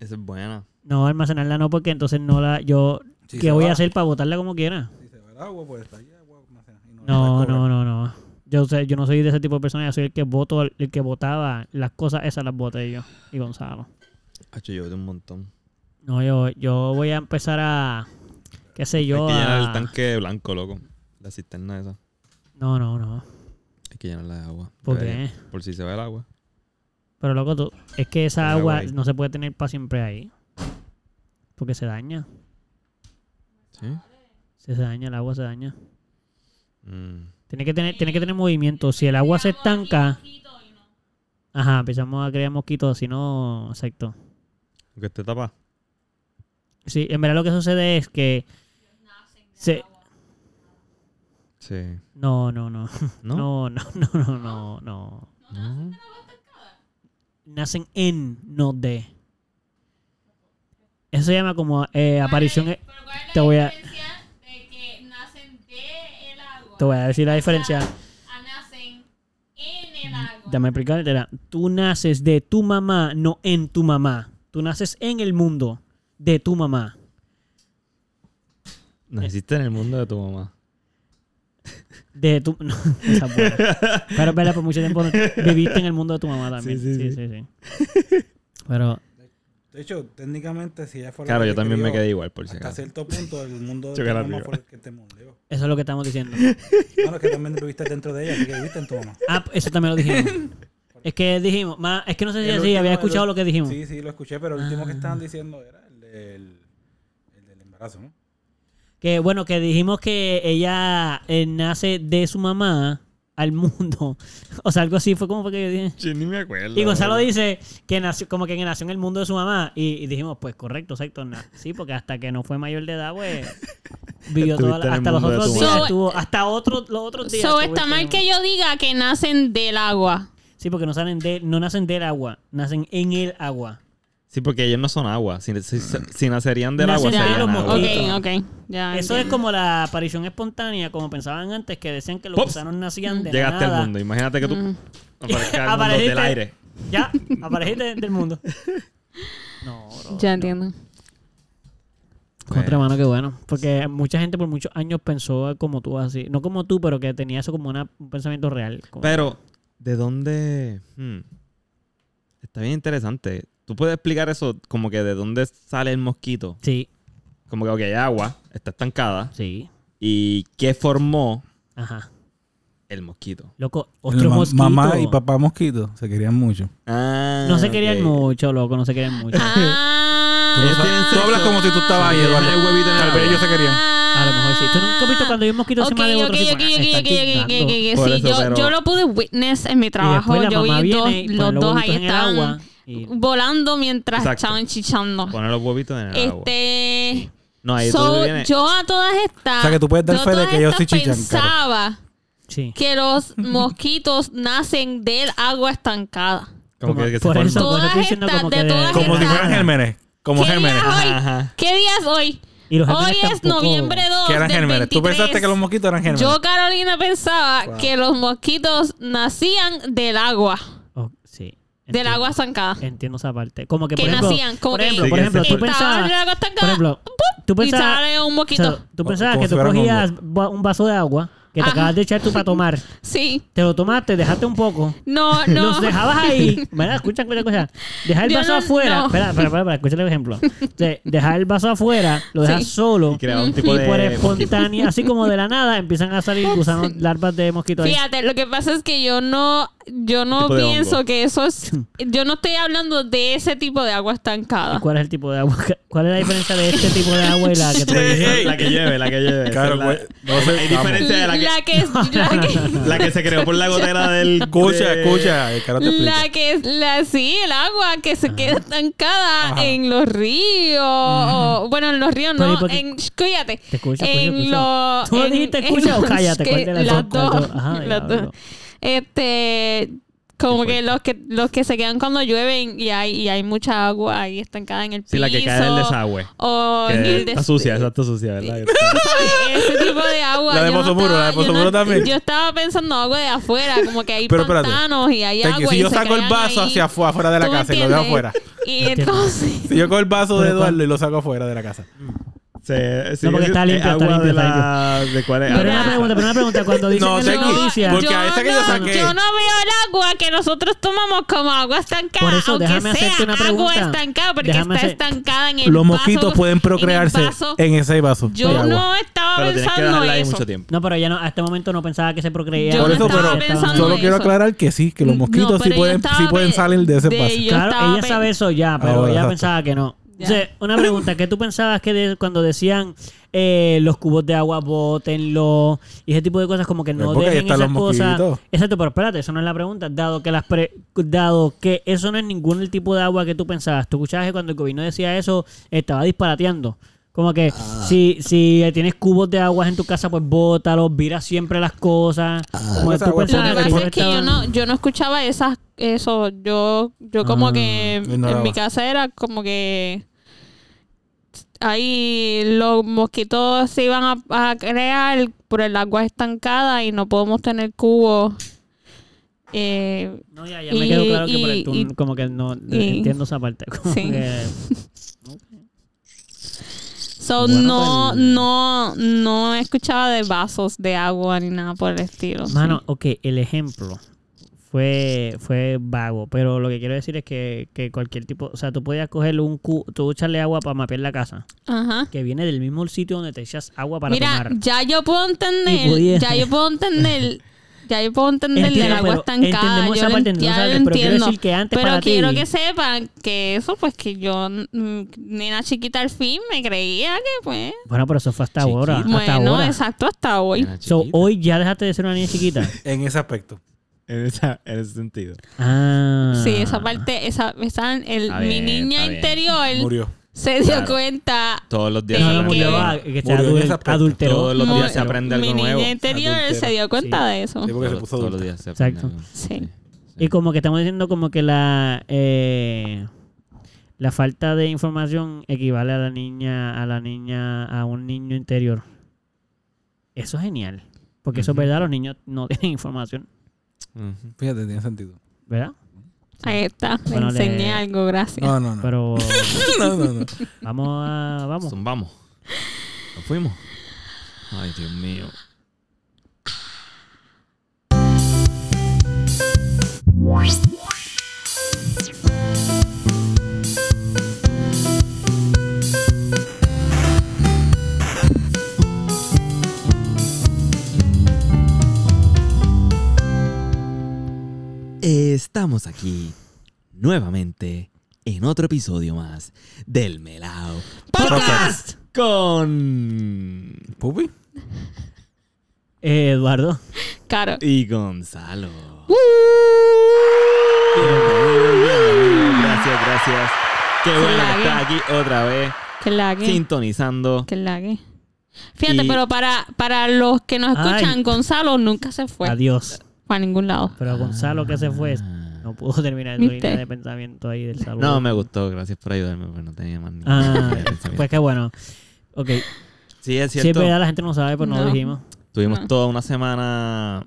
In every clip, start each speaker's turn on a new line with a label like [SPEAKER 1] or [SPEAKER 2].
[SPEAKER 1] Esa es buena.
[SPEAKER 2] No, almacenarla no, porque entonces no la. Yo.
[SPEAKER 3] Sí,
[SPEAKER 2] ¿Qué
[SPEAKER 3] se
[SPEAKER 2] voy
[SPEAKER 3] va.
[SPEAKER 2] a hacer para botarla como quiera?
[SPEAKER 3] Si se va el agua, pues está ahí agua almacenada y la
[SPEAKER 2] No,
[SPEAKER 3] puedes cobrar.
[SPEAKER 2] no, no, no. Yo, sé- yo no soy de ese tipo de persona, yo soy el que voto, el que votaba las cosas, esas las voté yo y Gonzalo.
[SPEAKER 1] Hacho, Ah, yo de un montón.
[SPEAKER 2] No, yo, yo voy a empezar a. ¿Qué sé yo? ah.
[SPEAKER 1] Hay que llenar el
[SPEAKER 2] a-
[SPEAKER 1] tanque de blanco, loco. La cisterna esa.
[SPEAKER 2] No, no, no.
[SPEAKER 1] Hay que llenarla de agua.
[SPEAKER 2] ¿Por
[SPEAKER 1] Debería.
[SPEAKER 2] qué?
[SPEAKER 1] Por si se va el agua.
[SPEAKER 2] Pero loco, tú, es que esa
[SPEAKER 1] Hay agua
[SPEAKER 2] agua
[SPEAKER 1] ahí.
[SPEAKER 2] no se puede tener para siempre ahí. Porque se daña.
[SPEAKER 1] ¿Sí?
[SPEAKER 2] Si se daña, el agua se daña.
[SPEAKER 1] Mm.
[SPEAKER 2] Tiene que tener, tiene que tener movimiento. Si el agua se estanca. Ajá, empezamos a crear mosquitos, si no, exacto.
[SPEAKER 1] Aunque esté tapa.
[SPEAKER 2] Sí, en verdad lo que sucede es que. Se...
[SPEAKER 1] Sí.
[SPEAKER 2] No, no, no.
[SPEAKER 1] ¿No?
[SPEAKER 2] No, no, no, no, no, no.
[SPEAKER 1] No.
[SPEAKER 2] Nacen en, no de. Eso se llama como eh, aparición. e-
[SPEAKER 4] Pero ¿cuál es la
[SPEAKER 2] te voy a-
[SPEAKER 4] diferencia de que nacen de el agua?
[SPEAKER 2] Te voy a decir la diferencia.
[SPEAKER 4] A nacen en el agua.
[SPEAKER 2] Dame explicar. era, Tú naces de tu mamá, no en tu mamá. Tú naces en el mundo de tu mamá.
[SPEAKER 1] Naciste en el mundo de tu mamá.
[SPEAKER 2] De tu. No, esa es buena. Pero, pero por mucho tiempo viviste en el mundo de tu mamá también. Sí,
[SPEAKER 1] Sí,
[SPEAKER 2] sí,
[SPEAKER 1] sí,
[SPEAKER 2] sí. Pero.
[SPEAKER 3] De hecho, técnicamente, si ella fuera.
[SPEAKER 1] Claro,
[SPEAKER 3] la que
[SPEAKER 1] yo también me
[SPEAKER 3] crió,
[SPEAKER 1] quedé igual, por si
[SPEAKER 3] Hasta
[SPEAKER 1] acaso.
[SPEAKER 3] cierto punto, el mundo de
[SPEAKER 1] Yo
[SPEAKER 3] tu
[SPEAKER 1] que la
[SPEAKER 3] mamá
[SPEAKER 1] digo.
[SPEAKER 3] fue el que te moldeó.
[SPEAKER 2] Eso es lo que estamos diciendo.
[SPEAKER 3] Bueno, es que también viviste dentro de ella, así que viviste en tu mamá.
[SPEAKER 2] Ah, eso también lo dijimos. Es que dijimos. ma- es que no sé si
[SPEAKER 3] El
[SPEAKER 2] así
[SPEAKER 3] último,
[SPEAKER 2] había
[SPEAKER 3] el
[SPEAKER 2] escuchado
[SPEAKER 3] ul-
[SPEAKER 2] lo que dijimos.
[SPEAKER 3] Sí, sí, lo escuché, pero el último que estaban diciendo era el, del- el del embarazo, ¿no?
[SPEAKER 2] Que bueno, que dijimos que ella eh, nace de su mamá al mundo. O sea, algo así fue como fue que yo dije.
[SPEAKER 1] Yo ni me acuerdo.
[SPEAKER 2] Y Gonzalo dice que nació, como que nació en el mundo de su mamá. Y, y dijimos, pues correcto, exacto. na- Sí, porque hasta que no fue mayor de edad, pues vivió
[SPEAKER 1] Estuviste
[SPEAKER 2] toda
[SPEAKER 1] en
[SPEAKER 2] la-
[SPEAKER 1] el
[SPEAKER 2] hasta los
[SPEAKER 1] mundo de
[SPEAKER 2] otros
[SPEAKER 1] tu
[SPEAKER 2] días.
[SPEAKER 4] mamá.
[SPEAKER 2] estuvo- hasta otros los otros días.
[SPEAKER 4] So,
[SPEAKER 2] estuvo este
[SPEAKER 4] está mal
[SPEAKER 2] en-
[SPEAKER 4] que yo diga que nacen del agua.
[SPEAKER 2] Sí, porque no, salen de, no nacen del agua, nacen en el agua.
[SPEAKER 1] Sí, porque ellos no son agua. Si, si- si nacerían del agua,
[SPEAKER 2] Nacerían
[SPEAKER 1] serían
[SPEAKER 2] los
[SPEAKER 1] agua.
[SPEAKER 4] Ok,
[SPEAKER 2] mosquitos.
[SPEAKER 4] ok. Ah, Ya.
[SPEAKER 2] Eso es
[SPEAKER 4] entiendo.
[SPEAKER 2] como la aparición espontánea, como pensaban antes, que decían que los
[SPEAKER 1] Pops.
[SPEAKER 2] gusanos nacían de la
[SPEAKER 1] Llegaste al
[SPEAKER 2] nada.
[SPEAKER 1] mundo. Imagínate que tú aparezcas al mundo
[SPEAKER 2] Apareciste.
[SPEAKER 1] del aire.
[SPEAKER 2] Ya, apareciste del mundo. No, bro.
[SPEAKER 4] Ya entiendo.
[SPEAKER 2] Contra mano, qué bueno. Porque mucha gente por muchos años pensó como tú, así. No como tú, pero que tenía eso como una- un pensamiento real. como-
[SPEAKER 1] Pero, ¿de dónde? hmm, Está bien interesante. ¿Tú puedes explicar eso? Como que de dónde sale el mosquito.
[SPEAKER 2] Sí,
[SPEAKER 1] Como que, ok, hay agua, está estancada.
[SPEAKER 2] sí.
[SPEAKER 1] ¿Y qué formó
[SPEAKER 2] Ajá.
[SPEAKER 1] el mosquito?
[SPEAKER 2] Loco, otro mosquito.
[SPEAKER 3] Mamá y papá mosquito se querían mucho.
[SPEAKER 1] Ah,
[SPEAKER 2] No se
[SPEAKER 1] ok.
[SPEAKER 2] querían mucho, loco, no se querían mucho.
[SPEAKER 4] Ah,
[SPEAKER 1] Ellos tienen
[SPEAKER 3] Tú
[SPEAKER 1] sexo.
[SPEAKER 3] hablas como si tú estabas ahí,
[SPEAKER 1] Sí,
[SPEAKER 3] Eduardo.
[SPEAKER 1] el huevito en el
[SPEAKER 3] Tal vez
[SPEAKER 1] agua.
[SPEAKER 3] ellos se querían.
[SPEAKER 2] A lo mejor sí. Tú nunca has visto cuando hay un mosquito
[SPEAKER 4] Ok,
[SPEAKER 2] encima de
[SPEAKER 4] ok,
[SPEAKER 2] otro.
[SPEAKER 4] ok,
[SPEAKER 2] se
[SPEAKER 4] ok,
[SPEAKER 2] ponen- están
[SPEAKER 4] ok, ok, ok,
[SPEAKER 2] chingando.
[SPEAKER 4] ok.
[SPEAKER 1] Por
[SPEAKER 4] Sí,
[SPEAKER 1] eso,
[SPEAKER 4] yo,
[SPEAKER 1] pero-
[SPEAKER 4] yo lo pude witness en mi trabajo.
[SPEAKER 2] Y después la
[SPEAKER 4] yo
[SPEAKER 2] mamá
[SPEAKER 4] vi dos,
[SPEAKER 2] viene y pone
[SPEAKER 4] los dos ahí
[SPEAKER 2] huevitos en el agua
[SPEAKER 4] estaban
[SPEAKER 2] y-
[SPEAKER 4] volando mientras
[SPEAKER 1] Exacto.
[SPEAKER 4] estaban chichando.
[SPEAKER 1] Poner los huevitos en el agua.
[SPEAKER 4] Este.
[SPEAKER 1] No, ahí tú
[SPEAKER 4] so,
[SPEAKER 1] vienes.
[SPEAKER 4] yo a todas estas.
[SPEAKER 3] O sea, que tú puedes dar
[SPEAKER 4] yo a
[SPEAKER 3] fe de
[SPEAKER 4] todas
[SPEAKER 3] que ellos
[SPEAKER 4] estas
[SPEAKER 3] sí chillan, Caro.
[SPEAKER 4] pensaba
[SPEAKER 2] Sí.
[SPEAKER 4] que los mosquitos nacen del agua estancada.
[SPEAKER 1] Como
[SPEAKER 2] Como-
[SPEAKER 1] que, que se
[SPEAKER 2] por
[SPEAKER 1] forma.
[SPEAKER 2] eso, por eso
[SPEAKER 4] Todas
[SPEAKER 2] estoy diciendo
[SPEAKER 4] estas-
[SPEAKER 2] como que
[SPEAKER 4] de
[SPEAKER 2] de-
[SPEAKER 4] todas
[SPEAKER 3] Como si
[SPEAKER 4] Ajá.
[SPEAKER 3] fueran gérmenes. Como
[SPEAKER 4] ¿Qué día
[SPEAKER 3] gérmenes.
[SPEAKER 4] es hoy?
[SPEAKER 1] Ajá.
[SPEAKER 4] ¿Qué día es hoy?
[SPEAKER 2] Y los
[SPEAKER 4] Hoy
[SPEAKER 2] gérmenes
[SPEAKER 4] es
[SPEAKER 2] tampoco-
[SPEAKER 4] noviembre 2
[SPEAKER 3] Que eran
[SPEAKER 4] del
[SPEAKER 3] gérmenes. Tú
[SPEAKER 4] 23.
[SPEAKER 3] pensaste que los mosquitos eran gérmenes.
[SPEAKER 4] Yo, Carolina, pensaba
[SPEAKER 3] Wow.
[SPEAKER 4] que los mosquitos nacían del agua.
[SPEAKER 2] Oh, sí.
[SPEAKER 4] Del
[SPEAKER 2] Entiendo.
[SPEAKER 4] agua estancada.
[SPEAKER 2] Entiendo esa parte. Como que,
[SPEAKER 4] Que
[SPEAKER 2] por ejemplo,
[SPEAKER 4] nacían, como
[SPEAKER 2] por
[SPEAKER 4] que-
[SPEAKER 2] ejemplo,
[SPEAKER 1] Sí,
[SPEAKER 2] por
[SPEAKER 1] que
[SPEAKER 2] ejemplo
[SPEAKER 1] se
[SPEAKER 2] tú
[SPEAKER 1] fue.
[SPEAKER 4] Estaba
[SPEAKER 2] pensabas,
[SPEAKER 4] del agua estancada.
[SPEAKER 2] por ejemplo, tú
[SPEAKER 4] y
[SPEAKER 2] pensabas,
[SPEAKER 4] sale un
[SPEAKER 2] o
[SPEAKER 4] mosquito.
[SPEAKER 2] sea, tú
[SPEAKER 3] O-
[SPEAKER 2] pensabas
[SPEAKER 3] como
[SPEAKER 2] que
[SPEAKER 3] si
[SPEAKER 2] tú
[SPEAKER 3] fuera un
[SPEAKER 2] cogías va- un vaso de agua que te
[SPEAKER 4] Ajá.
[SPEAKER 2] acabas de echar tú para tomar,
[SPEAKER 4] sí.
[SPEAKER 2] te lo tomaste, dejaste un poco,
[SPEAKER 4] No, no.
[SPEAKER 2] Los dejabas ahí. Mira, escucha, escucha, escucha. Dejar el
[SPEAKER 4] Yo
[SPEAKER 2] vaso
[SPEAKER 4] no-
[SPEAKER 2] afuera.
[SPEAKER 4] no.
[SPEAKER 2] Espera, espera, espera, espera, escucha el ejemplo. O sea, dejar el vaso afuera, lo dejas
[SPEAKER 4] Sí.
[SPEAKER 2] solo.
[SPEAKER 1] Y crea un
[SPEAKER 2] Y
[SPEAKER 1] tipo de.
[SPEAKER 2] por
[SPEAKER 1] mosquito.
[SPEAKER 2] espontánea, así como de la nada, empiezan a salir gusanos, larvas de mosquito ahí.
[SPEAKER 4] Fíjate, lo que pasa es que yo no, yo no
[SPEAKER 1] tipo de hongo.
[SPEAKER 4] pienso que eso es. Yo no estoy hablando de ese tipo de agua estancada.
[SPEAKER 2] ¿Cuál es el tipo de agua? que- ¿Cuál es la diferencia de este tipo de agua y la que tú
[SPEAKER 1] Ey, La que lleve, la que lleve.
[SPEAKER 3] Claro,
[SPEAKER 1] Esa es
[SPEAKER 3] pues, no sé,
[SPEAKER 1] hay diferencia de la que,
[SPEAKER 4] La que, la que,
[SPEAKER 1] la que se creó por la gotera del.
[SPEAKER 3] Escucha,
[SPEAKER 1] de-
[SPEAKER 3] escucha. El caro te explica.
[SPEAKER 4] la que es la sí, el agua que se queda estancada
[SPEAKER 3] Ajá.
[SPEAKER 4] en los ríos. o- bueno, en los ríos
[SPEAKER 2] Pero, ¿y
[SPEAKER 4] no.
[SPEAKER 2] por qué?
[SPEAKER 4] En, sh, cállate.
[SPEAKER 2] Te escucho, escucho,
[SPEAKER 4] en
[SPEAKER 2] escucho.
[SPEAKER 4] los.
[SPEAKER 2] ¿Tú
[SPEAKER 4] en-
[SPEAKER 2] dijiste
[SPEAKER 4] en
[SPEAKER 2] escucha o
[SPEAKER 4] los
[SPEAKER 2] cállate?
[SPEAKER 4] que-
[SPEAKER 2] ¿Cuál de las
[SPEAKER 4] las
[SPEAKER 2] dos? ¿Cuál de-
[SPEAKER 4] dos.
[SPEAKER 2] Ajá,
[SPEAKER 4] las
[SPEAKER 2] diablo.
[SPEAKER 4] dos. Este. Como
[SPEAKER 1] Qué
[SPEAKER 4] que los que los que se quedan cuando llueven y hay, y hay mucha agua ahí estancada en el piso.
[SPEAKER 1] Sí, la que cae del desagüe.
[SPEAKER 4] O en
[SPEAKER 1] Que
[SPEAKER 4] el
[SPEAKER 1] está
[SPEAKER 4] des-
[SPEAKER 1] sucia, esa está sucia, ¿verdad?
[SPEAKER 4] ese tipo de agua.
[SPEAKER 3] La de
[SPEAKER 4] yo no
[SPEAKER 3] Pozomuro, la de
[SPEAKER 4] estaba- yo
[SPEAKER 3] Pozomuro
[SPEAKER 4] no-
[SPEAKER 3] también.
[SPEAKER 4] Yo estaba pensando agua de afuera, como que hay
[SPEAKER 3] Pero espérate.
[SPEAKER 4] pantanos y hay
[SPEAKER 3] Thank you.
[SPEAKER 4] agua.
[SPEAKER 3] Si
[SPEAKER 4] y
[SPEAKER 3] yo
[SPEAKER 4] se
[SPEAKER 3] saco el
[SPEAKER 4] quedan
[SPEAKER 3] vaso
[SPEAKER 4] ahí.
[SPEAKER 3] hacia afuera, afuera de la
[SPEAKER 4] ¿Tú me
[SPEAKER 3] casa y lo veo
[SPEAKER 4] entiendes?
[SPEAKER 3] afuera.
[SPEAKER 4] Y entonces.
[SPEAKER 3] Si yo cojo el vaso de
[SPEAKER 2] Pero,
[SPEAKER 3] Eduardo y lo saco afuera de la casa.
[SPEAKER 1] Se, sí,
[SPEAKER 2] porque
[SPEAKER 1] es-
[SPEAKER 2] está
[SPEAKER 1] es
[SPEAKER 2] limpio, está
[SPEAKER 1] agua
[SPEAKER 2] limpio,
[SPEAKER 1] de
[SPEAKER 2] está
[SPEAKER 1] la- ¿De cuál es?
[SPEAKER 2] Pero
[SPEAKER 1] Ah,
[SPEAKER 2] una pregunta, pero una pregunta. Cuando dicen
[SPEAKER 3] No,
[SPEAKER 2] en la
[SPEAKER 3] Thank you.
[SPEAKER 2] noticia...
[SPEAKER 3] Porque a esa que yo
[SPEAKER 4] no-
[SPEAKER 3] saqué-
[SPEAKER 4] yo no veo el agua que nosotros tomamos como agua estancada.
[SPEAKER 2] Por eso,
[SPEAKER 4] aunque
[SPEAKER 2] déjame
[SPEAKER 4] sea
[SPEAKER 2] hacerte una
[SPEAKER 4] agua
[SPEAKER 2] pregunta.
[SPEAKER 4] estancada, porque
[SPEAKER 2] Déjame
[SPEAKER 4] está
[SPEAKER 2] hacer-
[SPEAKER 4] estancada en el
[SPEAKER 3] Los
[SPEAKER 4] vaso,
[SPEAKER 3] mosquitos pueden
[SPEAKER 4] en el
[SPEAKER 3] procrearse
[SPEAKER 4] vaso.
[SPEAKER 3] en ese vaso. de
[SPEAKER 4] Yo
[SPEAKER 3] agua.
[SPEAKER 4] no estaba
[SPEAKER 1] Pero tienes que
[SPEAKER 4] pensando
[SPEAKER 1] dejarla ahí
[SPEAKER 4] eso.
[SPEAKER 1] mucho tiempo.
[SPEAKER 2] No, pero ya no, a este momento no pensaba que se procreía.
[SPEAKER 4] Yo
[SPEAKER 3] Por
[SPEAKER 4] no
[SPEAKER 3] eso,
[SPEAKER 4] estaba
[SPEAKER 3] pero
[SPEAKER 4] pensando
[SPEAKER 3] solo quiero
[SPEAKER 4] eso.
[SPEAKER 3] aclarar que sí, que los
[SPEAKER 4] No,
[SPEAKER 3] mosquitos sí,
[SPEAKER 4] pero yo
[SPEAKER 3] pueden,
[SPEAKER 4] estaba
[SPEAKER 3] sí pueden
[SPEAKER 4] pe-
[SPEAKER 3] salir de ese
[SPEAKER 4] de
[SPEAKER 3] vaso.
[SPEAKER 4] Yo
[SPEAKER 2] claro,
[SPEAKER 4] estaba
[SPEAKER 2] ella
[SPEAKER 4] pe-
[SPEAKER 2] sabe eso ya, pero
[SPEAKER 3] Ahora,
[SPEAKER 2] ella
[SPEAKER 3] Ah, exacto.
[SPEAKER 2] pensaba que no.
[SPEAKER 4] Ya.
[SPEAKER 2] O sea, una pregunta, ¿qué tú pensabas que de- cuando decían eh, los cubos de agua, bótenlo y ese tipo de cosas, como que
[SPEAKER 3] Pues
[SPEAKER 2] no
[SPEAKER 3] porque ahí
[SPEAKER 2] dejen
[SPEAKER 3] están
[SPEAKER 2] esas
[SPEAKER 3] los
[SPEAKER 2] cosas?
[SPEAKER 3] mosquitos.
[SPEAKER 2] Exacto, pero espérate, eso no es la pregunta. Dado que las pre- dado que eso no es ningún el tipo de agua que tú pensabas. Tú escuchabas que cuando el gobierno decía eso, estaba disparateando. Como que
[SPEAKER 3] Ah.
[SPEAKER 2] si, si tienes cubos de agua en tu casa, pues bótalos, vira siempre las cosas. Como
[SPEAKER 3] Ah.
[SPEAKER 2] que
[SPEAKER 3] Esa
[SPEAKER 2] tú
[SPEAKER 3] agua es
[SPEAKER 4] Lo
[SPEAKER 2] pensabas
[SPEAKER 4] que
[SPEAKER 3] Porque
[SPEAKER 2] que
[SPEAKER 4] pasa
[SPEAKER 2] por
[SPEAKER 4] es que yo
[SPEAKER 2] estaban-
[SPEAKER 4] no, yo no escuchaba esas, eso. Yo, yo como
[SPEAKER 2] Ah,
[SPEAKER 4] que en
[SPEAKER 3] ignoraba.
[SPEAKER 4] mi casa era como que ahí los mosquitos se iban a, a crear por el agua estancada y no podemos tener cubos. Eh,
[SPEAKER 2] No, ya, ya me quedó
[SPEAKER 4] Y-
[SPEAKER 2] claro que por el
[SPEAKER 4] y-
[SPEAKER 2] tú
[SPEAKER 4] y-
[SPEAKER 2] como que no
[SPEAKER 4] y-
[SPEAKER 2] entiendo esa parte. Como
[SPEAKER 4] Sí.
[SPEAKER 2] que-
[SPEAKER 4] so
[SPEAKER 2] Bueno,
[SPEAKER 4] no,
[SPEAKER 2] pues-
[SPEAKER 4] no, no escuchaba de vasos de agua ni nada por el estilo.
[SPEAKER 2] Mano, ok, el ejemplo fue, fue vago, pero lo que quiero decir es que, que cualquier tipo, o sea, tú podías coger un cu, tú echarle agua para mapear la casa,
[SPEAKER 4] Ajá.
[SPEAKER 2] que viene del mismo sitio donde te echas agua para
[SPEAKER 4] Mira,
[SPEAKER 2] tomar.
[SPEAKER 4] ya yo puedo
[SPEAKER 2] Y
[SPEAKER 4] entender,
[SPEAKER 2] pudiera.
[SPEAKER 4] ya yo puedo entender, ya yo puedo entender
[SPEAKER 2] Entiendo,
[SPEAKER 4] el agua
[SPEAKER 2] pero
[SPEAKER 4] estancada.
[SPEAKER 2] entendemos
[SPEAKER 4] Yo
[SPEAKER 2] esa
[SPEAKER 4] lo,
[SPEAKER 2] parte,
[SPEAKER 4] en- ya
[SPEAKER 2] entonces,
[SPEAKER 4] lo
[SPEAKER 2] pero quiero
[SPEAKER 4] entiendo.
[SPEAKER 2] decir que antes
[SPEAKER 4] pero
[SPEAKER 2] para ti-
[SPEAKER 4] quiero que sepan que eso, pues que yo, mm, nena chiquita al fin, me creía que pues.
[SPEAKER 2] Bueno, pero eso fue hasta ahora. Hasta
[SPEAKER 4] bueno,
[SPEAKER 2] ahora.
[SPEAKER 4] exacto, hasta hoy.
[SPEAKER 1] era
[SPEAKER 2] So,
[SPEAKER 1] chiquita.
[SPEAKER 2] hoy ya dejaste de ser una niña chiquita.
[SPEAKER 3] En ese aspecto.
[SPEAKER 1] En, esa- en ese sentido.
[SPEAKER 2] Ah.
[SPEAKER 4] Sí, esa parte, esa, esa- el-
[SPEAKER 1] Está
[SPEAKER 4] mi
[SPEAKER 1] bien,
[SPEAKER 4] niña
[SPEAKER 1] está bien.
[SPEAKER 4] interior
[SPEAKER 3] Murió.
[SPEAKER 4] se dio
[SPEAKER 1] Claro.
[SPEAKER 4] cuenta.
[SPEAKER 1] Todos los días
[SPEAKER 4] Eh,
[SPEAKER 2] No,
[SPEAKER 1] se
[SPEAKER 2] no,
[SPEAKER 4] que-
[SPEAKER 1] aprende
[SPEAKER 2] murió,
[SPEAKER 1] algo
[SPEAKER 2] ah,
[SPEAKER 1] nuevo.
[SPEAKER 2] que se
[SPEAKER 3] Murió en ese
[SPEAKER 2] adul-
[SPEAKER 3] aspecto.
[SPEAKER 1] Todos
[SPEAKER 2] adulteró.
[SPEAKER 1] los días se
[SPEAKER 4] Mu-
[SPEAKER 1] aprende algo
[SPEAKER 4] mi
[SPEAKER 1] nuevo.
[SPEAKER 4] niña interior
[SPEAKER 3] Adultera.
[SPEAKER 4] se dio cuenta de eso.
[SPEAKER 3] Sí, porque se
[SPEAKER 1] Todos-
[SPEAKER 3] puso
[SPEAKER 1] Todos los
[SPEAKER 3] adulta.
[SPEAKER 1] días se aprende
[SPEAKER 2] Exacto.
[SPEAKER 1] algo.
[SPEAKER 4] Sí.
[SPEAKER 2] Y como que estamos diciendo como que la eh, la falta de información equivale a la niña a la niña a un niño interior. Eso es genial, porque eso es verdad, los niños no tienen información,
[SPEAKER 1] Ujú.
[SPEAKER 3] Fíjate, tiene sentido.
[SPEAKER 2] ¿verdad?
[SPEAKER 4] Ahí está, le
[SPEAKER 2] Bueno, le-
[SPEAKER 4] enseñé algo, gracias.
[SPEAKER 3] No,
[SPEAKER 1] Ah.
[SPEAKER 3] no, no.
[SPEAKER 2] Pero
[SPEAKER 3] No, no, no.
[SPEAKER 2] vamos a vamos.
[SPEAKER 1] Zumbamos. Nos fuimos. Ay, Dios mío. Estamos aquí nuevamente en otro episodio más del Melao
[SPEAKER 4] Podcast.
[SPEAKER 1] con
[SPEAKER 3] Pupi.
[SPEAKER 2] Eh, Eduardo,
[SPEAKER 4] Claro.
[SPEAKER 1] y Gonzalo.
[SPEAKER 4] ¡Uh!
[SPEAKER 1] Bienvenido, bienvenido. Gracias, gracias. Qué bueno
[SPEAKER 4] la
[SPEAKER 1] que estás
[SPEAKER 4] vi.
[SPEAKER 1] aquí otra vez
[SPEAKER 4] Que lague.
[SPEAKER 1] sintonizando.
[SPEAKER 4] Que lague. Fíjate,
[SPEAKER 1] Y-
[SPEAKER 4] pero para, para los que nos escuchan,
[SPEAKER 2] Ay.
[SPEAKER 4] Gonzalo nunca se fue
[SPEAKER 2] adiós.
[SPEAKER 4] para ningún lado.
[SPEAKER 2] Pero Gonzalo que se fue no pudo terminar su
[SPEAKER 4] ¿Viste?
[SPEAKER 2] línea de pensamiento ahí del saludo.
[SPEAKER 1] Ah. No, me gustó. Gracias por ayudarme, pero no tenía más ni
[SPEAKER 2] Ah,
[SPEAKER 1] idea de pensamiento.
[SPEAKER 2] pues qué bueno. Ok,
[SPEAKER 1] Sí, es
[SPEAKER 2] si es
[SPEAKER 1] cierto.
[SPEAKER 2] verdad la gente no sabe, pues no,
[SPEAKER 4] No.
[SPEAKER 2] lo dijimos.
[SPEAKER 1] Tuvimos
[SPEAKER 4] No.
[SPEAKER 1] toda una semana.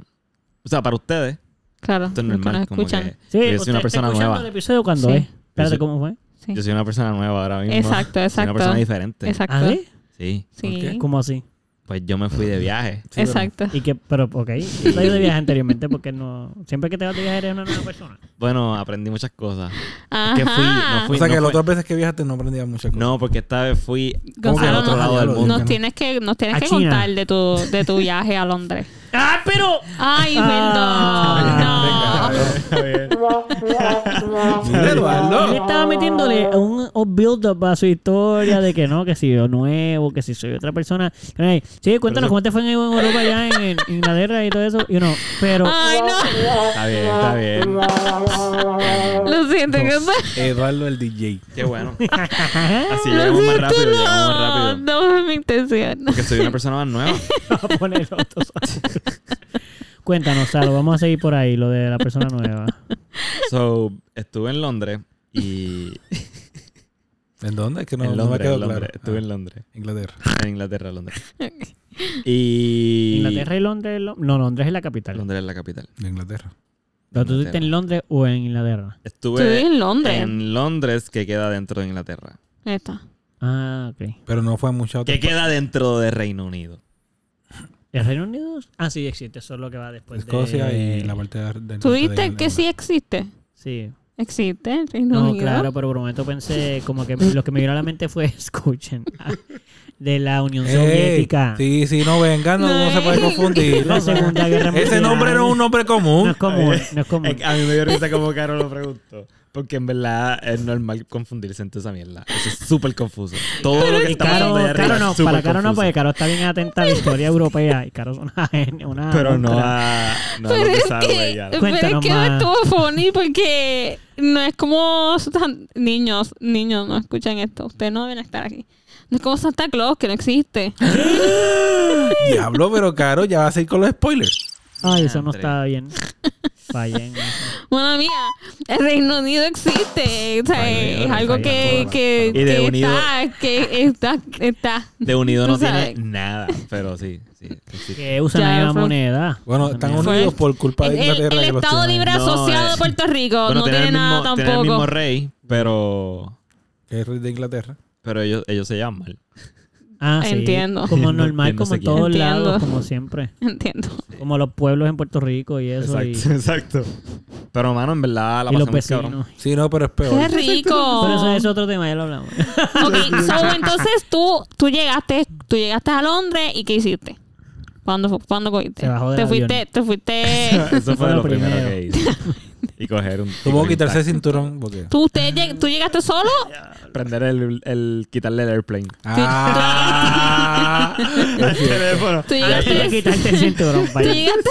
[SPEAKER 1] O sea, para ustedes,
[SPEAKER 4] Claro.
[SPEAKER 1] esto es
[SPEAKER 4] los que
[SPEAKER 1] normal.
[SPEAKER 4] nos
[SPEAKER 1] Como que
[SPEAKER 4] escuchan.
[SPEAKER 1] yo soy
[SPEAKER 2] usted está
[SPEAKER 1] una persona
[SPEAKER 2] escuchando
[SPEAKER 1] nueva.
[SPEAKER 2] el episodio cuando
[SPEAKER 4] Sí.
[SPEAKER 2] es. Espérate,
[SPEAKER 1] soy-
[SPEAKER 2] ¿cómo fue?
[SPEAKER 4] Sí.
[SPEAKER 1] Yo soy una persona nueva ahora mismo.
[SPEAKER 4] Exacto,
[SPEAKER 1] Soy una
[SPEAKER 4] exacto.
[SPEAKER 1] persona diferente.
[SPEAKER 4] Exacto.
[SPEAKER 2] ¿Ah, sí?
[SPEAKER 1] Sí.
[SPEAKER 4] Sí.
[SPEAKER 3] ¿Por qué?
[SPEAKER 2] ¿Cómo así?
[SPEAKER 1] Pues yo me fui de viaje.
[SPEAKER 3] Sí,
[SPEAKER 4] Exacto.
[SPEAKER 2] Y que, pero, ok, tú te has ido de viaje anteriormente porque no... Siempre que te vas de viaje eres una nueva persona.
[SPEAKER 1] Bueno, aprendí muchas cosas.
[SPEAKER 4] Ajá.
[SPEAKER 1] que fui- no
[SPEAKER 3] O
[SPEAKER 1] fui-
[SPEAKER 3] sea que
[SPEAKER 1] no
[SPEAKER 3] las
[SPEAKER 1] fue-
[SPEAKER 3] otras veces que viajaste no aprendías muchas cosas.
[SPEAKER 1] No, porque esta vez fui
[SPEAKER 4] Gonzalo,
[SPEAKER 1] al otro
[SPEAKER 4] no-
[SPEAKER 1] lado del
[SPEAKER 3] nos
[SPEAKER 1] mundo.
[SPEAKER 4] Nos tienes que, nos tienes
[SPEAKER 2] A
[SPEAKER 4] que
[SPEAKER 2] China.
[SPEAKER 4] contar de tu, de tu viaje a Londres.
[SPEAKER 2] ¡Ah, pero!
[SPEAKER 4] Ay,
[SPEAKER 2] Ah.
[SPEAKER 4] perdón. No.
[SPEAKER 3] Mira,
[SPEAKER 2] Él
[SPEAKER 3] Eduardo.
[SPEAKER 2] estaba metiéndole un, un build-up a su historia de que no, que si yo nuevo, que si soy otra persona. Ay, sí, cuéntanos cómo te fue en Europa allá, en, en Inglaterra y todo eso. Y uno, pero...
[SPEAKER 4] Ay, no.
[SPEAKER 1] Está bien, está bien.
[SPEAKER 4] Lo siento, Gonzalo.
[SPEAKER 3] Eduardo el DJ.
[SPEAKER 1] Qué bueno. Así llegamos más rápido,
[SPEAKER 4] no.
[SPEAKER 1] llegamos más rápido.
[SPEAKER 4] No fue mi intención.
[SPEAKER 1] Porque soy una persona más nueva.
[SPEAKER 2] Vamos a poner los dos. Cuéntanos, Salo, vamos a seguir por ahí, lo de la persona nueva.
[SPEAKER 1] So, estuve en Londres y.
[SPEAKER 3] ¿En dónde? Es que no,
[SPEAKER 1] en
[SPEAKER 3] no me
[SPEAKER 1] Londres,
[SPEAKER 3] quedó
[SPEAKER 1] en Londres.
[SPEAKER 3] claro.
[SPEAKER 1] Estuve
[SPEAKER 3] Ah,
[SPEAKER 1] en Londres.
[SPEAKER 3] Inglaterra.
[SPEAKER 1] En Inglaterra, Londres. Y.
[SPEAKER 2] Inglaterra y Londres. Lo- No, Londres es la capital.
[SPEAKER 1] Londres es la capital.
[SPEAKER 3] De Inglaterra.
[SPEAKER 2] Pero tú estuviste en Londres o en Inglaterra.
[SPEAKER 1] Estuve
[SPEAKER 4] en Londres.
[SPEAKER 1] en Londres, que queda dentro de Inglaterra.
[SPEAKER 4] Ahí está.
[SPEAKER 2] Ah, ok.
[SPEAKER 3] Pero no fue mucha otra.
[SPEAKER 1] Que queda dentro de Reino Unido.
[SPEAKER 2] ¿El Reino Unido? Ah, sí, existe. Eso es lo que va después
[SPEAKER 3] Escocia
[SPEAKER 2] de...
[SPEAKER 3] y
[SPEAKER 1] Pues
[SPEAKER 3] la parte de- del norte
[SPEAKER 4] ¿Tú
[SPEAKER 3] de
[SPEAKER 4] viste que
[SPEAKER 3] Inglaterra.
[SPEAKER 4] sí existe?
[SPEAKER 2] Sí.
[SPEAKER 4] Existe el Reino
[SPEAKER 2] No,
[SPEAKER 4] Unido.
[SPEAKER 2] claro, pero por un momento pensé... Como que lo que me vino a la mente fue... Escuchen. ah, De la Unión
[SPEAKER 3] Ey,
[SPEAKER 2] Soviética.
[SPEAKER 3] Sí, sí, no vengan, no, no se puede
[SPEAKER 4] No.
[SPEAKER 3] confundir. no,
[SPEAKER 2] La
[SPEAKER 3] no.
[SPEAKER 2] Segunda Guerra Mundial.
[SPEAKER 3] Ese nombre no es un nombre
[SPEAKER 2] No
[SPEAKER 3] común.
[SPEAKER 2] es común, no es común.
[SPEAKER 1] A mí me dio risa como Caro lo preguntó. Porque en verdad es normal confundirse entre esa mierda. Eso es súper confuso. Todo lo que
[SPEAKER 2] Y
[SPEAKER 1] está
[SPEAKER 2] Caro,
[SPEAKER 1] pasando allá arriba
[SPEAKER 2] Caro no,
[SPEAKER 1] es súper
[SPEAKER 2] para Caro no,
[SPEAKER 1] confuso.
[SPEAKER 2] porque Caro está bien atenta a la historia europea y Caro es una... una
[SPEAKER 1] Pero no
[SPEAKER 2] monstrua.
[SPEAKER 1] a, no a
[SPEAKER 4] Pero
[SPEAKER 1] lo que
[SPEAKER 4] es
[SPEAKER 1] sabe
[SPEAKER 4] que,
[SPEAKER 1] ella.
[SPEAKER 4] pero es
[SPEAKER 2] Cuéntanos
[SPEAKER 4] que
[SPEAKER 2] más.
[SPEAKER 4] estuvo funny porque no es como Santa- niños, niños no escuchan esto, ustedes no deben estar aquí. No es como Santa Claus que no existe.
[SPEAKER 3] Diablo, pero caro, ya vas a ir con los spoilers.
[SPEAKER 2] Ay, eso no
[SPEAKER 1] Andre.
[SPEAKER 2] está bien. Fallé en eso.
[SPEAKER 4] Bueno, mía, el Reino Unido existe, o sea, es algo que, que,
[SPEAKER 1] Y de
[SPEAKER 4] que
[SPEAKER 1] unido-
[SPEAKER 4] está, que está, está.
[SPEAKER 1] De unido
[SPEAKER 4] Tú
[SPEAKER 1] no tiene
[SPEAKER 4] sabes.
[SPEAKER 1] nada. Pero sí, sí. sí.
[SPEAKER 2] Que usan
[SPEAKER 4] Ya,
[SPEAKER 2] la misma
[SPEAKER 4] fue-
[SPEAKER 2] moneda.
[SPEAKER 3] Bueno, están
[SPEAKER 2] Usan la misma-
[SPEAKER 4] Fue-
[SPEAKER 3] unidos por culpa
[SPEAKER 4] El,
[SPEAKER 3] de
[SPEAKER 4] el-
[SPEAKER 3] Inglaterra.
[SPEAKER 4] el
[SPEAKER 3] que los
[SPEAKER 4] Estado
[SPEAKER 3] tiene.
[SPEAKER 4] Libre
[SPEAKER 1] No,
[SPEAKER 4] Asociado de
[SPEAKER 1] eh,
[SPEAKER 4] Puerto Rico
[SPEAKER 1] Bueno,
[SPEAKER 4] no tiene
[SPEAKER 1] el
[SPEAKER 4] nada
[SPEAKER 1] mismo, tiene el mismo
[SPEAKER 4] tampoco.
[SPEAKER 1] rey, pero,
[SPEAKER 3] Que es de Inglaterra.
[SPEAKER 1] pero ellos, ellos se llaman mal.
[SPEAKER 2] Ah, sí.
[SPEAKER 4] Entiendo.
[SPEAKER 2] Como
[SPEAKER 1] No-
[SPEAKER 2] normal,
[SPEAKER 1] no
[SPEAKER 2] como
[SPEAKER 1] sé
[SPEAKER 2] en
[SPEAKER 1] quién.
[SPEAKER 2] todos
[SPEAKER 4] Entiendo.
[SPEAKER 2] lados, como siempre.
[SPEAKER 4] Entiendo.
[SPEAKER 2] Como los pueblos en Puerto Rico y eso. y-
[SPEAKER 1] Exacto, exacto. Pero, mano, en verdad la
[SPEAKER 2] Y, los
[SPEAKER 1] pasamos cabrón.
[SPEAKER 2] vecinos.
[SPEAKER 3] Sí, no, pero es
[SPEAKER 4] Qué
[SPEAKER 3] peor.
[SPEAKER 4] rico.
[SPEAKER 2] Pero eso es otro tema, ya lo hablamos.
[SPEAKER 4] Ok, so, entonces tú, tú llegaste, tú llegaste a Londres y ¿qué hiciste? ¿Cuándo, fu- cuándo cogiste?
[SPEAKER 2] Se bajó del
[SPEAKER 4] te fuiste,
[SPEAKER 2] avión.
[SPEAKER 4] te fuiste.
[SPEAKER 1] Eso fue lo primero, que hice. Y coger un... y
[SPEAKER 3] Tuvo
[SPEAKER 1] coger
[SPEAKER 3] que
[SPEAKER 1] un
[SPEAKER 3] quitarse el
[SPEAKER 1] taxi.
[SPEAKER 3] cinturón porque...
[SPEAKER 4] ¿Tú, usted lleg- ¿Tú llegaste solo?
[SPEAKER 1] Prender el, el... Quitarle el airplane.
[SPEAKER 3] Ah,
[SPEAKER 1] el teléfono. Ah,
[SPEAKER 4] ¿Tú
[SPEAKER 2] Hay que
[SPEAKER 4] llegaste?
[SPEAKER 2] quitarte el cinturón,
[SPEAKER 4] ¿Tú
[SPEAKER 2] vaya.
[SPEAKER 4] llegaste,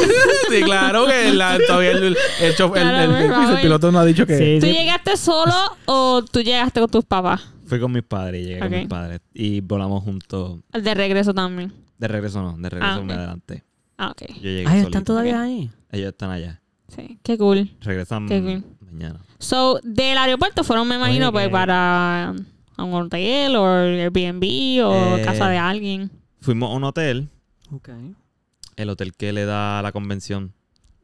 [SPEAKER 3] sí, claro que la- todavía el, el, chof- el-
[SPEAKER 4] Claro,
[SPEAKER 3] el-
[SPEAKER 4] por favor.
[SPEAKER 3] el piloto no ha dicho que...
[SPEAKER 2] Sí,
[SPEAKER 4] ¿Tú
[SPEAKER 2] sí.
[SPEAKER 4] llegaste solo o tú llegaste con tus papás?
[SPEAKER 1] Fui con mis padres y llegué
[SPEAKER 4] Ok.
[SPEAKER 1] con mis padres. Y volamos juntos.
[SPEAKER 4] De regreso también.
[SPEAKER 1] De regreso no, de regreso
[SPEAKER 4] Ah, ok.
[SPEAKER 1] me adelanté.
[SPEAKER 4] Ah, ok.
[SPEAKER 1] Yo llegué
[SPEAKER 2] Ay,
[SPEAKER 1] solito.
[SPEAKER 2] están todavía ahí.
[SPEAKER 1] Ellos están allá.
[SPEAKER 4] Sí, qué cool.
[SPEAKER 1] Regresan
[SPEAKER 4] Qué cool.
[SPEAKER 1] mañana.
[SPEAKER 4] So, del aeropuerto fueron, me imagino,
[SPEAKER 2] Oye,
[SPEAKER 4] pues
[SPEAKER 2] que-
[SPEAKER 4] para a un hotel o Airbnb o
[SPEAKER 1] Eh,
[SPEAKER 4] casa de alguien.
[SPEAKER 1] Fuimos a un hotel.
[SPEAKER 2] Ok.
[SPEAKER 1] El hotel que le da la convención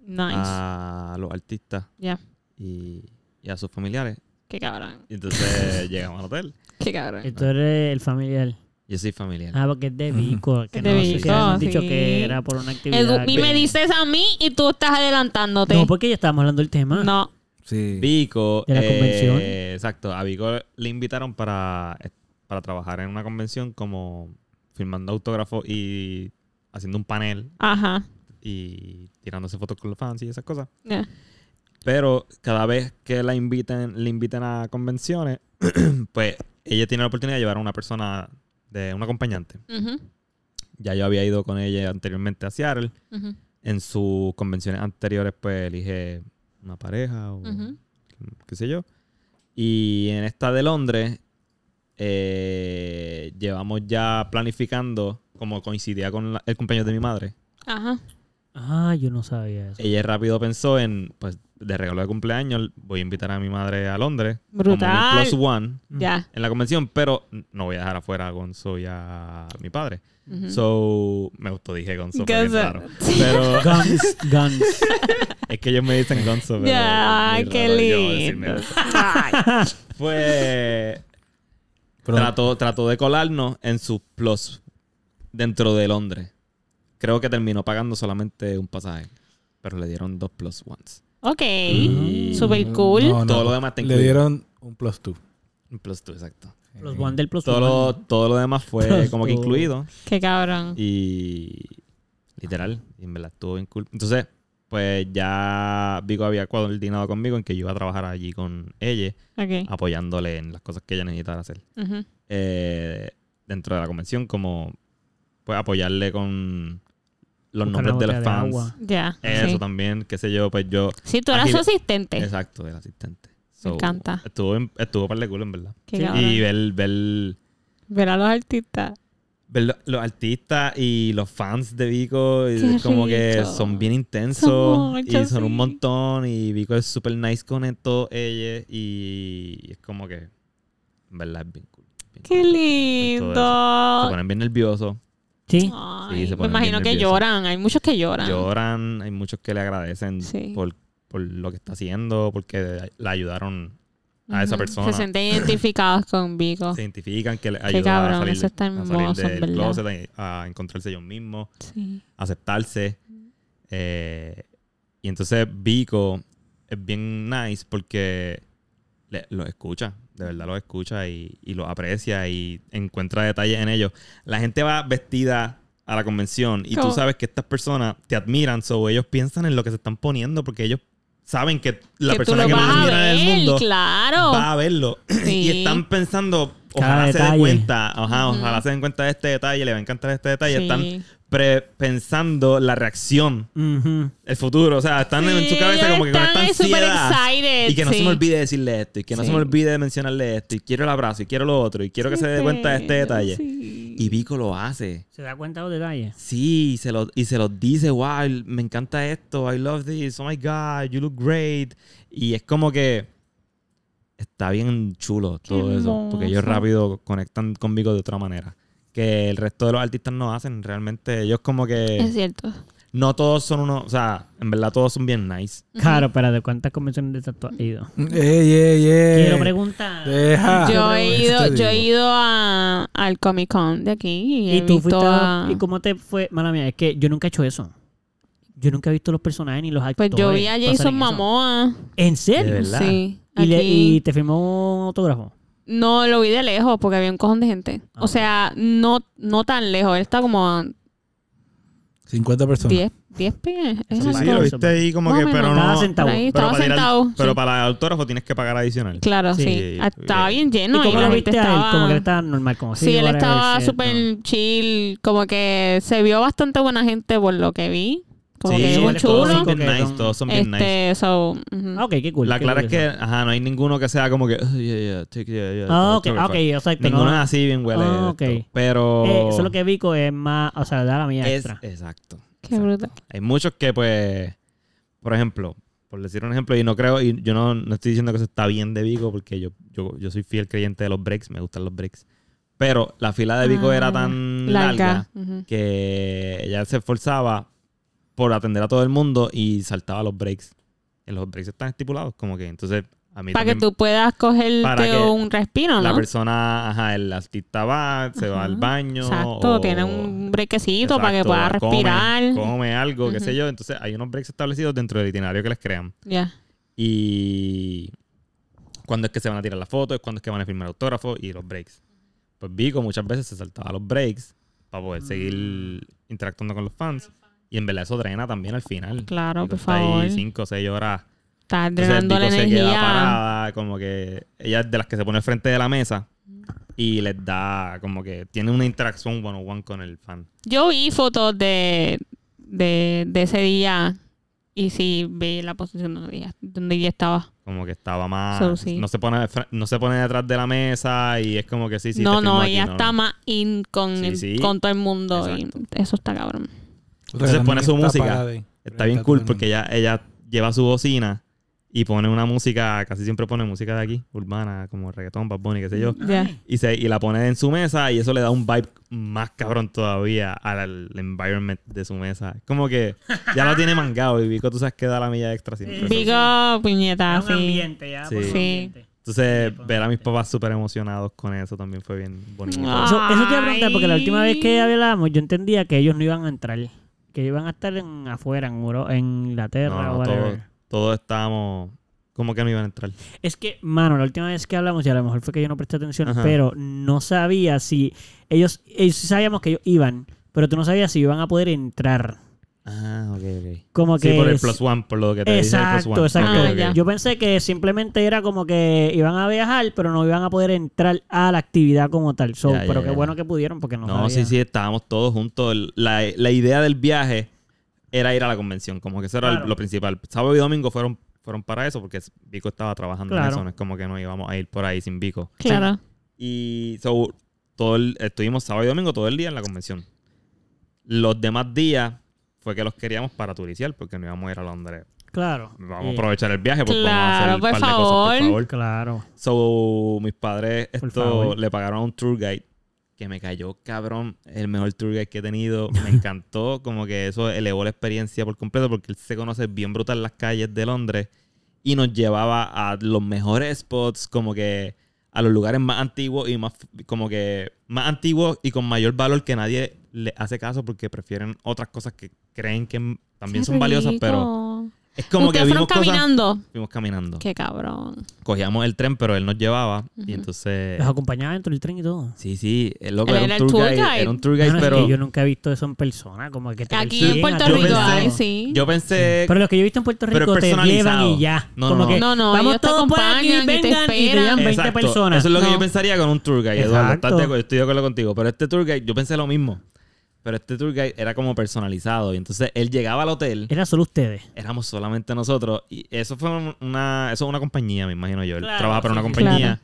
[SPEAKER 4] Nice.
[SPEAKER 2] ah.
[SPEAKER 1] a los artistas
[SPEAKER 4] Ya,
[SPEAKER 1] y, y a sus familiares.
[SPEAKER 4] qué cabrón.
[SPEAKER 1] Y entonces llegamos al hotel.
[SPEAKER 4] Qué cabrón.
[SPEAKER 2] Esto eres el familiar.
[SPEAKER 1] Yo soy familiar.
[SPEAKER 2] Ah, porque es de Vico. Que
[SPEAKER 4] Es
[SPEAKER 2] no
[SPEAKER 4] de
[SPEAKER 2] sé si
[SPEAKER 4] Vico,
[SPEAKER 2] habíamos dicho
[SPEAKER 4] sí.
[SPEAKER 2] que era por una actividad.
[SPEAKER 4] Edu, y
[SPEAKER 2] que-
[SPEAKER 4] me dices a mí y tú estás adelantándote.
[SPEAKER 1] pues,
[SPEAKER 2] No, porque ya estábamos hablando del tema.
[SPEAKER 4] No.
[SPEAKER 3] Sí.
[SPEAKER 1] Vico. eh,
[SPEAKER 2] ¿De la convención?
[SPEAKER 1] Exacto. A Vico le invitaron para, eh, para trabajar en una convención como firmando autógrafos y haciendo un panel
[SPEAKER 4] Ajá.
[SPEAKER 1] y tirándose fotos con los fans y esas cosas.
[SPEAKER 4] Ya.
[SPEAKER 1] Pero cada vez que la inviten, le inviten a convenciones, pues ella tiene la oportunidad de llevar a una persona de un acompañante.
[SPEAKER 4] Ujú,
[SPEAKER 1] Ya yo había ido con ella anteriormente a Seattle.
[SPEAKER 4] ujú,
[SPEAKER 1] En sus convenciones anteriores, pues elige una pareja o
[SPEAKER 4] ujú.
[SPEAKER 1] qué sé yo. Y en esta de Londres, eh, llevamos ya planificando, como coincidía con la- el cumpleaños de mi madre.
[SPEAKER 4] Ajá.
[SPEAKER 2] Ah, yo no sabía eso.
[SPEAKER 1] Ella rápido pensó en, pues, de regalo de cumpleaños, voy a invitar a mi madre a Londres. Como mi
[SPEAKER 4] Brutal.
[SPEAKER 1] plus one
[SPEAKER 4] Ya.
[SPEAKER 1] en la convención, pero no voy a dejar afuera a Gonzo y a mi padre.
[SPEAKER 4] Ujú.
[SPEAKER 1] So, me gustó, dije Gonzo. pero bien
[SPEAKER 4] Gonzo.
[SPEAKER 1] raro. Pero
[SPEAKER 2] Guns, guns.
[SPEAKER 1] es que ellos me dicen Gonzo. pero
[SPEAKER 4] Ya,
[SPEAKER 1] es muy
[SPEAKER 4] qué
[SPEAKER 1] raro yo decirme
[SPEAKER 4] lindo.
[SPEAKER 1] Gonzo.
[SPEAKER 4] Ay.
[SPEAKER 1] Pues
[SPEAKER 3] Pero-
[SPEAKER 1] trató, trató de colarnos en sus plus dentro de Londres. Creo que terminó pagando solamente un pasaje, pero le dieron dos plus ones.
[SPEAKER 4] Ok.
[SPEAKER 1] Mm.
[SPEAKER 4] Super cool.
[SPEAKER 3] No, no.
[SPEAKER 1] Todo lo demás está
[SPEAKER 3] Le
[SPEAKER 1] incluido.
[SPEAKER 3] dieron un plus two.
[SPEAKER 1] Un plus two, exacto.
[SPEAKER 2] Los One del Plus
[SPEAKER 1] Todo
[SPEAKER 2] One.
[SPEAKER 1] lo, todo lo demás fue
[SPEAKER 2] Plus
[SPEAKER 1] como que
[SPEAKER 2] two.
[SPEAKER 1] incluido.
[SPEAKER 4] Qué cabrón.
[SPEAKER 1] Y literal, y en verdad estuvo bien cool. Entonces, pues ya Vico había coordinado conmigo en que yo iba a trabajar allí con ella,
[SPEAKER 4] Ok.
[SPEAKER 1] apoyándole en las cosas que ella necesitaba hacer.
[SPEAKER 4] Ujú.
[SPEAKER 1] Eh, dentro de la convención, como pues apoyarle con los
[SPEAKER 2] Buscar la
[SPEAKER 1] nombres de
[SPEAKER 2] botella
[SPEAKER 1] los
[SPEAKER 2] de
[SPEAKER 1] fans.
[SPEAKER 2] agua.
[SPEAKER 4] Ya.
[SPEAKER 1] Eso
[SPEAKER 4] sí.
[SPEAKER 1] también, qué sé yo, pues yo.
[SPEAKER 4] Sí, tú eras
[SPEAKER 1] Aquí-
[SPEAKER 4] su asistente.
[SPEAKER 1] Exacto, el asistente. So,
[SPEAKER 4] encanta.
[SPEAKER 1] Estuvo, en- estuvo par de cool, en verdad.
[SPEAKER 4] Qué
[SPEAKER 2] Sí.
[SPEAKER 4] cabrón.
[SPEAKER 1] Y ver, ver
[SPEAKER 4] Ver a los artistas.
[SPEAKER 1] ver lo- los artistas y los fans de Vico y
[SPEAKER 4] Qué
[SPEAKER 1] es como que
[SPEAKER 4] rico.
[SPEAKER 1] son bien intensos
[SPEAKER 4] Son muchos,
[SPEAKER 1] y son
[SPEAKER 4] sí.
[SPEAKER 1] un montón y Vico es super nice con esto ella y es como que en verdad es bien cool. bien
[SPEAKER 4] Qué
[SPEAKER 1] cool. Se
[SPEAKER 4] lindo.
[SPEAKER 1] ponen bien nerviosos,
[SPEAKER 2] Sí.
[SPEAKER 4] Ay,
[SPEAKER 1] Sí, se
[SPEAKER 4] me
[SPEAKER 1] ponen
[SPEAKER 4] imagino
[SPEAKER 1] bien
[SPEAKER 4] que
[SPEAKER 1] nerviosos.
[SPEAKER 4] lloran. Hay muchos que lloran.
[SPEAKER 1] lloran, hay muchos que le agradecen
[SPEAKER 4] Sí.
[SPEAKER 1] por, por lo que está haciendo, porque la ayudaron a esa
[SPEAKER 4] Ujú.
[SPEAKER 1] persona.
[SPEAKER 4] Se sienten identificados con Vico.
[SPEAKER 1] Se identifican que le
[SPEAKER 4] Qué
[SPEAKER 1] ayuda
[SPEAKER 4] cabrón,
[SPEAKER 1] a salir,
[SPEAKER 4] eso está
[SPEAKER 1] a salir
[SPEAKER 4] hermoso, en
[SPEAKER 1] del
[SPEAKER 4] verdad.
[SPEAKER 1] closet, a, a encontrarse ellos mismos.
[SPEAKER 4] Sí.
[SPEAKER 1] aceptarse. Eh, y entonces Vico es bien nice porque le- los escucha, de verdad los escucha y, y los aprecia y encuentra detalles en ellos. La gente va vestida a la convención y
[SPEAKER 4] Como-
[SPEAKER 1] tú sabes que estas personas te admiran, so ellos piensan en lo que se están poniendo porque ellos saben que la
[SPEAKER 4] Que tú
[SPEAKER 1] persona
[SPEAKER 4] lo
[SPEAKER 1] que
[SPEAKER 4] vas
[SPEAKER 1] más
[SPEAKER 4] a
[SPEAKER 1] admira en el
[SPEAKER 4] ver,
[SPEAKER 1] mundo
[SPEAKER 4] claro.
[SPEAKER 1] va a verlo.
[SPEAKER 4] Sí.
[SPEAKER 1] Y están pensando,
[SPEAKER 2] Cada
[SPEAKER 1] ojalá se den
[SPEAKER 2] detalle.
[SPEAKER 1] cuenta, ajá,
[SPEAKER 4] Ujú.
[SPEAKER 1] ojalá se den cuenta de este detalle, le va a encantar este detalle.
[SPEAKER 4] Sí.
[SPEAKER 1] Están pre- pensando la reacción,
[SPEAKER 2] Ujú.
[SPEAKER 1] el futuro. O sea, están en
[SPEAKER 4] Sí,
[SPEAKER 1] su cabeza como que con esta
[SPEAKER 4] están super
[SPEAKER 1] ansiedad.
[SPEAKER 4] excited,
[SPEAKER 1] Y que no
[SPEAKER 4] sí.
[SPEAKER 1] se me olvide decirle esto, y que no
[SPEAKER 4] Sí.
[SPEAKER 1] se me olvide mencionarle esto, y quiero el abrazo, y quiero lo otro, y quiero que se dé cuenta de este detalle.
[SPEAKER 4] Sí.
[SPEAKER 1] Y Vico lo hace.
[SPEAKER 2] ¿Se da cuenta de los detalles?
[SPEAKER 1] Sí, y se lo, y se los dice, wow, me encanta esto, I love this, oh my God, you look great. Y es como que está bien chulo todo eso, porque ellos
[SPEAKER 4] hermoso.
[SPEAKER 1] rápido conectan conmigo de otra manera. Que el resto de los artistas no hacen, realmente ellos como que...
[SPEAKER 4] Es cierto.
[SPEAKER 1] No todos son unos, o sea, en verdad todos son bien nice.
[SPEAKER 2] Claro, pero ¿de cuántas convenciones de tatu has ido?
[SPEAKER 5] Ey, ey,
[SPEAKER 1] Eh,
[SPEAKER 5] ey.
[SPEAKER 2] Quiero preguntar. Ah,
[SPEAKER 5] Deja. Este
[SPEAKER 4] yo he ido,
[SPEAKER 5] Te
[SPEAKER 4] yo he
[SPEAKER 5] digo.
[SPEAKER 4] ido a, al Comic Con de aquí y, he
[SPEAKER 2] este ¿Y tú
[SPEAKER 4] visto
[SPEAKER 2] fuiste a-
[SPEAKER 4] a-
[SPEAKER 2] ¿Y cómo te fue? Mala mía, es que yo nunca he hecho eso. Yo nunca he visto los personajes ni los
[SPEAKER 4] Pues
[SPEAKER 2] actores.
[SPEAKER 4] yo vi a
[SPEAKER 2] pasar en
[SPEAKER 4] Jason
[SPEAKER 2] eso.
[SPEAKER 4] Momoa.
[SPEAKER 2] ¿En serio?
[SPEAKER 1] De verdad.
[SPEAKER 4] Sí.
[SPEAKER 2] ¿Y, le-
[SPEAKER 4] aquí.
[SPEAKER 2] y te firmó un autógrafo?
[SPEAKER 4] No, lo vi de lejos porque había un cojón de gente.
[SPEAKER 2] Ah,
[SPEAKER 4] o sea, no, no tan lejos. Él está como a
[SPEAKER 5] 50 personas.
[SPEAKER 4] 10, 10 pies. Es
[SPEAKER 2] Sí,
[SPEAKER 1] Sí,
[SPEAKER 2] sí,
[SPEAKER 4] algo.
[SPEAKER 1] lo
[SPEAKER 2] eso,
[SPEAKER 1] viste ahí como
[SPEAKER 4] Más
[SPEAKER 1] que,
[SPEAKER 4] o menos.
[SPEAKER 1] pero
[SPEAKER 2] Estaba
[SPEAKER 1] no.
[SPEAKER 2] sentado.
[SPEAKER 4] Por ahí
[SPEAKER 1] pero
[SPEAKER 4] estaba
[SPEAKER 1] para ir al-
[SPEAKER 4] sentado.
[SPEAKER 1] pero
[SPEAKER 4] sí.
[SPEAKER 1] para el autógrafo tienes que pagar adicional.
[SPEAKER 4] Claro, sí.
[SPEAKER 1] Sí,
[SPEAKER 4] Ah, Estaba bien lleno.
[SPEAKER 2] ¿Y cómo
[SPEAKER 4] la
[SPEAKER 2] lo
[SPEAKER 4] gente
[SPEAKER 2] viste a él?
[SPEAKER 4] estaba-
[SPEAKER 2] Como que él estaba normal, como
[SPEAKER 4] Sí, él
[SPEAKER 2] whatever,
[SPEAKER 4] estaba
[SPEAKER 2] shit, no.
[SPEAKER 4] súper chill. Como que se vio bastante buena gente por lo que vi. Como
[SPEAKER 1] Sí,
[SPEAKER 4] que es un
[SPEAKER 1] todos son
[SPEAKER 4] chulo.
[SPEAKER 1] bien
[SPEAKER 2] Ok,
[SPEAKER 1] nice,
[SPEAKER 2] son-
[SPEAKER 1] todos son bien nice.
[SPEAKER 4] Este, so, ujú.
[SPEAKER 2] Ah, ok, qué cool.
[SPEAKER 1] La
[SPEAKER 2] qué
[SPEAKER 1] clara es
[SPEAKER 2] cool
[SPEAKER 1] que,
[SPEAKER 2] eso.
[SPEAKER 1] ajá, no hay ninguno que sea como que, "Oh, yeah, yeah, take, yeah, yeah,
[SPEAKER 2] Ah, ok,
[SPEAKER 1] take it
[SPEAKER 2] ok,
[SPEAKER 1] fine".
[SPEAKER 2] exacto.
[SPEAKER 1] Ninguno
[SPEAKER 2] no.
[SPEAKER 1] es así bien huele. esto,
[SPEAKER 2] Ah, ok.
[SPEAKER 1] Pero
[SPEAKER 2] Eh, solo que Vico es más, o sea, da la mía
[SPEAKER 1] es
[SPEAKER 2] extra.
[SPEAKER 1] exacto.
[SPEAKER 4] Qué
[SPEAKER 1] exacto.
[SPEAKER 4] brutal.
[SPEAKER 1] Hay muchos que pues por ejemplo, por decir un ejemplo y no creo y yo no, no estoy diciendo que eso está bien de Vigo porque yo, yo yo soy fiel creyente de los breaks, me gustan los breaks. Pero la fila de Vigo
[SPEAKER 4] Ah,
[SPEAKER 1] era tan larga
[SPEAKER 4] Larga. Ujú.
[SPEAKER 1] que ella se esforzaba por atender a todo el mundo y saltaba los breaks. Y los breaks están estipulados, como que entonces a mí
[SPEAKER 4] Para que
[SPEAKER 1] también
[SPEAKER 4] tú puedas
[SPEAKER 1] Para
[SPEAKER 4] cogerte
[SPEAKER 1] que
[SPEAKER 4] un respiro,
[SPEAKER 1] la
[SPEAKER 4] ¿no?
[SPEAKER 1] persona, ajá, el artista va, se va al
[SPEAKER 4] Ajá.
[SPEAKER 1] baño.
[SPEAKER 4] Exacto,
[SPEAKER 1] o-
[SPEAKER 4] tiene un brequecito para que
[SPEAKER 1] Exacto,
[SPEAKER 4] pueda
[SPEAKER 1] come-
[SPEAKER 4] respirar.
[SPEAKER 1] Come, algo, qué sé
[SPEAKER 4] Ujú.
[SPEAKER 1] yo. Entonces hay unos breaks establecidos dentro del itinerario que les crean.
[SPEAKER 4] Ya.
[SPEAKER 1] Y cuando es que se van a tirar las fotos, cuando es que van a firmar autógrafos y los breaks. Pues Vico muchas veces se saltaba los breaks para poder seguir
[SPEAKER 4] Ah.
[SPEAKER 1] interactuando con los fans. Y en verdad eso drena también al final.
[SPEAKER 4] Claro,
[SPEAKER 1] Vico
[SPEAKER 4] por
[SPEAKER 1] está ahí
[SPEAKER 4] favor.
[SPEAKER 1] cinco o seis horas.
[SPEAKER 4] Está
[SPEAKER 1] Entonces,
[SPEAKER 4] drenando la
[SPEAKER 1] Vico se queda
[SPEAKER 4] energía.
[SPEAKER 1] parada, como que ella es de las que se pone al frente de la mesa y les da como que tiene una interacción one on one con el fan.
[SPEAKER 4] Yo vi fotos de, de, de ese día y sí vi la posición donde ella, donde ella estaba.
[SPEAKER 1] Como que estaba más.
[SPEAKER 4] So, sí.
[SPEAKER 1] no, se pone, de fr- no se pone detrás de la mesa y es como que sí, sí.
[SPEAKER 4] no,
[SPEAKER 1] te
[SPEAKER 4] no,
[SPEAKER 1] firmo aquí,
[SPEAKER 4] ella
[SPEAKER 1] no,
[SPEAKER 4] está
[SPEAKER 1] no.
[SPEAKER 4] más in con,
[SPEAKER 1] Sí,
[SPEAKER 4] el-
[SPEAKER 1] sí.
[SPEAKER 4] con todo el mundo. y eso está cabrón.
[SPEAKER 1] Entonces
[SPEAKER 5] También
[SPEAKER 1] pone su
[SPEAKER 5] está
[SPEAKER 1] música.
[SPEAKER 5] parada ahí.
[SPEAKER 1] Está bien cool porque ella, ella lleva su bocina y pone una música, casi siempre pone música de aquí, urbana, como reggaetón, Bad Bunny, qué sé yo.
[SPEAKER 4] Ya.
[SPEAKER 1] Y, se, y la pone en su mesa y eso le da un vibe más cabrón todavía al, al environment de su mesa. Es Como que ya lo tiene mangado y Vico, tú sabes que da la milla extra siempre.
[SPEAKER 4] Vigo, puñeta,
[SPEAKER 2] Es un
[SPEAKER 4] sí.
[SPEAKER 2] ambiente, ya.
[SPEAKER 1] Sí.
[SPEAKER 2] por un
[SPEAKER 4] Sí.
[SPEAKER 2] ambiente.
[SPEAKER 1] Entonces, ver a mis papás súper emocionados con eso también fue bien bonito.
[SPEAKER 4] Ah.
[SPEAKER 2] Eso, eso te iba a preguntar porque la última vez que
[SPEAKER 4] Ay.
[SPEAKER 2] hablábamos yo entendía que ellos no iban a entrar. Que iban a estar en afuera, en, Euro- en Inglaterra
[SPEAKER 1] No,
[SPEAKER 2] o
[SPEAKER 1] no,
[SPEAKER 2] whatever.
[SPEAKER 1] todo- todos estábamos. ¿Cómo que no iban a entrar?
[SPEAKER 2] Es que, mano, la última vez que hablamos, y a lo mejor fue que yo no presté atención,
[SPEAKER 1] Ajá.
[SPEAKER 2] pero no sabía si ellos, ellos sí sabíamos que ellos iban, pero tú no sabías si iban a poder entrar.
[SPEAKER 1] Ah, ok, ok.
[SPEAKER 2] Como que
[SPEAKER 1] Sí, por el
[SPEAKER 2] es-
[SPEAKER 1] plus one, por lo que te dice el plus
[SPEAKER 2] Exacto,
[SPEAKER 1] one.
[SPEAKER 2] exacto.
[SPEAKER 4] Ah, ya.
[SPEAKER 2] Yo pensé que simplemente era como que iban a viajar, pero no iban a poder entrar a la actividad como tal. So,
[SPEAKER 1] Ya, ya,
[SPEAKER 2] pero qué
[SPEAKER 1] ya.
[SPEAKER 2] bueno que pudieron porque no,
[SPEAKER 1] No, sí,
[SPEAKER 2] sabía.
[SPEAKER 1] sí, estábamos todos juntos. El- La, la idea del viaje era ir a la convención, como que eso era el-
[SPEAKER 2] Claro.
[SPEAKER 1] lo principal. Sábado y domingo fueron, fueron para eso, porque Vico estaba trabajando en
[SPEAKER 2] Claro.
[SPEAKER 1] eso, no es como que no íbamos a ir por ahí sin Vico.
[SPEAKER 4] Claro.
[SPEAKER 1] Y so, todo el- estuvimos sábado y domingo todo el día en la convención. Los demás días fue que los queríamos para turiciar porque no íbamos a ir a Londres.
[SPEAKER 2] Claro.
[SPEAKER 1] Vamos a
[SPEAKER 2] Eh,
[SPEAKER 1] aprovechar el viaje porque
[SPEAKER 4] Claro,
[SPEAKER 1] vamos a hacer un par de
[SPEAKER 4] por
[SPEAKER 1] cosas, por
[SPEAKER 4] favor.
[SPEAKER 1] favor.
[SPEAKER 2] Claro.
[SPEAKER 1] So, mis padres
[SPEAKER 2] Por
[SPEAKER 1] esto
[SPEAKER 2] favor.
[SPEAKER 1] le pagaron a un tour guide que me cayó cabrón. El mejor tour guide que he tenido. Me encantó. como que eso elevó la experiencia por completo porque él se conoce bien brutal las calles de Londres y nos llevaba a los mejores spots, como que a los lugares más antiguos y más como que más antiguos y con mayor valor que nadie le hace caso porque prefieren otras cosas que creen que también son valiosas, pero es como que
[SPEAKER 4] Ustedes fueron
[SPEAKER 1] vimos cosas-
[SPEAKER 4] caminando.
[SPEAKER 1] fuimos caminando
[SPEAKER 4] Qué cabrón.
[SPEAKER 1] cogíamos el tren, pero él nos llevaba. Y
[SPEAKER 4] Ujú.
[SPEAKER 1] entonces.
[SPEAKER 2] Los acompañaba dentro del tren y todo.
[SPEAKER 1] Sí, sí, el loco
[SPEAKER 4] Él
[SPEAKER 1] era, un
[SPEAKER 4] era el
[SPEAKER 1] tour
[SPEAKER 4] tour
[SPEAKER 1] guide,
[SPEAKER 4] guide.
[SPEAKER 1] Era un tour guide,
[SPEAKER 2] No, no, es
[SPEAKER 1] pero.
[SPEAKER 2] que yo nunca he visto eso en persona. Como que te
[SPEAKER 4] Aquí
[SPEAKER 2] persiguen
[SPEAKER 4] en Puerto
[SPEAKER 2] atrás.
[SPEAKER 1] yo
[SPEAKER 4] Rico
[SPEAKER 1] pensé-
[SPEAKER 4] hay, sí.
[SPEAKER 1] Yo pensé.
[SPEAKER 2] Pero los que yo he visto en Puerto
[SPEAKER 1] Pero
[SPEAKER 2] Rico te llevan
[SPEAKER 1] personalizado.
[SPEAKER 2] y ya.
[SPEAKER 1] No,
[SPEAKER 2] como
[SPEAKER 1] no,
[SPEAKER 2] que
[SPEAKER 4] no. No, no,
[SPEAKER 2] vamos
[SPEAKER 4] ellos te
[SPEAKER 2] todos para aquí,
[SPEAKER 4] acompañan y te
[SPEAKER 2] vengan y te
[SPEAKER 4] esperan.
[SPEAKER 2] llevan 20
[SPEAKER 1] Exacto,
[SPEAKER 2] personas.
[SPEAKER 1] Eso es lo que
[SPEAKER 4] No.
[SPEAKER 1] yo pensaría con un tour guide, Eduardo.
[SPEAKER 2] Exacto.
[SPEAKER 1] Estás de acuerdo, estoy de acuerdo contigo. Pero este tour guide, yo pensé lo mismo. Pero este tour guide era como personalizado. Y entonces él llegaba al hotel,
[SPEAKER 2] Era solo ustedes.
[SPEAKER 1] éramos solamente nosotros. Y eso fue un- una. Eso es una compañía, me imagino yo. Él
[SPEAKER 2] Claro,
[SPEAKER 1] trabaja para
[SPEAKER 2] sí,
[SPEAKER 1] una
[SPEAKER 2] sí,
[SPEAKER 1] compañía.
[SPEAKER 4] claro.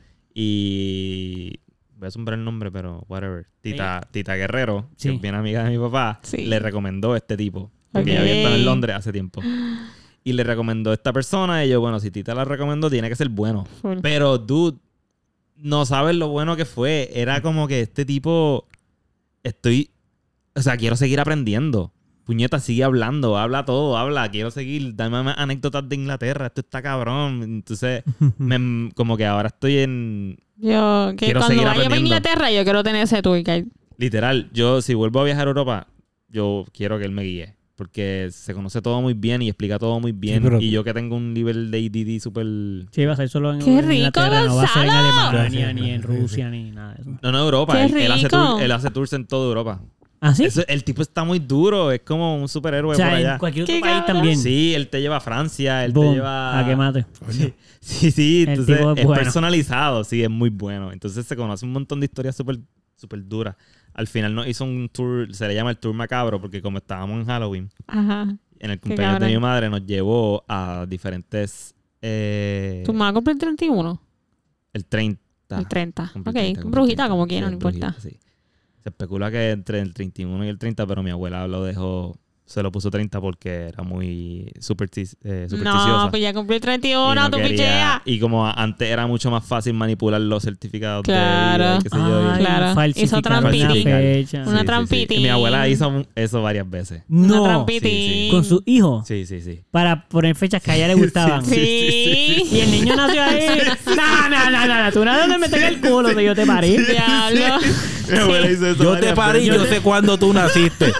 [SPEAKER 1] Y. Voy a sombrar el nombre, pero whatever. Tita, Tita Guerrero,
[SPEAKER 2] Sí.
[SPEAKER 1] que es bien amiga de mi papá,
[SPEAKER 4] Sí.
[SPEAKER 1] le recomendó este tipo. Porque
[SPEAKER 4] Ok.
[SPEAKER 1] ella había estado en Londres hace tiempo. Y le recomendó esta persona. Y yo, bueno, si Tita la recomendó, tiene que ser bueno.
[SPEAKER 4] Full.
[SPEAKER 1] Pero, dude, no sabes lo bueno que fue. Era como que este tipo. Estoy. O sea, quiero seguir aprendiendo. Puñeta, sigue hablando, habla todo, habla. Quiero seguir, dame más anécdotas de Inglaterra. Esto está cabrón. Entonces, me- como que ahora estoy en.
[SPEAKER 4] Yo, que
[SPEAKER 1] Quiero
[SPEAKER 4] cuando
[SPEAKER 1] seguir
[SPEAKER 4] vaya para
[SPEAKER 1] aprendiendo.
[SPEAKER 4] Inglaterra, yo quiero tener ese tour guide.
[SPEAKER 1] Literal, yo si vuelvo a viajar a Europa, yo quiero que él me guíe. Porque se conoce todo muy bien y explica todo muy bien.
[SPEAKER 5] pero-
[SPEAKER 1] y yo que tengo un nivel de ADD súper.
[SPEAKER 2] Sí, va a ser solo en,
[SPEAKER 4] ¡Qué
[SPEAKER 2] en Inglaterra,
[SPEAKER 4] rico,
[SPEAKER 2] no va a ser en
[SPEAKER 4] Gonzalo!
[SPEAKER 2] Alemania,
[SPEAKER 5] Gracias,
[SPEAKER 2] ni en
[SPEAKER 5] gracias, sí,
[SPEAKER 2] Rusia, ni nada de eso.
[SPEAKER 1] No, no, Europa.
[SPEAKER 4] ¡Qué
[SPEAKER 1] Él, él hace
[SPEAKER 4] rico!
[SPEAKER 1] tour- él hace tours en toda Europa.
[SPEAKER 2] ¿Ah, sí?
[SPEAKER 1] Eso- el tipo está muy duro, es como un superhéroe
[SPEAKER 2] o sea,
[SPEAKER 1] por
[SPEAKER 2] en
[SPEAKER 1] allá.
[SPEAKER 2] cualquier otro
[SPEAKER 4] ¡Qué
[SPEAKER 2] país
[SPEAKER 4] cabrón!
[SPEAKER 2] también.
[SPEAKER 1] Sí, él te lleva a Francia, él
[SPEAKER 2] Boom,
[SPEAKER 1] te lleva
[SPEAKER 2] a que mate.
[SPEAKER 1] Sí, sí,
[SPEAKER 2] El
[SPEAKER 1] entonces
[SPEAKER 2] tipo es
[SPEAKER 1] es,
[SPEAKER 2] bueno.
[SPEAKER 1] personalizado, sí, es muy bueno. Entonces se conoce un montón de historias súper súper duras. Al final nos hizo un tour, se le llama el tour macabro, porque como estábamos en Halloween,
[SPEAKER 4] Ajá.
[SPEAKER 1] en el cumpleaños de
[SPEAKER 4] cabrón.
[SPEAKER 1] mi madre nos llevó a diferentes... eh,
[SPEAKER 4] ¿Tu mamá cumple el 31?
[SPEAKER 1] el 30.
[SPEAKER 4] El 30.
[SPEAKER 1] Cumple el 30,
[SPEAKER 4] Ok,
[SPEAKER 1] cumple el
[SPEAKER 4] brujita
[SPEAKER 1] 30.
[SPEAKER 4] como
[SPEAKER 1] Sí,
[SPEAKER 4] quiera, no
[SPEAKER 1] es
[SPEAKER 4] importa.
[SPEAKER 1] brujita, sí. Se especula que entre el 31 y el 30, pero mi abuela lo dejó, se lo puso 30 porque era muy supersti- eh, supersticiosa.
[SPEAKER 4] No, pues ya cumplí
[SPEAKER 1] Y
[SPEAKER 4] el 31,
[SPEAKER 1] no
[SPEAKER 4] tú
[SPEAKER 1] quería-
[SPEAKER 4] picheas.
[SPEAKER 1] Y como a- antes era mucho más fácil manipular los certificados
[SPEAKER 4] Claro.
[SPEAKER 1] de
[SPEAKER 4] Ah,
[SPEAKER 1] vida y qué sé yo, y-
[SPEAKER 2] Ay,
[SPEAKER 4] Claro, hizo
[SPEAKER 2] falsificar
[SPEAKER 4] trampita.
[SPEAKER 2] una fecha.
[SPEAKER 4] Una trampitín.
[SPEAKER 1] Y Mi abuela hizo un- eso varias veces.
[SPEAKER 4] Una
[SPEAKER 2] No,
[SPEAKER 4] trampitín.
[SPEAKER 1] sí,
[SPEAKER 2] con su hijo.
[SPEAKER 1] Sí, sí, sí.
[SPEAKER 2] Para poner fechas que a ella le gustaban.
[SPEAKER 4] Sí.
[SPEAKER 2] Y el niño nació ahí. No, no, no, no, no. Tú nada donde meter el culo que yo te parí.
[SPEAKER 4] Diablo.
[SPEAKER 1] Mi abuela hizo eso
[SPEAKER 5] Yo te
[SPEAKER 1] varias
[SPEAKER 5] parí,
[SPEAKER 1] veces.
[SPEAKER 5] yo sé cuándo tú naciste.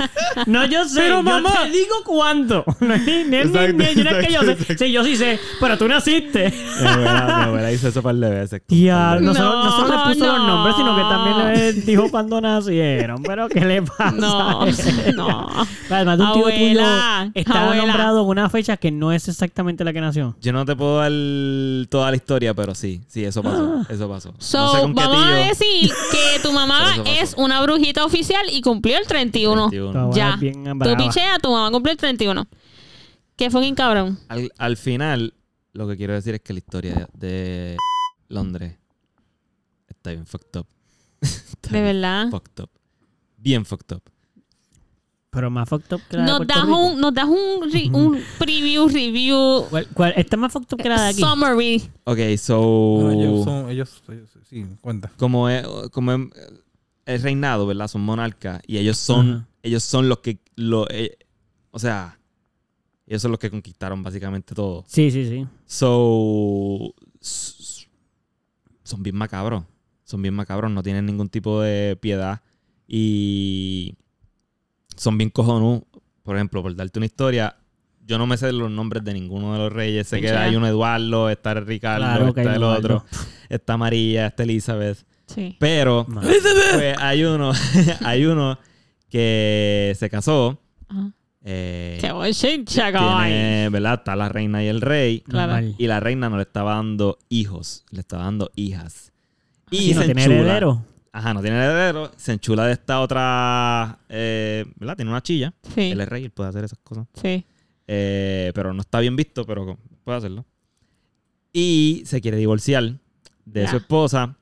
[SPEAKER 2] No, yo sé. Pero mamá. Yo te digo cuándo. No es ni- ni- ni-
[SPEAKER 1] Exacto,
[SPEAKER 2] ni- yo no es que yo sé.
[SPEAKER 1] exacto, Eh,
[SPEAKER 2] Sí, yo sí sé. Pero tú naciste.
[SPEAKER 1] Mi abuela, mi abuela hizo eso un par de veces.
[SPEAKER 2] Ya, no,
[SPEAKER 4] No,
[SPEAKER 2] solo, no solo le puso los
[SPEAKER 4] no.
[SPEAKER 2] nombres, sino que también le dijo cuándo nacieron. Pero ¿qué le pasa?
[SPEAKER 4] No, no.
[SPEAKER 2] Además, de un tío
[SPEAKER 4] Abuela,
[SPEAKER 2] tuyo está
[SPEAKER 4] abuela.
[SPEAKER 2] nombrado en una fecha que no es exactamente la que nació.
[SPEAKER 1] Yo no te puedo dar toda la historia, pero sí, sí, eso pasó. Eso pasó.
[SPEAKER 4] Ah. So,
[SPEAKER 1] no sé con qué
[SPEAKER 4] vamos a
[SPEAKER 1] tío.
[SPEAKER 4] decir que tu mamá
[SPEAKER 1] Eso pasó.
[SPEAKER 4] es una brujita oficial y cumplió el 31.
[SPEAKER 1] 21.
[SPEAKER 2] Tu abuela
[SPEAKER 4] Ya.
[SPEAKER 2] es bien
[SPEAKER 4] Tú
[SPEAKER 2] brava.
[SPEAKER 4] picheas, tu mamá cumplió el 31. Qué fucking cabrón.
[SPEAKER 1] Al, al final, lo que quiero decir es que la historia de Londres está bien fucked up. Está
[SPEAKER 4] De
[SPEAKER 1] bien
[SPEAKER 4] verdad.
[SPEAKER 1] Fucked up. Bien fucked up.
[SPEAKER 2] Pero más fucked up que la de
[SPEAKER 4] Nos
[SPEAKER 2] Puerto
[SPEAKER 4] das,
[SPEAKER 2] Rico.
[SPEAKER 4] un, nos das un, re- un preview, review,
[SPEAKER 2] ¿Cuál, cuál? Está más fucked up que la de aquí.
[SPEAKER 4] summary.
[SPEAKER 1] Ok,
[SPEAKER 5] No, ellos
[SPEAKER 1] so.
[SPEAKER 5] son, ellos, ellos- sí, cuenta.
[SPEAKER 1] Como es, como es, es reinado, ¿verdad? Son monarcas. Y ellos son.
[SPEAKER 2] Ajá.
[SPEAKER 1] Ellos son los que. Lo, eh, o sea. Ellos son los que conquistaron básicamente todo.
[SPEAKER 2] Sí, sí, sí.
[SPEAKER 1] So. s- Son bien macabros. Son bien macabros. No tienen ningún tipo de piedad. Y. Son bien cojonú. Por ejemplo, por darte una historia. Yo no me sé los nombres de ninguno de los reyes. Sé que
[SPEAKER 4] Pichea.
[SPEAKER 1] hay uno Eduardo, está Ricardo,
[SPEAKER 2] Pues Claro que
[SPEAKER 1] está
[SPEAKER 2] hay
[SPEAKER 1] el
[SPEAKER 2] uno
[SPEAKER 1] otro,
[SPEAKER 2] Eduardo.
[SPEAKER 1] está María, está Elizabeth.
[SPEAKER 4] Sí.
[SPEAKER 1] Pero
[SPEAKER 2] No.
[SPEAKER 1] pues, hay uno, hay uno que se casó.
[SPEAKER 4] Ajá.
[SPEAKER 1] eh,
[SPEAKER 4] Qué buen chincha, cabrón.
[SPEAKER 1] tiene, ¿verdad? Está la reina y el rey.
[SPEAKER 4] Claro.
[SPEAKER 2] Normal.
[SPEAKER 1] Y la reina no le estaba dando hijos, le estaba dando hijas. Y
[SPEAKER 2] Si Ah, no
[SPEAKER 1] se
[SPEAKER 2] tiene
[SPEAKER 1] enchula.
[SPEAKER 2] heredero.
[SPEAKER 1] Ajá, no tiene heredero. Se enchula de esta otra. eh, ¿Verdad? Tiene una chilla.
[SPEAKER 4] Sí,
[SPEAKER 1] Él es rey, él puede hacer esas cosas.
[SPEAKER 4] sí.
[SPEAKER 1] Eh, pero no está bien visto, pero puede hacerlo. Y se quiere divorciar de
[SPEAKER 2] Ah.
[SPEAKER 4] Ya.
[SPEAKER 1] su esposa.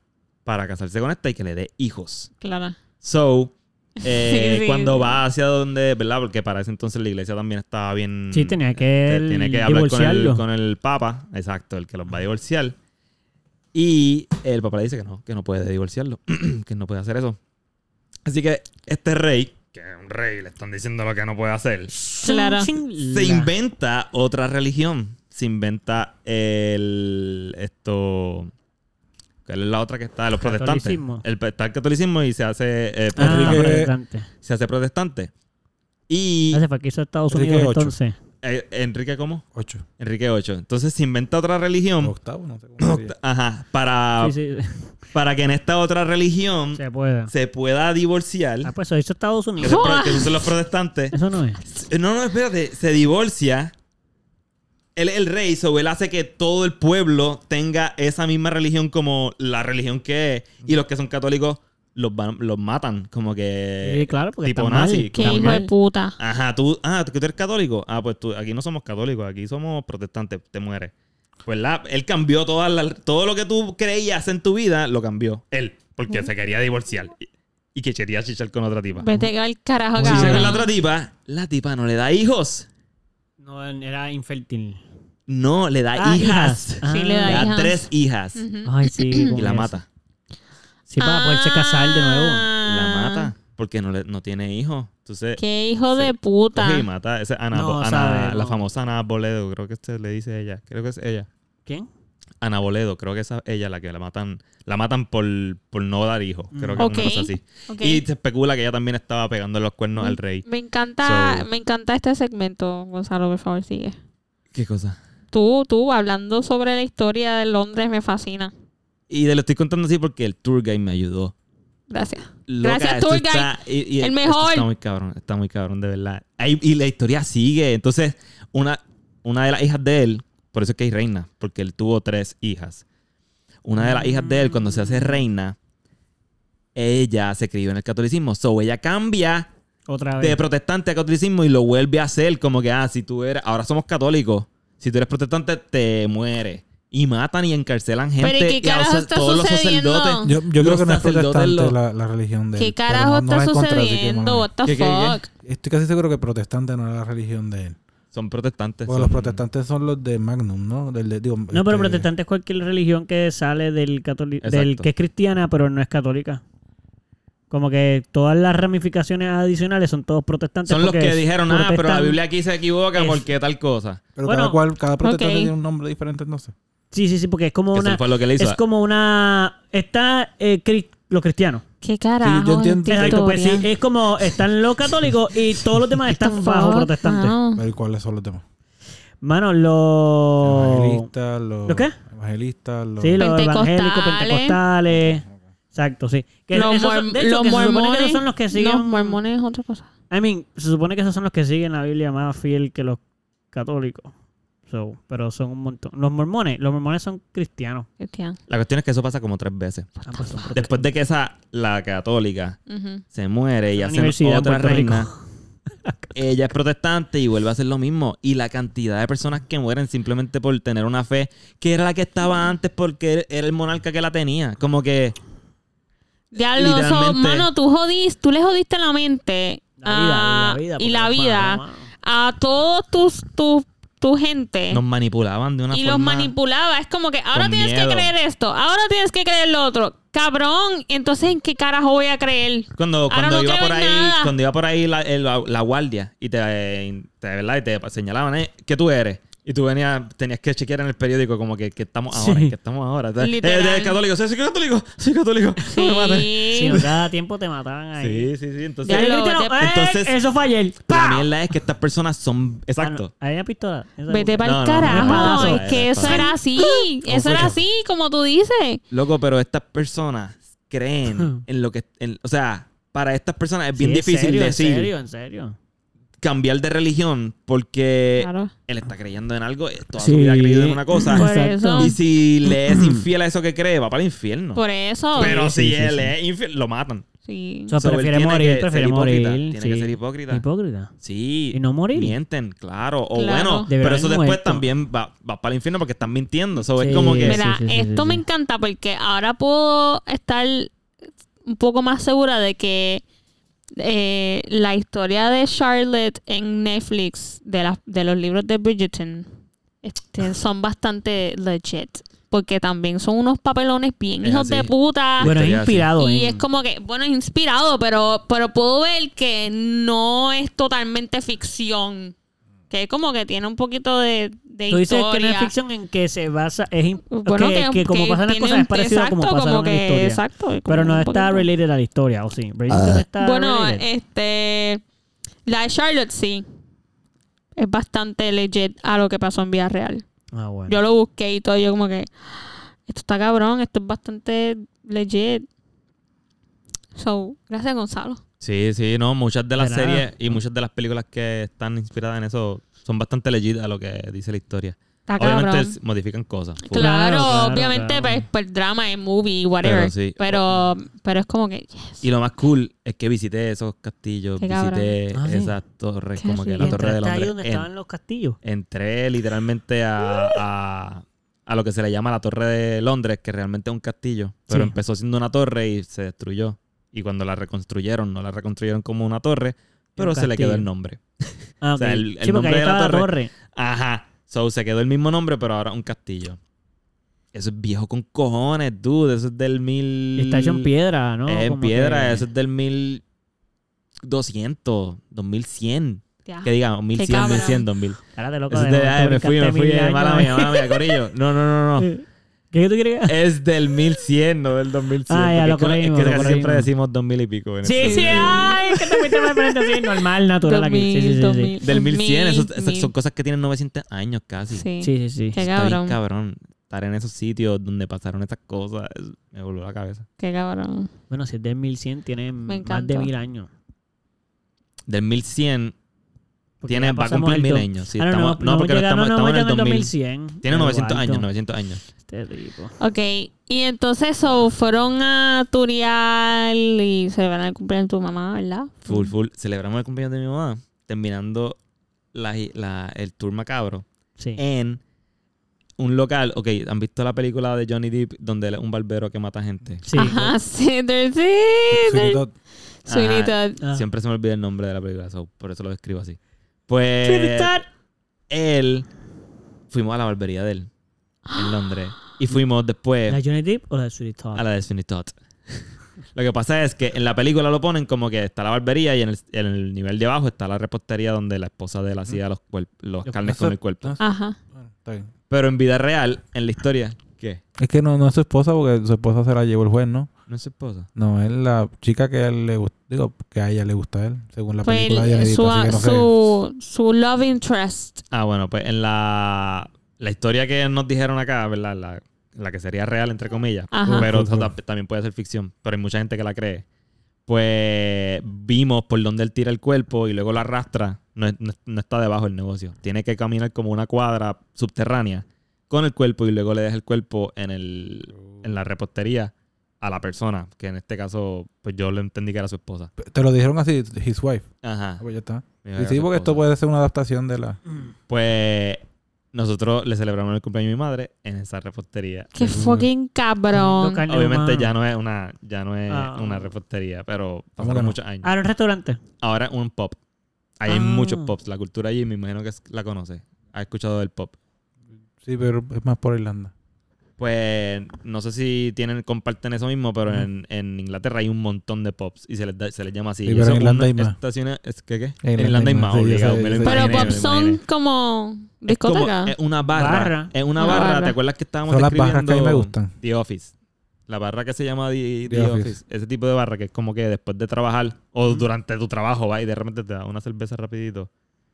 [SPEAKER 1] para casarse con esta y que le dé hijos.
[SPEAKER 4] Clara.
[SPEAKER 1] So, eh,
[SPEAKER 4] Sí, sí,
[SPEAKER 1] cuando
[SPEAKER 4] sí.
[SPEAKER 1] va hacia donde, ¿verdad? Porque para ese entonces la iglesia también estaba bien.
[SPEAKER 2] Sí, tenía que
[SPEAKER 1] eh, tiene que hablar con el,
[SPEAKER 2] divorciarlo.
[SPEAKER 1] con el papa, exacto, el que los va a divorciar. Y el papa le dice que no, que no puede divorciarlo, que no puede hacer eso. Así que este rey, que es un rey, le están diciendo lo que no puede hacer,
[SPEAKER 4] Claro.
[SPEAKER 1] se inventa otra religión. Se inventa el. Esto. ¿Cuál es la otra que está? Los protestantes.
[SPEAKER 2] Catolicismo.
[SPEAKER 1] El, está el catolicismo y se hace. eh,
[SPEAKER 2] Ah,
[SPEAKER 1] protestante.
[SPEAKER 2] protestante.
[SPEAKER 1] Se hace protestante. Y.
[SPEAKER 2] Ese fue que hizo Estados
[SPEAKER 5] Enrique
[SPEAKER 2] Unidos
[SPEAKER 5] ocho.
[SPEAKER 2] entonces.
[SPEAKER 1] eh, Enrique, ¿cómo?
[SPEAKER 5] Ocho.
[SPEAKER 1] Enrique VIII. Entonces se inventa otra religión.
[SPEAKER 5] Octavo, no sé cómo sería.
[SPEAKER 1] Ajá. Para,
[SPEAKER 2] Sí, sí,
[SPEAKER 1] para que en esta otra religión
[SPEAKER 2] se puede.
[SPEAKER 1] se pueda divorciar.
[SPEAKER 2] Ah, pues eso hizo Estados
[SPEAKER 1] que,
[SPEAKER 2] Unidos.
[SPEAKER 1] se- que son los protestantes. Eh,
[SPEAKER 2] Eso no es.
[SPEAKER 1] No, no, espérate. Se divorcia. Él es el rey, so él hace que todo el pueblo tenga esa misma religión como la religión que es. Y los que son católicos los, van- los matan, como que...
[SPEAKER 2] Sí, claro, porque
[SPEAKER 1] Eh, tipo
[SPEAKER 2] está mal.
[SPEAKER 1] nazi,
[SPEAKER 4] Qué
[SPEAKER 1] Claro.
[SPEAKER 4] hijo de puta.
[SPEAKER 1] Ajá, tú, ah, que tú eres católico. Ah, pues tú, aquí no somos católicos, aquí somos protestantes, te mueres. Pues la, él cambió todas las- todo lo que tú creías en tu vida, lo cambió. Él, porque se quería divorciar y, y que quería chichar con otra tipa.
[SPEAKER 4] Vete al carajo,
[SPEAKER 1] Chichar con la otra
[SPEAKER 4] cabrón.
[SPEAKER 1] tipa, la tipa no le da hijos.
[SPEAKER 2] No, era infértil.
[SPEAKER 1] No, le da
[SPEAKER 2] Ah,
[SPEAKER 1] hijas.
[SPEAKER 2] Ah. Mm.
[SPEAKER 4] Sí, le
[SPEAKER 1] Le
[SPEAKER 4] da
[SPEAKER 1] da
[SPEAKER 4] hijas.
[SPEAKER 1] tres hijas.
[SPEAKER 2] Ay, sí.
[SPEAKER 1] Y la
[SPEAKER 2] con
[SPEAKER 1] mata.
[SPEAKER 2] eso. Sí, para poderse casar de nuevo.
[SPEAKER 1] La
[SPEAKER 2] Ah.
[SPEAKER 1] mata. Porque no, le- no tiene hijos. Entonces,
[SPEAKER 4] Ah, Qué hijo de
[SPEAKER 1] Sí.
[SPEAKER 4] puta.
[SPEAKER 1] coge y mata. Esa es Ana,
[SPEAKER 2] No,
[SPEAKER 1] Ana-
[SPEAKER 2] sabe,
[SPEAKER 1] la
[SPEAKER 2] no.
[SPEAKER 1] famosa Ana Boledo, creo que este le dice ella. Creo que es ella.
[SPEAKER 2] ¿Quién?
[SPEAKER 1] Ana Boledo, creo que esa ella la que la matan, la matan por, por no dar hijos. Creo que
[SPEAKER 4] Ok.
[SPEAKER 1] es una cosa así.
[SPEAKER 4] Ok. Mm.
[SPEAKER 1] Y se especula que ella también estaba pegando los cuernos al rey.
[SPEAKER 4] Me encanta,
[SPEAKER 1] So-
[SPEAKER 4] me encanta este segmento, Gonzalo, por favor, sigue.
[SPEAKER 1] ¿Qué cosa?
[SPEAKER 4] Tú, tú, hablando sobre la historia de Londres, me fascina.
[SPEAKER 1] Y te lo estoy contando así porque el tour guide me ayudó.
[SPEAKER 4] Gracias.
[SPEAKER 1] Loca,
[SPEAKER 4] Gracias,
[SPEAKER 1] esto
[SPEAKER 4] tour guide.
[SPEAKER 1] está- y- y-
[SPEAKER 4] El
[SPEAKER 1] esto
[SPEAKER 4] mejor.
[SPEAKER 1] Está muy cabrón, está muy cabrón, de verdad. Ahí- y la historia sigue. Entonces, una, una de las hijas de él, por eso es que hay reina, porque él tuvo tres hijas. Una de las hijas de él, cuando se hace reina, ella se crió en el catolicismo. So, ella cambia
[SPEAKER 2] Otra vez.
[SPEAKER 1] de protestante a catolicismo y lo vuelve a hacer como que, ah, si tú eres, ahora somos católicos, si tú eres protestante te mueres. Y matan y encarcelan gente.
[SPEAKER 4] Pero, ¿y qué
[SPEAKER 1] y a los-
[SPEAKER 4] carajo está
[SPEAKER 1] todos los
[SPEAKER 4] sucediendo?
[SPEAKER 1] sacerdotes.
[SPEAKER 5] Yo, yo creo
[SPEAKER 1] Los
[SPEAKER 5] que no es
[SPEAKER 1] sacerdotes
[SPEAKER 5] protestante
[SPEAKER 1] lo-
[SPEAKER 5] la, la religión de él.
[SPEAKER 4] ¿Qué
[SPEAKER 5] pero
[SPEAKER 4] carajo
[SPEAKER 5] no- no la
[SPEAKER 4] está
[SPEAKER 5] encontré, así que,
[SPEAKER 4] sucediendo?
[SPEAKER 5] mami.
[SPEAKER 4] What the
[SPEAKER 1] ¿Qué, qué, qué?
[SPEAKER 4] fuck?
[SPEAKER 5] Estoy casi seguro que protestante no era la religión de él.
[SPEAKER 1] Son protestantes.
[SPEAKER 5] Porque los
[SPEAKER 1] son-
[SPEAKER 5] protestantes son los de Magnum, ¿no? Del de- digo,
[SPEAKER 2] No, pero
[SPEAKER 5] este,
[SPEAKER 2] protestante es cualquier religión que sale del catoli-
[SPEAKER 1] Exacto.
[SPEAKER 2] del que es cristiana, pero no es católica. Como que todas las ramificaciones adicionales son todos protestantes.
[SPEAKER 1] Son los
[SPEAKER 2] porque
[SPEAKER 1] que dijeron, ah, pero la
[SPEAKER 2] protestan-
[SPEAKER 1] Biblia aquí se equivoca
[SPEAKER 2] es-
[SPEAKER 1] porque tal cosa.
[SPEAKER 5] Pero
[SPEAKER 2] Bueno,
[SPEAKER 5] cada, cual, cada protestante
[SPEAKER 4] ok.
[SPEAKER 5] tiene un nombre diferente, no sé.
[SPEAKER 2] Sí, sí, sí, porque es como
[SPEAKER 1] Eso
[SPEAKER 2] una.
[SPEAKER 1] fue lo que le hizo.
[SPEAKER 2] Es como una. Está eh, cri- los cristianos.
[SPEAKER 4] ¿Qué carajo?
[SPEAKER 5] Sí, yo entiendo.
[SPEAKER 4] esta
[SPEAKER 2] Exacto, pues sí,
[SPEAKER 4] historia?
[SPEAKER 2] es como están los católicos y todos los demás
[SPEAKER 4] What the
[SPEAKER 2] están bajo
[SPEAKER 4] fuck?
[SPEAKER 2] protestantes.
[SPEAKER 4] Ah.
[SPEAKER 5] Pero ¿cuáles son los demás?
[SPEAKER 2] Mano, los.
[SPEAKER 5] Evangelistas, los...
[SPEAKER 2] ¿Los Oh. qué?
[SPEAKER 5] Evangelistas, los...
[SPEAKER 2] Sí, los
[SPEAKER 4] Pentecostales.
[SPEAKER 2] evangélicos, pentecostales. Exacto, sí. Que
[SPEAKER 4] Los,
[SPEAKER 2] esos-
[SPEAKER 4] muer-
[SPEAKER 2] de hecho, que
[SPEAKER 4] los
[SPEAKER 2] se supone que
[SPEAKER 4] mormones
[SPEAKER 2] esos son los que siguen.
[SPEAKER 4] Los mormones es otra cosa.
[SPEAKER 2] I mean, se supone que esos son los que siguen la Biblia más fiel que los católicos. So, pero son un montón. Los mormones, los mormones son cristianos.
[SPEAKER 4] Cristian.
[SPEAKER 1] La cuestión es que eso pasa como tres veces.
[SPEAKER 2] Ah, pues son protestantes.
[SPEAKER 1] Después de que esa, la católica,
[SPEAKER 4] Ujú.
[SPEAKER 1] se muere y
[SPEAKER 2] La
[SPEAKER 1] hace
[SPEAKER 2] universidad en
[SPEAKER 1] otra
[SPEAKER 2] Puerto Rico.
[SPEAKER 1] reina. Ella es protestante y vuelve a hacer lo mismo. Y la cantidad de personas que mueren simplemente por tener una fe que era la que estaba antes porque era el monarca que la tenía. Como que
[SPEAKER 4] Diablo, so,
[SPEAKER 1] Literalmente-
[SPEAKER 4] mano, tú jodís, tú le jodiste la mente
[SPEAKER 2] La
[SPEAKER 4] ah,
[SPEAKER 2] vida,
[SPEAKER 4] y la
[SPEAKER 2] porque,
[SPEAKER 4] vida
[SPEAKER 2] mano, mano.
[SPEAKER 4] a todos tus tu, tu gente
[SPEAKER 1] nos manipulaban de una
[SPEAKER 4] Eh. y
[SPEAKER 1] forma...
[SPEAKER 4] los manipulaba. Es como que ahora
[SPEAKER 1] con
[SPEAKER 4] tienes
[SPEAKER 1] miedo.
[SPEAKER 4] que creer esto, ahora tienes que creer lo otro. Cabrón, entonces ¿en qué carajo voy a creer?
[SPEAKER 1] Cuando,
[SPEAKER 4] Ahora
[SPEAKER 1] cuando
[SPEAKER 4] no
[SPEAKER 1] iba
[SPEAKER 4] creo
[SPEAKER 1] por
[SPEAKER 4] en
[SPEAKER 1] ahí,
[SPEAKER 4] nada.
[SPEAKER 1] cuando iba por ahí la, el- la- la guardia y te, eh, te, ¿verdad? Y te señalaban, ¿eh? ¿Qué tú eres? Y tú venías, tenías que chequear en el periódico como que, que estamos ahora,
[SPEAKER 2] Sí.
[SPEAKER 1] que estamos ahora. Eh,
[SPEAKER 4] Literal.
[SPEAKER 1] eres católico, soy soy católico, soy católico. no me mates.
[SPEAKER 2] Si
[SPEAKER 4] Sí.
[SPEAKER 2] no te daba tiempo, te mataban ahí.
[SPEAKER 1] Sí, sí, sí. Entonces,
[SPEAKER 2] Ya
[SPEAKER 4] Ya
[SPEAKER 2] le
[SPEAKER 4] lo-
[SPEAKER 2] gritaron,
[SPEAKER 4] te-
[SPEAKER 2] "Eh,
[SPEAKER 1] Entonces-
[SPEAKER 2] eso fue ayer.
[SPEAKER 1] la
[SPEAKER 2] ¡Pah!
[SPEAKER 1] mierda es que estas personas son... Exacto.
[SPEAKER 2] Ah, no, Ahí hay una pistola. Esa
[SPEAKER 4] Vete
[SPEAKER 2] puta.
[SPEAKER 4] para el
[SPEAKER 1] No, no,
[SPEAKER 4] carajo,
[SPEAKER 2] no, no, no,
[SPEAKER 4] es
[SPEAKER 1] no,
[SPEAKER 4] que
[SPEAKER 1] no,
[SPEAKER 4] eso
[SPEAKER 1] no.
[SPEAKER 4] era así, eso era así como tú dices.
[SPEAKER 1] Loco, pero estas personas creen en lo que... en- o sea, para estas personas es bien
[SPEAKER 2] Sí, en
[SPEAKER 1] difícil
[SPEAKER 2] serio,
[SPEAKER 1] decir
[SPEAKER 2] En serio, en serio.
[SPEAKER 1] cambiar de religión porque
[SPEAKER 4] Claro.
[SPEAKER 1] él está creyendo en algo, eh, toda
[SPEAKER 2] Sí.
[SPEAKER 1] su vida ha creído en una cosa.
[SPEAKER 4] Por
[SPEAKER 2] Exacto.
[SPEAKER 4] eso,
[SPEAKER 1] Y si le es infiel a eso que cree, va para el infierno.
[SPEAKER 4] por eso.
[SPEAKER 1] Pero si
[SPEAKER 2] Sí, sí,
[SPEAKER 1] él
[SPEAKER 2] sí.
[SPEAKER 1] es infiel, lo matan.
[SPEAKER 4] Sí.
[SPEAKER 2] O sea,
[SPEAKER 1] So, él
[SPEAKER 2] prefiere
[SPEAKER 1] tiene
[SPEAKER 2] morir,
[SPEAKER 1] que
[SPEAKER 2] prefiere
[SPEAKER 1] ser
[SPEAKER 2] morir.
[SPEAKER 1] hipócrita, Tiene que
[SPEAKER 2] sí.
[SPEAKER 1] ser hipócrita.
[SPEAKER 2] Hipócrita.
[SPEAKER 1] Sí.
[SPEAKER 2] Y no morir.
[SPEAKER 1] Mienten, claro. O
[SPEAKER 4] Claro.
[SPEAKER 1] bueno,
[SPEAKER 2] Deberían
[SPEAKER 1] pero eso después
[SPEAKER 2] muerto.
[SPEAKER 1] también va, va para el infierno porque están mintiendo. So,
[SPEAKER 2] Sí.
[SPEAKER 1] es como que.
[SPEAKER 4] Mira,
[SPEAKER 2] sí, sí, sí,
[SPEAKER 4] esto
[SPEAKER 2] sí.
[SPEAKER 4] me encanta porque ahora puedo estar un poco más segura de que eh, la historia de Charlotte en Netflix de, las de los libros de Bridgerton este,
[SPEAKER 2] Ah.
[SPEAKER 4] son bastante legit. Porque también son unos papelones bien
[SPEAKER 1] Es
[SPEAKER 4] hijos
[SPEAKER 1] así.
[SPEAKER 4] de puta.
[SPEAKER 2] Bueno, es
[SPEAKER 1] Estaría así.
[SPEAKER 2] inspirado
[SPEAKER 4] Y
[SPEAKER 2] en-
[SPEAKER 4] es como que, bueno, es inspirado, pero, pero puedo ver que no es totalmente ficción. Que como que tiene un poquito de, de
[SPEAKER 2] Tú dices que no es
[SPEAKER 4] historia.
[SPEAKER 2] ficción en que se basa. Es in-
[SPEAKER 4] Bueno,
[SPEAKER 2] que,
[SPEAKER 4] que,
[SPEAKER 2] que como
[SPEAKER 4] que
[SPEAKER 2] pasan las
[SPEAKER 4] tiene
[SPEAKER 2] cosas es
[SPEAKER 4] un-
[SPEAKER 2] parecido a como
[SPEAKER 4] exacto,
[SPEAKER 2] pasaron
[SPEAKER 4] como
[SPEAKER 2] en la
[SPEAKER 4] que-
[SPEAKER 2] historia.
[SPEAKER 4] Exacto. como
[SPEAKER 2] Pero no
[SPEAKER 4] un
[SPEAKER 2] está
[SPEAKER 4] poquito.
[SPEAKER 2] related a la historia, ¿o sí? Bridgerton está
[SPEAKER 4] Bueno,
[SPEAKER 2] related.
[SPEAKER 4] este. La de Charlotte sí. Es bastante legit a lo que pasó en vida real.
[SPEAKER 2] ah, bueno.
[SPEAKER 4] Yo lo busqué y todo. Yo, como que. Esto está cabrón. Esto es bastante legit. So, gracias, Gonzalo.
[SPEAKER 1] Sí, sí, no. Muchas de las
[SPEAKER 2] De nada.
[SPEAKER 1] series y muchas de las películas que están inspiradas en eso son bastante legit a lo que dice la historia.
[SPEAKER 4] Está
[SPEAKER 1] Obviamente
[SPEAKER 4] cabrón.
[SPEAKER 1] es- modifican cosas. Full.
[SPEAKER 4] Claro,
[SPEAKER 2] Ah, Claro, claro,
[SPEAKER 4] obviamente,
[SPEAKER 2] claro.
[SPEAKER 4] Pues, pues, drama, es movie, whatever. Pero,
[SPEAKER 1] Pero sí.
[SPEAKER 4] pero, es como que. yes.
[SPEAKER 1] Y lo más cool es que visité esos castillos,
[SPEAKER 4] Qué cabrón.
[SPEAKER 1] visité
[SPEAKER 2] Ah, sí.
[SPEAKER 1] esas torres,
[SPEAKER 4] Qué
[SPEAKER 1] como que
[SPEAKER 4] rico.
[SPEAKER 1] la
[SPEAKER 2] Entraste
[SPEAKER 1] torre del
[SPEAKER 2] ahí
[SPEAKER 1] hombre.
[SPEAKER 2] donde
[SPEAKER 1] En-
[SPEAKER 2] estaban los castillos.
[SPEAKER 1] entré literalmente a, a, a lo que se le llama la Torre de Londres, que realmente es un castillo, pero
[SPEAKER 2] Sí.
[SPEAKER 1] empezó siendo una torre y se destruyó. Y cuando la reconstruyeron, no la reconstruyeron como una torre, pero
[SPEAKER 2] Un
[SPEAKER 1] se le quedó
[SPEAKER 2] castillo.
[SPEAKER 1] el nombre.
[SPEAKER 2] Ah,
[SPEAKER 1] O sea,
[SPEAKER 2] ok.
[SPEAKER 1] el- el
[SPEAKER 2] sí, porque ahí
[SPEAKER 1] nombre de la
[SPEAKER 2] estaba la torre.
[SPEAKER 1] torre. Ajá. So se quedó el mismo nombre, pero ahora un castillo. Eso es viejo con cojones, dude. Eso es del mil.
[SPEAKER 2] Está hecho en piedra, ¿no?
[SPEAKER 1] Es en
[SPEAKER 2] Como
[SPEAKER 1] piedra,
[SPEAKER 2] que-
[SPEAKER 1] eso es del 1200, 2100.
[SPEAKER 4] Ya.
[SPEAKER 2] Ah,
[SPEAKER 1] Que diga, 1100,
[SPEAKER 4] cabrón.
[SPEAKER 1] 1100, 2000.
[SPEAKER 2] Espérate, loco,
[SPEAKER 1] Eso es
[SPEAKER 2] de
[SPEAKER 1] de- ay, me
[SPEAKER 2] momento
[SPEAKER 1] fui, me
[SPEAKER 2] brincaste
[SPEAKER 1] fui,
[SPEAKER 2] mil
[SPEAKER 1] eh, mala mía,
[SPEAKER 2] años.
[SPEAKER 1] mala mía, corillo. No, no, no, no.
[SPEAKER 2] ¿Qué tú quieres?
[SPEAKER 1] Es del 1100, no del 2100.
[SPEAKER 2] Ah, ya,
[SPEAKER 1] porque
[SPEAKER 2] lo
[SPEAKER 1] es que-
[SPEAKER 2] corregimos,
[SPEAKER 1] Es que
[SPEAKER 2] lo
[SPEAKER 1] casi
[SPEAKER 2] corregimos.
[SPEAKER 1] siempre decimos 2000 y pico. en
[SPEAKER 2] Sí, ah.
[SPEAKER 1] este-
[SPEAKER 2] sí, ay, que te fuiste más frente así, normal, natural aquí. Sí,
[SPEAKER 4] 2000,
[SPEAKER 2] sí, sí, sí.
[SPEAKER 4] 2000,
[SPEAKER 1] Del 1100, eso- esas
[SPEAKER 4] 1000.
[SPEAKER 1] son cosas que tienen 900 años casi.
[SPEAKER 4] Sí.
[SPEAKER 2] Sí, sí, sí.
[SPEAKER 4] Qué
[SPEAKER 1] Está
[SPEAKER 4] cabrón.
[SPEAKER 1] bien cabrón. Estar en esos sitios donde pasaron esas cosas, es- me volvió la cabeza.
[SPEAKER 4] Qué cabrón.
[SPEAKER 2] Bueno, si es del 1100, tiene más de
[SPEAKER 4] encanta.
[SPEAKER 2] mil años.
[SPEAKER 1] Del 1100,
[SPEAKER 2] Porque
[SPEAKER 1] tiene,
[SPEAKER 2] ya
[SPEAKER 1] va a
[SPEAKER 2] pasamos
[SPEAKER 1] cumplir
[SPEAKER 2] el
[SPEAKER 1] mil
[SPEAKER 2] do-
[SPEAKER 1] años. Sí,
[SPEAKER 2] Ah, no, no,
[SPEAKER 1] estamos,
[SPEAKER 2] no,
[SPEAKER 1] no, porque ahora
[SPEAKER 2] llegamos-
[SPEAKER 1] estamos,
[SPEAKER 2] no,
[SPEAKER 1] estamos en
[SPEAKER 2] hemos
[SPEAKER 1] el
[SPEAKER 2] llegado al
[SPEAKER 1] 2000.
[SPEAKER 2] 2100.
[SPEAKER 1] Tiene
[SPEAKER 2] Algo
[SPEAKER 1] 900 años,
[SPEAKER 2] alto.
[SPEAKER 1] 900 años.
[SPEAKER 2] Este tipo.
[SPEAKER 4] Ok, y entonces so, fueron a Turial y se van a cumplir en tu mamá, ¿verdad?
[SPEAKER 1] Full, full. Celebramos el cumpleaños de mi mamá, terminando la- la- el tour macabro.
[SPEAKER 2] Sí.
[SPEAKER 4] Eh,
[SPEAKER 1] en un local. Ok, ¿han visto la película de Johnny Depp donde él es un barbero que mata gente?
[SPEAKER 2] Sí.
[SPEAKER 4] Ajá, sí, there- sí.
[SPEAKER 5] Sweeney
[SPEAKER 4] there-
[SPEAKER 5] Todd.
[SPEAKER 4] Sweeney
[SPEAKER 1] Ajá.
[SPEAKER 4] Todd.
[SPEAKER 2] Ah.
[SPEAKER 1] Siempre se me olvida el nombre de la película, so, por eso lo escribo así.
[SPEAKER 2] Sweeney
[SPEAKER 5] Eh,
[SPEAKER 1] Pues
[SPEAKER 2] Todd.
[SPEAKER 1] él, fuimos a la barbería de él en Londres y fuimos
[SPEAKER 2] ¿La
[SPEAKER 1] después
[SPEAKER 2] Johnny Depp o la de Sweetie Todd?
[SPEAKER 1] a la de Sweeney Todd. Lo que pasa es que en la película lo ponen como que está la barbería y en el, en el nivel de abajo está la repostería donde la esposa de él hacía los, cuerp- los
[SPEAKER 5] Yo-
[SPEAKER 1] carnes
[SPEAKER 5] eso-
[SPEAKER 1] con el cuerpo.
[SPEAKER 4] Ajá.
[SPEAKER 5] Bueno, está bien.
[SPEAKER 1] Pero en vida real, en la historia, ¿qué?
[SPEAKER 5] Es que no, no es su esposa porque su esposa se la llevó el juez, ¿no?
[SPEAKER 1] ¿No es su esposa?
[SPEAKER 5] No, es la chica que a él le gusta, digo, que a ella le gusta a él, según la
[SPEAKER 4] Fue
[SPEAKER 5] película de
[SPEAKER 4] el-
[SPEAKER 5] Johnny Depp,
[SPEAKER 4] Pues, su,
[SPEAKER 5] así que no sé.
[SPEAKER 4] su, su love interest.
[SPEAKER 1] Ah, bueno, pues en la, la historia que nos dijeron acá, ¿verdad? La, la que sería real, entre comillas.
[SPEAKER 4] Ajá.
[SPEAKER 1] Pero
[SPEAKER 5] Ujú,
[SPEAKER 1] eso
[SPEAKER 5] ujú.
[SPEAKER 1] ta- también puede ser ficción. Pero hay mucha gente que la cree. Pues vimos por dónde él tira el cuerpo y luego lo arrastra. No, es- no es- no está debajo del negocio. Tiene que caminar como una cuadra subterránea con el cuerpo y luego le deja el cuerpo en, el, en la repostería a la persona. Que en este caso, pues yo lo entendí que era su esposa.
[SPEAKER 5] Te lo dijeron así, his wife. Ah,
[SPEAKER 1] Ajá.
[SPEAKER 5] pues ya está.
[SPEAKER 1] Mira,
[SPEAKER 5] Y
[SPEAKER 1] era
[SPEAKER 5] sí,
[SPEAKER 1] su
[SPEAKER 5] porque esto
[SPEAKER 1] esposa.
[SPEAKER 5] puede ser una adaptación de la...
[SPEAKER 1] Pues nosotros le celebramos el cumpleaños de mi madre en esa repostería.
[SPEAKER 5] Mm.
[SPEAKER 4] Qué fucking
[SPEAKER 2] Los
[SPEAKER 4] cabrón.
[SPEAKER 2] carnes
[SPEAKER 1] Obviamente
[SPEAKER 2] humanos.
[SPEAKER 1] ya no es una, ya no es
[SPEAKER 2] Ah.
[SPEAKER 1] una repostería, pero
[SPEAKER 5] que
[SPEAKER 1] pasaron
[SPEAKER 5] no?
[SPEAKER 1] muchos años.
[SPEAKER 2] Ah, en un restaurante.
[SPEAKER 1] Ahora es un pop. Ahí hay
[SPEAKER 2] Ah.
[SPEAKER 1] muchos pops. La cultura allí me imagino que es- la conoce. Ha escuchado del pop.
[SPEAKER 5] Sí, pero es más por Irlanda.
[SPEAKER 1] Pues no sé si tienen, comparten eso mismo, pero en, en Inglaterra hay un montón de pops y se les, da- se les llama así.
[SPEAKER 5] Sí,
[SPEAKER 1] Y
[SPEAKER 5] pero
[SPEAKER 1] eso
[SPEAKER 5] en
[SPEAKER 1] es
[SPEAKER 5] Irlanda
[SPEAKER 1] una
[SPEAKER 5] hay más.
[SPEAKER 1] estación- es, ¿qué, qué?
[SPEAKER 5] En
[SPEAKER 1] En Irlanda hay más,
[SPEAKER 5] sí, yo
[SPEAKER 1] obligado.
[SPEAKER 5] sé,
[SPEAKER 1] me lo
[SPEAKER 5] yo sé.
[SPEAKER 4] Pero
[SPEAKER 1] imaginé, me
[SPEAKER 4] pop
[SPEAKER 1] lo
[SPEAKER 4] son
[SPEAKER 1] imaginé.
[SPEAKER 4] como
[SPEAKER 1] Es como
[SPEAKER 4] discoteca.
[SPEAKER 5] eh,
[SPEAKER 1] es una barra.
[SPEAKER 2] Barra.
[SPEAKER 1] Es una
[SPEAKER 4] Una
[SPEAKER 1] barra.
[SPEAKER 4] barra.
[SPEAKER 1] ¿Te acuerdas que estábamos
[SPEAKER 5] Son las
[SPEAKER 1] describiendo?
[SPEAKER 5] barras que a mí me gustan.
[SPEAKER 1] The Office. La barra que se llama The,
[SPEAKER 5] The
[SPEAKER 1] The
[SPEAKER 5] Office.
[SPEAKER 1] Office. Ese tipo de barra que es como que después de trabajar o durante tu trabajo, va y de repente te da una cerveza rapidito.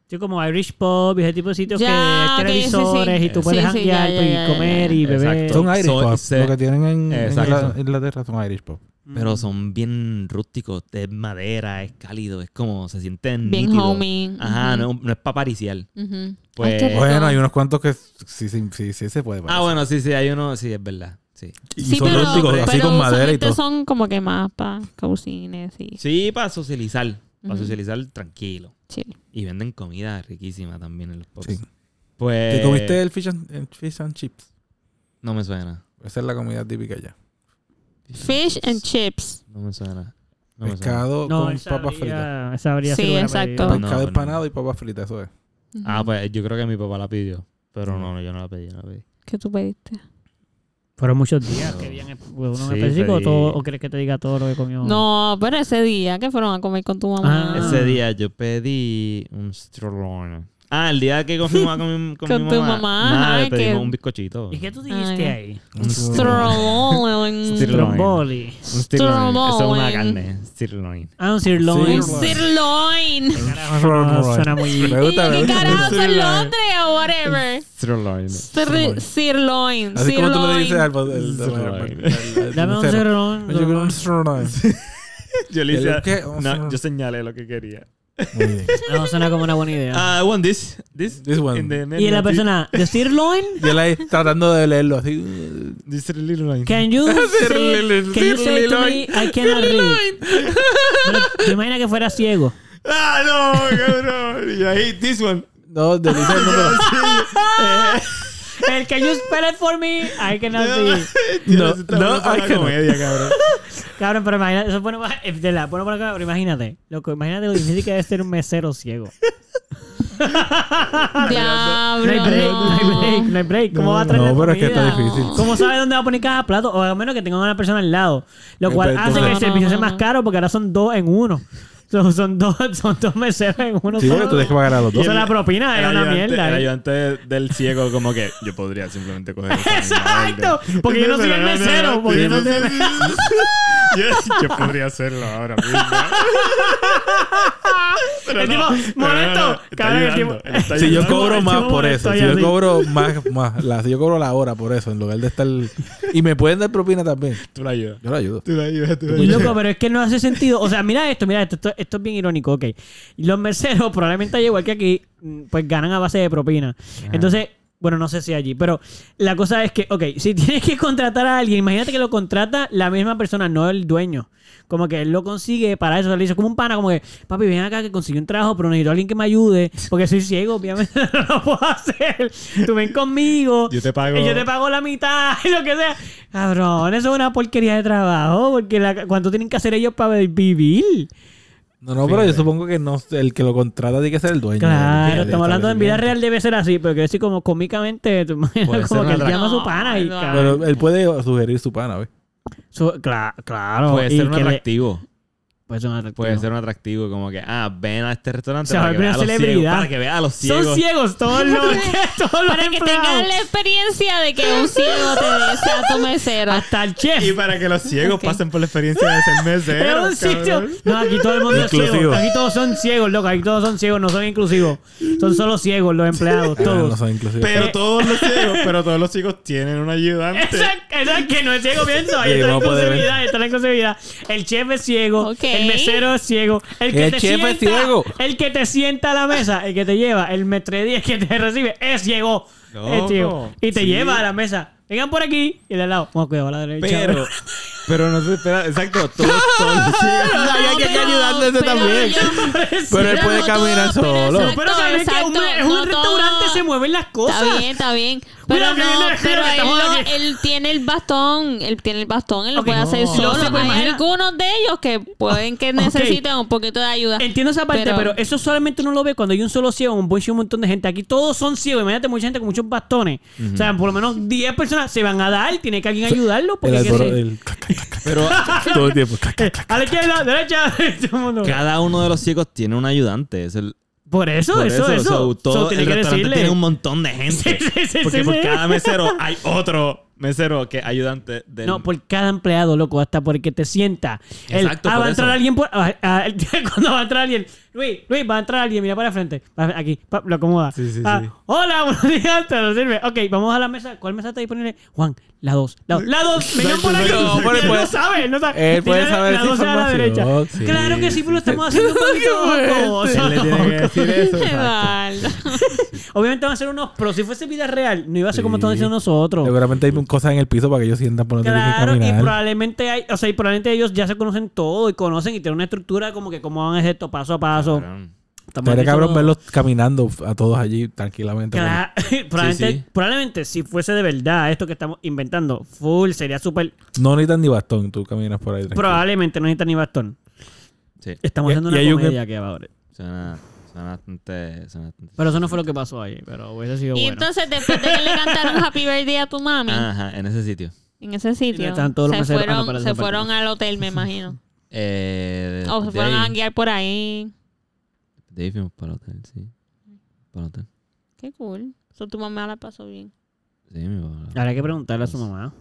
[SPEAKER 2] Sí, como Irish Pop y ese tipo de sitios
[SPEAKER 4] Ya,
[SPEAKER 2] que hay
[SPEAKER 4] ok, sí, sí.
[SPEAKER 2] televisores y tú
[SPEAKER 1] Sí,
[SPEAKER 2] puedes
[SPEAKER 4] sí, ya,
[SPEAKER 2] janguear pues,
[SPEAKER 4] ya, ya,
[SPEAKER 2] y comer y
[SPEAKER 1] ya.
[SPEAKER 2] beber.
[SPEAKER 4] Eh,
[SPEAKER 1] Exacto.
[SPEAKER 5] Son Irish
[SPEAKER 1] Soy-
[SPEAKER 5] pop.
[SPEAKER 1] sé-
[SPEAKER 5] Lo que tienen en, en
[SPEAKER 1] Exacto.
[SPEAKER 5] Irla- Inglaterra son Irish pop.
[SPEAKER 4] Mm.
[SPEAKER 1] Pero son bien rústicos. Es madera, es cálido, es como se sienten
[SPEAKER 4] Bien
[SPEAKER 1] nítidos.
[SPEAKER 4] homie.
[SPEAKER 1] Ajá,
[SPEAKER 4] Ujú,
[SPEAKER 1] no, no es paparicial.
[SPEAKER 4] ujú.
[SPEAKER 1] Pues-
[SPEAKER 4] Ay, qué rico.
[SPEAKER 5] Bueno, hay unos cuantos que sí, sí, sí, sí se
[SPEAKER 1] Ah,
[SPEAKER 5] puede. parecer.
[SPEAKER 1] bueno, sí, sí, hay uno, sí, es verdad. Sí.
[SPEAKER 5] Y
[SPEAKER 4] Sí,
[SPEAKER 5] son
[SPEAKER 4] pero,
[SPEAKER 5] rústicos, así
[SPEAKER 4] pero
[SPEAKER 5] con madera y
[SPEAKER 4] usualmente
[SPEAKER 5] todo.
[SPEAKER 4] son como que más para cocines y
[SPEAKER 1] Sí, para socializar. Para
[SPEAKER 4] Ujú.
[SPEAKER 1] socializar tranquilo.
[SPEAKER 4] chill.
[SPEAKER 1] Y venden comida riquísima también en los pubs.
[SPEAKER 5] Sí.
[SPEAKER 1] Pues.
[SPEAKER 5] ¿Te comiste el fish and, el fish and chips?
[SPEAKER 1] No me suena.
[SPEAKER 5] Esa es la comida típica ya.
[SPEAKER 4] Fish and chips.
[SPEAKER 1] No me suena. No me suena.
[SPEAKER 5] Pescado
[SPEAKER 2] No,
[SPEAKER 5] con
[SPEAKER 2] esa
[SPEAKER 5] papas fritas.
[SPEAKER 2] habría, esa habría
[SPEAKER 4] Sí,
[SPEAKER 2] sido buena
[SPEAKER 4] exacto.
[SPEAKER 2] para ir.
[SPEAKER 1] No,
[SPEAKER 5] Pescado
[SPEAKER 1] pero no.
[SPEAKER 5] empanado y papas fritas, eso es.
[SPEAKER 1] Ah,
[SPEAKER 4] Ujú.
[SPEAKER 1] pues yo creo que mi papá la pidió. Pero
[SPEAKER 5] Sí.
[SPEAKER 1] no, no, yo no la pedí, no la pedí.
[SPEAKER 4] ¿Qué tú pediste?
[SPEAKER 2] Fueron muchos días
[SPEAKER 1] No.
[SPEAKER 2] que habían uno en
[SPEAKER 1] Sí,
[SPEAKER 2] específico o,
[SPEAKER 1] pedí-
[SPEAKER 2] todo- o crees que te diga todo lo que comió.
[SPEAKER 4] No, pero ese día que fueron a comer con tu mamá.
[SPEAKER 2] Ah.
[SPEAKER 1] Ese día yo pedí un sirloin. Ah, el día que comimos con mi, con
[SPEAKER 4] Con
[SPEAKER 1] mi
[SPEAKER 4] tu
[SPEAKER 1] mamá.
[SPEAKER 4] mamá,
[SPEAKER 1] Nada,
[SPEAKER 4] ajá,
[SPEAKER 1] le pedimos
[SPEAKER 4] que-
[SPEAKER 1] un bizcochito.
[SPEAKER 2] ¿Y qué tú dijiste
[SPEAKER 4] Ay.
[SPEAKER 2] ahí?
[SPEAKER 1] Un sirloin.
[SPEAKER 4] Sirloin.
[SPEAKER 1] Sirloin.
[SPEAKER 2] Tromboli.
[SPEAKER 1] Un sirloin. Eso es una
[SPEAKER 4] Sirloin.
[SPEAKER 1] carne. Sirloin.
[SPEAKER 2] Ah, un sirloin.
[SPEAKER 4] Un sirloin.
[SPEAKER 2] Carajo, no,
[SPEAKER 5] Sirloin.
[SPEAKER 2] suena muy...
[SPEAKER 5] Me
[SPEAKER 4] Y yo,
[SPEAKER 5] gusta, me
[SPEAKER 4] ¿Qué
[SPEAKER 5] gusta.
[SPEAKER 4] carajo son Londres o whatever?
[SPEAKER 1] Sirloin.
[SPEAKER 4] Sir- Sirloin.
[SPEAKER 5] Así como tú le dices
[SPEAKER 4] Sirloin.
[SPEAKER 5] al... al- al-
[SPEAKER 1] Sirloin.
[SPEAKER 5] al- al-
[SPEAKER 2] Dame un
[SPEAKER 5] mesero.
[SPEAKER 2] sirloin.
[SPEAKER 5] Yo quiero un sirloin.
[SPEAKER 1] Yo le
[SPEAKER 5] ¿El
[SPEAKER 1] hice.
[SPEAKER 5] qué?
[SPEAKER 1] No, yo señalé lo que quería.
[SPEAKER 5] Muy bien.
[SPEAKER 2] No, suena como una buena idea.
[SPEAKER 1] Ah, I want this. This.
[SPEAKER 5] This one.
[SPEAKER 1] in the menu.
[SPEAKER 2] Y la persona, ¿the sirloin?
[SPEAKER 5] Yo la tratando de leerlo así.
[SPEAKER 1] This sirloin.
[SPEAKER 2] Can you say,
[SPEAKER 5] Sirloin,
[SPEAKER 2] can you say to me, I cannot read? Pero, ¿Te imaginas que fuera ciego?
[SPEAKER 1] Ah, no, cabrón. Y ahí, this one.
[SPEAKER 5] No, de Lisa el número.
[SPEAKER 2] El can you spell it for me, I cannot read.
[SPEAKER 1] Ah. No,
[SPEAKER 5] no,
[SPEAKER 1] no, hay
[SPEAKER 5] I cannot.
[SPEAKER 1] comedia, cabrón.
[SPEAKER 2] Cabrón, pero imagínate, eso pone pa- eh, de la pone por acá, pero imagínate, loco, imagínate lo difícil que debe ser un mesero ciego. No hay
[SPEAKER 4] Diablo.
[SPEAKER 2] break, no hay break, no hay break. ¿Cómo va a traer
[SPEAKER 5] No,
[SPEAKER 2] la
[SPEAKER 5] pero es que
[SPEAKER 2] comida?
[SPEAKER 5] está difícil.
[SPEAKER 2] ¿Cómo sabe dónde va a poner cada plato? O al menos que tenga una persona al lado. Lo
[SPEAKER 5] Eh,
[SPEAKER 2] cual
[SPEAKER 5] pero
[SPEAKER 2] hace que el
[SPEAKER 4] entonces-
[SPEAKER 2] servicio sea más caro porque ahora son dos en uno. Son, son dos, son dos meseros en uno.
[SPEAKER 5] Sí,
[SPEAKER 2] solo.
[SPEAKER 5] porque tú tienes que pagar a los
[SPEAKER 2] O
[SPEAKER 5] dos.
[SPEAKER 2] sea, la propina
[SPEAKER 1] El
[SPEAKER 2] era una
[SPEAKER 1] ayudante-
[SPEAKER 2] mierda.
[SPEAKER 1] El
[SPEAKER 2] ¿eh?
[SPEAKER 1] ayudante del ciego, como que yo podría simplemente coger. esa misma
[SPEAKER 2] Exacto,
[SPEAKER 1] orden.
[SPEAKER 2] porque yo no soy
[SPEAKER 1] Pero
[SPEAKER 2] el mesero, pues, porque yo no soy el-
[SPEAKER 1] yo, yo podría hacerlo ahora mismo. ¿eh? Pero
[SPEAKER 2] El
[SPEAKER 1] no,
[SPEAKER 2] tipo,
[SPEAKER 1] pero no, no,
[SPEAKER 2] momento,
[SPEAKER 1] está
[SPEAKER 2] cabrón, el
[SPEAKER 1] ayudando,
[SPEAKER 2] tipo-
[SPEAKER 1] él está
[SPEAKER 5] Si yo
[SPEAKER 1] ayudando.
[SPEAKER 5] cobro
[SPEAKER 2] Estoy
[SPEAKER 5] más por
[SPEAKER 2] molesto
[SPEAKER 5] eso, si
[SPEAKER 2] ya,
[SPEAKER 5] yo
[SPEAKER 2] sí.
[SPEAKER 5] cobro más, más, la, si yo cobro la hora por eso, en lugar de estar. Y me pueden dar propina también.
[SPEAKER 1] Tú la ayudas.
[SPEAKER 5] Yo la ayudo.
[SPEAKER 1] Tú la ayudas, tú la
[SPEAKER 5] Oye.
[SPEAKER 2] Loco, pero es que no hace sentido. O sea, mira esto, mira esto. Esto, esto es bien irónico, ok. Los meseros, probablemente allá igual que aquí, mm, pues ganan a base de propina. Entonces, bueno, no sé si allí, pero la cosa es que, ok, si tienes que contratar a alguien, imagínate que lo contrata la misma persona, no el dueño. Como que él lo consigue para eso. O sea, le dice como un pana, como que, papi, ven acá que consiguió un trabajo, pero necesito a alguien que me ayude, porque soy ciego, obviamente no lo puedo hacer. Tú ven conmigo.
[SPEAKER 1] Yo te pago.
[SPEAKER 2] Y yo te pago la mitad, y lo que sea. Cabrón, eso es una porquería de trabajo, porque la, ¿cuánto tienen que hacer ellos para vivir?
[SPEAKER 5] No, no, pero yo supongo que no, el que lo contrata tiene que ser el dueño. del-
[SPEAKER 2] Claro,
[SPEAKER 5] del
[SPEAKER 2] estamos hablando en vida real
[SPEAKER 5] establecimiento.
[SPEAKER 2] debe ser así, pero quiero decir como cómicamente, tú imaginas
[SPEAKER 1] Puede ser
[SPEAKER 2] como que
[SPEAKER 1] una
[SPEAKER 2] él
[SPEAKER 1] atracción.
[SPEAKER 2] llama a su pana y...
[SPEAKER 4] No,
[SPEAKER 2] cabrón,
[SPEAKER 5] Pero él puede sugerir su pana, ¿ves?
[SPEAKER 2] su- cla- claro,
[SPEAKER 1] Puede
[SPEAKER 2] y
[SPEAKER 1] ser un
[SPEAKER 2] que le-
[SPEAKER 1] atractivo.
[SPEAKER 2] puede ser un atractivo.
[SPEAKER 1] Puede ser un atractivo, como que, ah, ven a este restaurante
[SPEAKER 2] Se
[SPEAKER 1] para,
[SPEAKER 2] va
[SPEAKER 1] que
[SPEAKER 2] a ver
[SPEAKER 1] vea a
[SPEAKER 2] una
[SPEAKER 1] los ciegos,
[SPEAKER 2] celebridad.
[SPEAKER 1] para que vea a los ciegos.
[SPEAKER 2] Son ciegos todos los, todos los
[SPEAKER 4] Para que
[SPEAKER 2] empleados.
[SPEAKER 4] tengas la experiencia de que un ciego te desea tu mesero.
[SPEAKER 2] Hasta el chef.
[SPEAKER 1] Y para que los ciegos
[SPEAKER 4] Ok.
[SPEAKER 1] pasen por la experiencia de ser
[SPEAKER 2] Es
[SPEAKER 1] mesero.
[SPEAKER 2] un sitio.
[SPEAKER 1] cabrón.
[SPEAKER 2] No, aquí todo el mundo es
[SPEAKER 5] Inclusivo.
[SPEAKER 2] ciego. Aquí todos son ciegos, loco. Aquí todos son ciegos, no son inclusivos. Son solo ciegos los empleados,
[SPEAKER 5] Ah,
[SPEAKER 2] todos.
[SPEAKER 5] no son inclusivos.
[SPEAKER 1] Pero todos los ciegos, pero todos los ciegos tienen un ayudante.
[SPEAKER 2] Esa, esa que no es ciego, pienso. Ahí
[SPEAKER 5] Sí,
[SPEAKER 2] está la
[SPEAKER 5] no puede ver.
[SPEAKER 2] inclusividad, ahí está la inclusividad. El chef es ciego,
[SPEAKER 4] Ok.
[SPEAKER 2] el mesero es ciego, el que
[SPEAKER 5] El
[SPEAKER 2] te
[SPEAKER 5] chef
[SPEAKER 2] sienta,
[SPEAKER 5] es ciego.
[SPEAKER 2] el que te sienta a la mesa, el que te lleva, el metre 10 que te recibe es ciego, es
[SPEAKER 1] Loco,
[SPEAKER 2] ciego y te
[SPEAKER 1] sí.
[SPEAKER 2] lleva a la mesa. Vengan por aquí y el de al lado. Vamos cuidado a la derecha.
[SPEAKER 1] Pero, pero no se espera, exacto, todos, todos los
[SPEAKER 4] No,
[SPEAKER 1] ciegos.
[SPEAKER 5] que hay que
[SPEAKER 4] pero-
[SPEAKER 5] ayudarle a ese
[SPEAKER 4] pero
[SPEAKER 5] también.
[SPEAKER 4] yo-
[SPEAKER 5] Pero él
[SPEAKER 4] pero
[SPEAKER 5] puede
[SPEAKER 4] no
[SPEAKER 5] caminar
[SPEAKER 4] todo, pero
[SPEAKER 5] solo.
[SPEAKER 4] exacto,
[SPEAKER 2] Pero también es que un,
[SPEAKER 4] exacto,
[SPEAKER 2] es un
[SPEAKER 4] no
[SPEAKER 2] restaurante
[SPEAKER 4] todo.
[SPEAKER 2] se mueven las cosas.
[SPEAKER 4] Está bien, está bien.
[SPEAKER 2] Mira,
[SPEAKER 4] Pero
[SPEAKER 2] mira,
[SPEAKER 4] no,
[SPEAKER 2] mira,
[SPEAKER 4] pero
[SPEAKER 2] mira,
[SPEAKER 4] él,
[SPEAKER 2] estamos
[SPEAKER 4] no-
[SPEAKER 2] aquí.
[SPEAKER 4] él tiene el bastón, él tiene el bastón, él lo
[SPEAKER 2] Ok,
[SPEAKER 4] puede hacer
[SPEAKER 2] no.
[SPEAKER 4] solo.
[SPEAKER 2] No, sí, pues,
[SPEAKER 4] Hay
[SPEAKER 2] imagina-
[SPEAKER 4] algunos de ellos que pueden que necesitan un poquito de ayuda.
[SPEAKER 2] Entiendo esa parte, pero, eso solamente uno lo ve cuando hay un solo ciego, un buen un montón de gente. Aquí todos son ciegos. Imagínate mucha gente con muchos bastones. O sea, por lo menos 10 personas se van a dar. Tiene que alguien ayudarlo.
[SPEAKER 5] El
[SPEAKER 2] Porque que
[SPEAKER 5] alboro-
[SPEAKER 2] se-
[SPEAKER 5] el- todo el tiempo.
[SPEAKER 2] A la izquierda, a la derecha. todo el mundo.
[SPEAKER 1] Cada uno de los ciegos tiene un ayudante. Es el,
[SPEAKER 2] Por eso,
[SPEAKER 1] por
[SPEAKER 2] eso,
[SPEAKER 1] eso,
[SPEAKER 2] eso.
[SPEAKER 1] so, todo
[SPEAKER 2] So, tiene
[SPEAKER 1] el
[SPEAKER 2] que
[SPEAKER 1] restaurante
[SPEAKER 2] decirle.
[SPEAKER 1] tiene un montón de
[SPEAKER 2] Sí,
[SPEAKER 1] gente.
[SPEAKER 2] sí, sí,
[SPEAKER 1] porque
[SPEAKER 2] sí,
[SPEAKER 1] por
[SPEAKER 2] sí.
[SPEAKER 1] cada mesero hay otro mesero que es ayudante del
[SPEAKER 2] No, por cada empleado, loco, hasta por el que te sienta. El,
[SPEAKER 1] Exacto,
[SPEAKER 2] ah,
[SPEAKER 1] por
[SPEAKER 2] va a entrar
[SPEAKER 1] eso.
[SPEAKER 2] alguien por. ah, ah, cuando va a entrar alguien. Luis, Luis, va a entrar alguien, mira para el frente. Va- Aquí, pa, lo acomoda.
[SPEAKER 1] Sí, sí,
[SPEAKER 2] Ah,
[SPEAKER 1] sí.
[SPEAKER 2] Hola, buenos días, te lo sirve. Ok, vamos a la mesa. ¿Cuál mesa está disponible? Juan, la 2. La 2, la 2, vengan por aquí.
[SPEAKER 5] exacto. No, pero
[SPEAKER 2] él
[SPEAKER 5] puede-
[SPEAKER 2] no sabe, él no sabe.
[SPEAKER 5] él puede
[SPEAKER 2] Tiene
[SPEAKER 5] saber
[SPEAKER 2] la
[SPEAKER 5] esa
[SPEAKER 2] 12 a la derecha.
[SPEAKER 5] información. Oh, Sí,
[SPEAKER 2] claro que sí, pero lo
[SPEAKER 5] sí,
[SPEAKER 2] estamos haciendo un poquito
[SPEAKER 5] fuerte.
[SPEAKER 2] jocoso,
[SPEAKER 1] Él le tiene que decir eso.
[SPEAKER 4] Qué
[SPEAKER 1] exacto.
[SPEAKER 4] mal.
[SPEAKER 2] Obviamente van a ser unos, pero si fuese vida real, no iba a ser como
[SPEAKER 5] Sí.
[SPEAKER 2] estamos diciendo nosotros.
[SPEAKER 5] Seguramente hay cosas en el piso para que ellos sientan por no tener que
[SPEAKER 2] Claro, y
[SPEAKER 5] caminar.
[SPEAKER 2] probablemente hay, o sea, y probablemente ellos ya se conocen todo y conocen y tienen una estructura como que cómo van a hacer esto paso a paso.
[SPEAKER 1] Cabrón.
[SPEAKER 2] Estamos
[SPEAKER 5] Estaría
[SPEAKER 2] haciendo-
[SPEAKER 5] cabrón verlos caminando a todos allí tranquilamente.
[SPEAKER 2] Cla- probablemente,
[SPEAKER 1] sí.
[SPEAKER 2] probablemente si fuese de verdad esto que estamos inventando, full sería súper.
[SPEAKER 5] No necesitan ni bastón, tú caminas por ahí. tranquilo.
[SPEAKER 2] Probablemente no necesita ni bastón.
[SPEAKER 1] Sí.
[SPEAKER 2] Estamos
[SPEAKER 5] Y-
[SPEAKER 2] haciendo
[SPEAKER 5] y
[SPEAKER 2] una
[SPEAKER 5] hay un-
[SPEAKER 2] comedia que va ahora.
[SPEAKER 1] Suena, suena bastante. Suena bastante-
[SPEAKER 2] Pero eso no fue lo que pasó ahí, pero hubiese sido
[SPEAKER 4] Y
[SPEAKER 2] bueno. Ah.
[SPEAKER 4] entonces, después de que le cantaron Happy Birthday a tu mami,
[SPEAKER 1] Ajá, en ese sitio.
[SPEAKER 4] en ese
[SPEAKER 2] Y le
[SPEAKER 4] sitio,
[SPEAKER 2] estaban todos los
[SPEAKER 4] se
[SPEAKER 2] meseros- ah, no,
[SPEAKER 4] fueron,
[SPEAKER 2] para eso
[SPEAKER 4] se
[SPEAKER 2] no partimos.
[SPEAKER 4] fueron al hotel, me imagino.
[SPEAKER 1] Eh,
[SPEAKER 4] O se
[SPEAKER 1] de
[SPEAKER 4] fueron
[SPEAKER 1] ahí-
[SPEAKER 4] a guiar por ahí.
[SPEAKER 1] de ahí fuimos para el hotel, sí. Para el hotel.
[SPEAKER 4] Qué cool. Eso tu mamá la pasó bien.
[SPEAKER 1] Sí, mi papá.
[SPEAKER 2] Ahora hay que preguntarle a su mamá.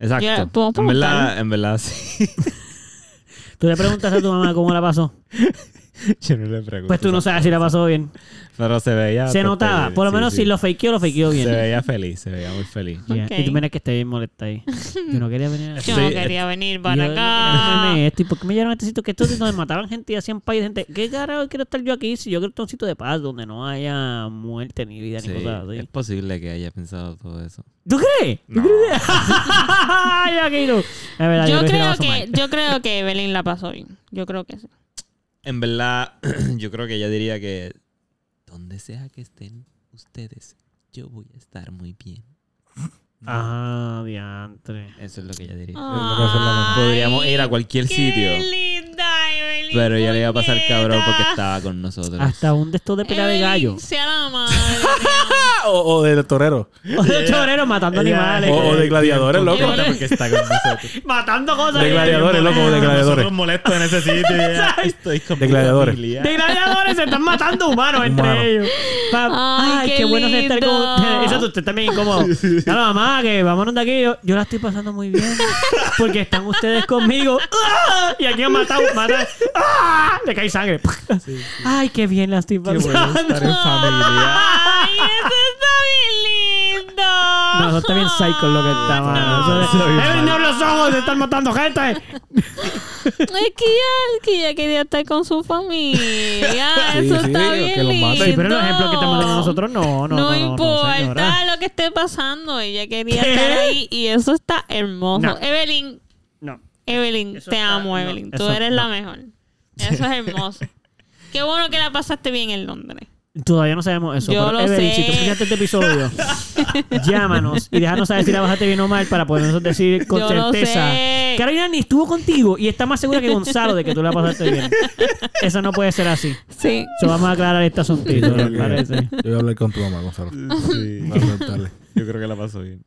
[SPEAKER 1] Exacto.
[SPEAKER 4] Ya, ¿podemos
[SPEAKER 1] en verdad, en verdad, sí.
[SPEAKER 2] Tú le preguntas a tu mamá cómo la pasó.
[SPEAKER 1] Yo no le pregunto.
[SPEAKER 2] Pues tú no sabes si la pasó bien.
[SPEAKER 1] Pero se veía.
[SPEAKER 2] Se
[SPEAKER 1] bastante
[SPEAKER 2] notaba.
[SPEAKER 1] bien,
[SPEAKER 2] Por
[SPEAKER 1] pues,
[SPEAKER 2] lo
[SPEAKER 1] sí,
[SPEAKER 2] menos
[SPEAKER 1] sí.
[SPEAKER 2] si lo fakeó, lo fakeó bien.
[SPEAKER 1] Se veía feliz, se veía muy feliz.
[SPEAKER 2] Yeah.
[SPEAKER 4] Ok.
[SPEAKER 2] Y tú miras que esté bien molesta ahí. Yo no quería venir a
[SPEAKER 4] Yo no quería venir para
[SPEAKER 2] eh, Yo no quería
[SPEAKER 4] acá.
[SPEAKER 2] comerme esto. ¿Y por qué me llevaron a este sitio que esto es donde mataban gente y hacían país gente? ¿Qué carajo quiero estar yo aquí si yo quiero estar en un sitio de paz donde no haya muerte ni vida
[SPEAKER 1] Sí,
[SPEAKER 2] ni cosas
[SPEAKER 1] Es
[SPEAKER 2] así?
[SPEAKER 1] posible que haya pensado todo eso.
[SPEAKER 2] ¿Tú crees?
[SPEAKER 1] No.
[SPEAKER 2] Ay, Vaquero. Es verdad,
[SPEAKER 4] yo,
[SPEAKER 2] creo que se la
[SPEAKER 4] creo
[SPEAKER 2] pasó
[SPEAKER 4] que,
[SPEAKER 2] mal.
[SPEAKER 4] yo creo que Evelyn la pasó bien. Yo creo que sí.
[SPEAKER 1] En verdad, yo creo que ella diría que donde sea que estén ustedes, yo voy a estar muy bien.
[SPEAKER 2] Ah, diantre.
[SPEAKER 1] Eso es lo que ella diría.
[SPEAKER 5] Ay,
[SPEAKER 1] Podríamos ir a cualquier
[SPEAKER 4] Qué
[SPEAKER 1] sitio,
[SPEAKER 4] linda, Evelyn.
[SPEAKER 1] pero ella le iba a pasar
[SPEAKER 4] puñeta.
[SPEAKER 1] cabrón porque estaba con nosotros.
[SPEAKER 2] Hasta un de estos de pelea de
[SPEAKER 4] Evelyn,
[SPEAKER 2] gallo.
[SPEAKER 4] Sea la madre.
[SPEAKER 5] Ah, o, o de torero.
[SPEAKER 2] O de choreros matando animales.
[SPEAKER 5] O- o de gladiadores, loco.
[SPEAKER 1] Contenta Porque está con nosotros.
[SPEAKER 2] Matando cosas.
[SPEAKER 5] De gladiadores, loco, de gladiadores.
[SPEAKER 1] Nosotros molestos en ese sitio. ya. Estoy con
[SPEAKER 5] De
[SPEAKER 1] mi
[SPEAKER 5] gladiadores.
[SPEAKER 1] familia.
[SPEAKER 2] De gladiadores se están matando humanos entre
[SPEAKER 5] Humanos.
[SPEAKER 2] ellos. Pa-
[SPEAKER 4] Ay,
[SPEAKER 2] ay,
[SPEAKER 4] qué
[SPEAKER 2] qué, bueno es estar con
[SPEAKER 4] lindo.
[SPEAKER 2] ustedes. Exacto, usted también incómodo. Claro, mamá, que vámonos de aquí. Yo, yo la estoy pasando muy bien. Porque están ustedes conmigo. ¡Ah! Y aquí han matado, matan. ¡Ah! Le cae sangre. Ay, qué bien la estoy
[SPEAKER 5] Qué
[SPEAKER 2] pasando.
[SPEAKER 5] bueno estar en familia.
[SPEAKER 4] Ay, eso está bien lindo.
[SPEAKER 2] No, eso está bien psycho lo que está, mano.
[SPEAKER 1] No,
[SPEAKER 2] Eso
[SPEAKER 1] soy
[SPEAKER 2] de-
[SPEAKER 1] mal.
[SPEAKER 2] ¡Evelyn, no los ojos! ¡Se están matando gente!
[SPEAKER 4] Es que ya, es que ya quería estar con su familia.
[SPEAKER 5] Sí,
[SPEAKER 4] Eso
[SPEAKER 5] sí,
[SPEAKER 4] está
[SPEAKER 5] que
[SPEAKER 4] bien
[SPEAKER 5] los
[SPEAKER 4] lindo.
[SPEAKER 5] maten.
[SPEAKER 2] Sí, pero los ejemplos que estamos dando nosotros, no, no, no. no, señora.
[SPEAKER 4] importa lo que esté pasando. Ella quería
[SPEAKER 2] ¿Qué?
[SPEAKER 4] estar ahí y eso está hermoso.
[SPEAKER 2] No.
[SPEAKER 4] Evelyn,
[SPEAKER 2] No.
[SPEAKER 4] Evelyn,
[SPEAKER 2] Eso
[SPEAKER 4] te
[SPEAKER 2] está-
[SPEAKER 4] amo,
[SPEAKER 2] no,
[SPEAKER 4] Evelyn. Tú
[SPEAKER 2] eso
[SPEAKER 4] eres
[SPEAKER 2] no.
[SPEAKER 4] la mejor. Eso es hermoso. Qué bueno que la pasaste bien en Londres.
[SPEAKER 2] Todavía no sabemos eso.
[SPEAKER 4] Yo
[SPEAKER 2] pero
[SPEAKER 4] lo
[SPEAKER 2] Evelyn,
[SPEAKER 4] sé.
[SPEAKER 2] si tú escuchaste este episodio, llámanos y déjanos saber si la bajaste bien o mal para podernos decir con
[SPEAKER 4] Yo lo
[SPEAKER 2] certeza.
[SPEAKER 4] sé.
[SPEAKER 2] Carolina ni estuvo contigo y está más segura que Gonzalo de que tú la pasaste bien. Eso no puede ser así.
[SPEAKER 4] Sí.
[SPEAKER 2] So, vamos a aclarar este asuntito,
[SPEAKER 5] Yo creo
[SPEAKER 2] me
[SPEAKER 5] que-
[SPEAKER 2] parece.
[SPEAKER 5] Yo voy a hablar con tu mamá, Gonzalo.
[SPEAKER 1] Sí.
[SPEAKER 5] Para preguntarle.
[SPEAKER 1] Yo creo que la pasó bien.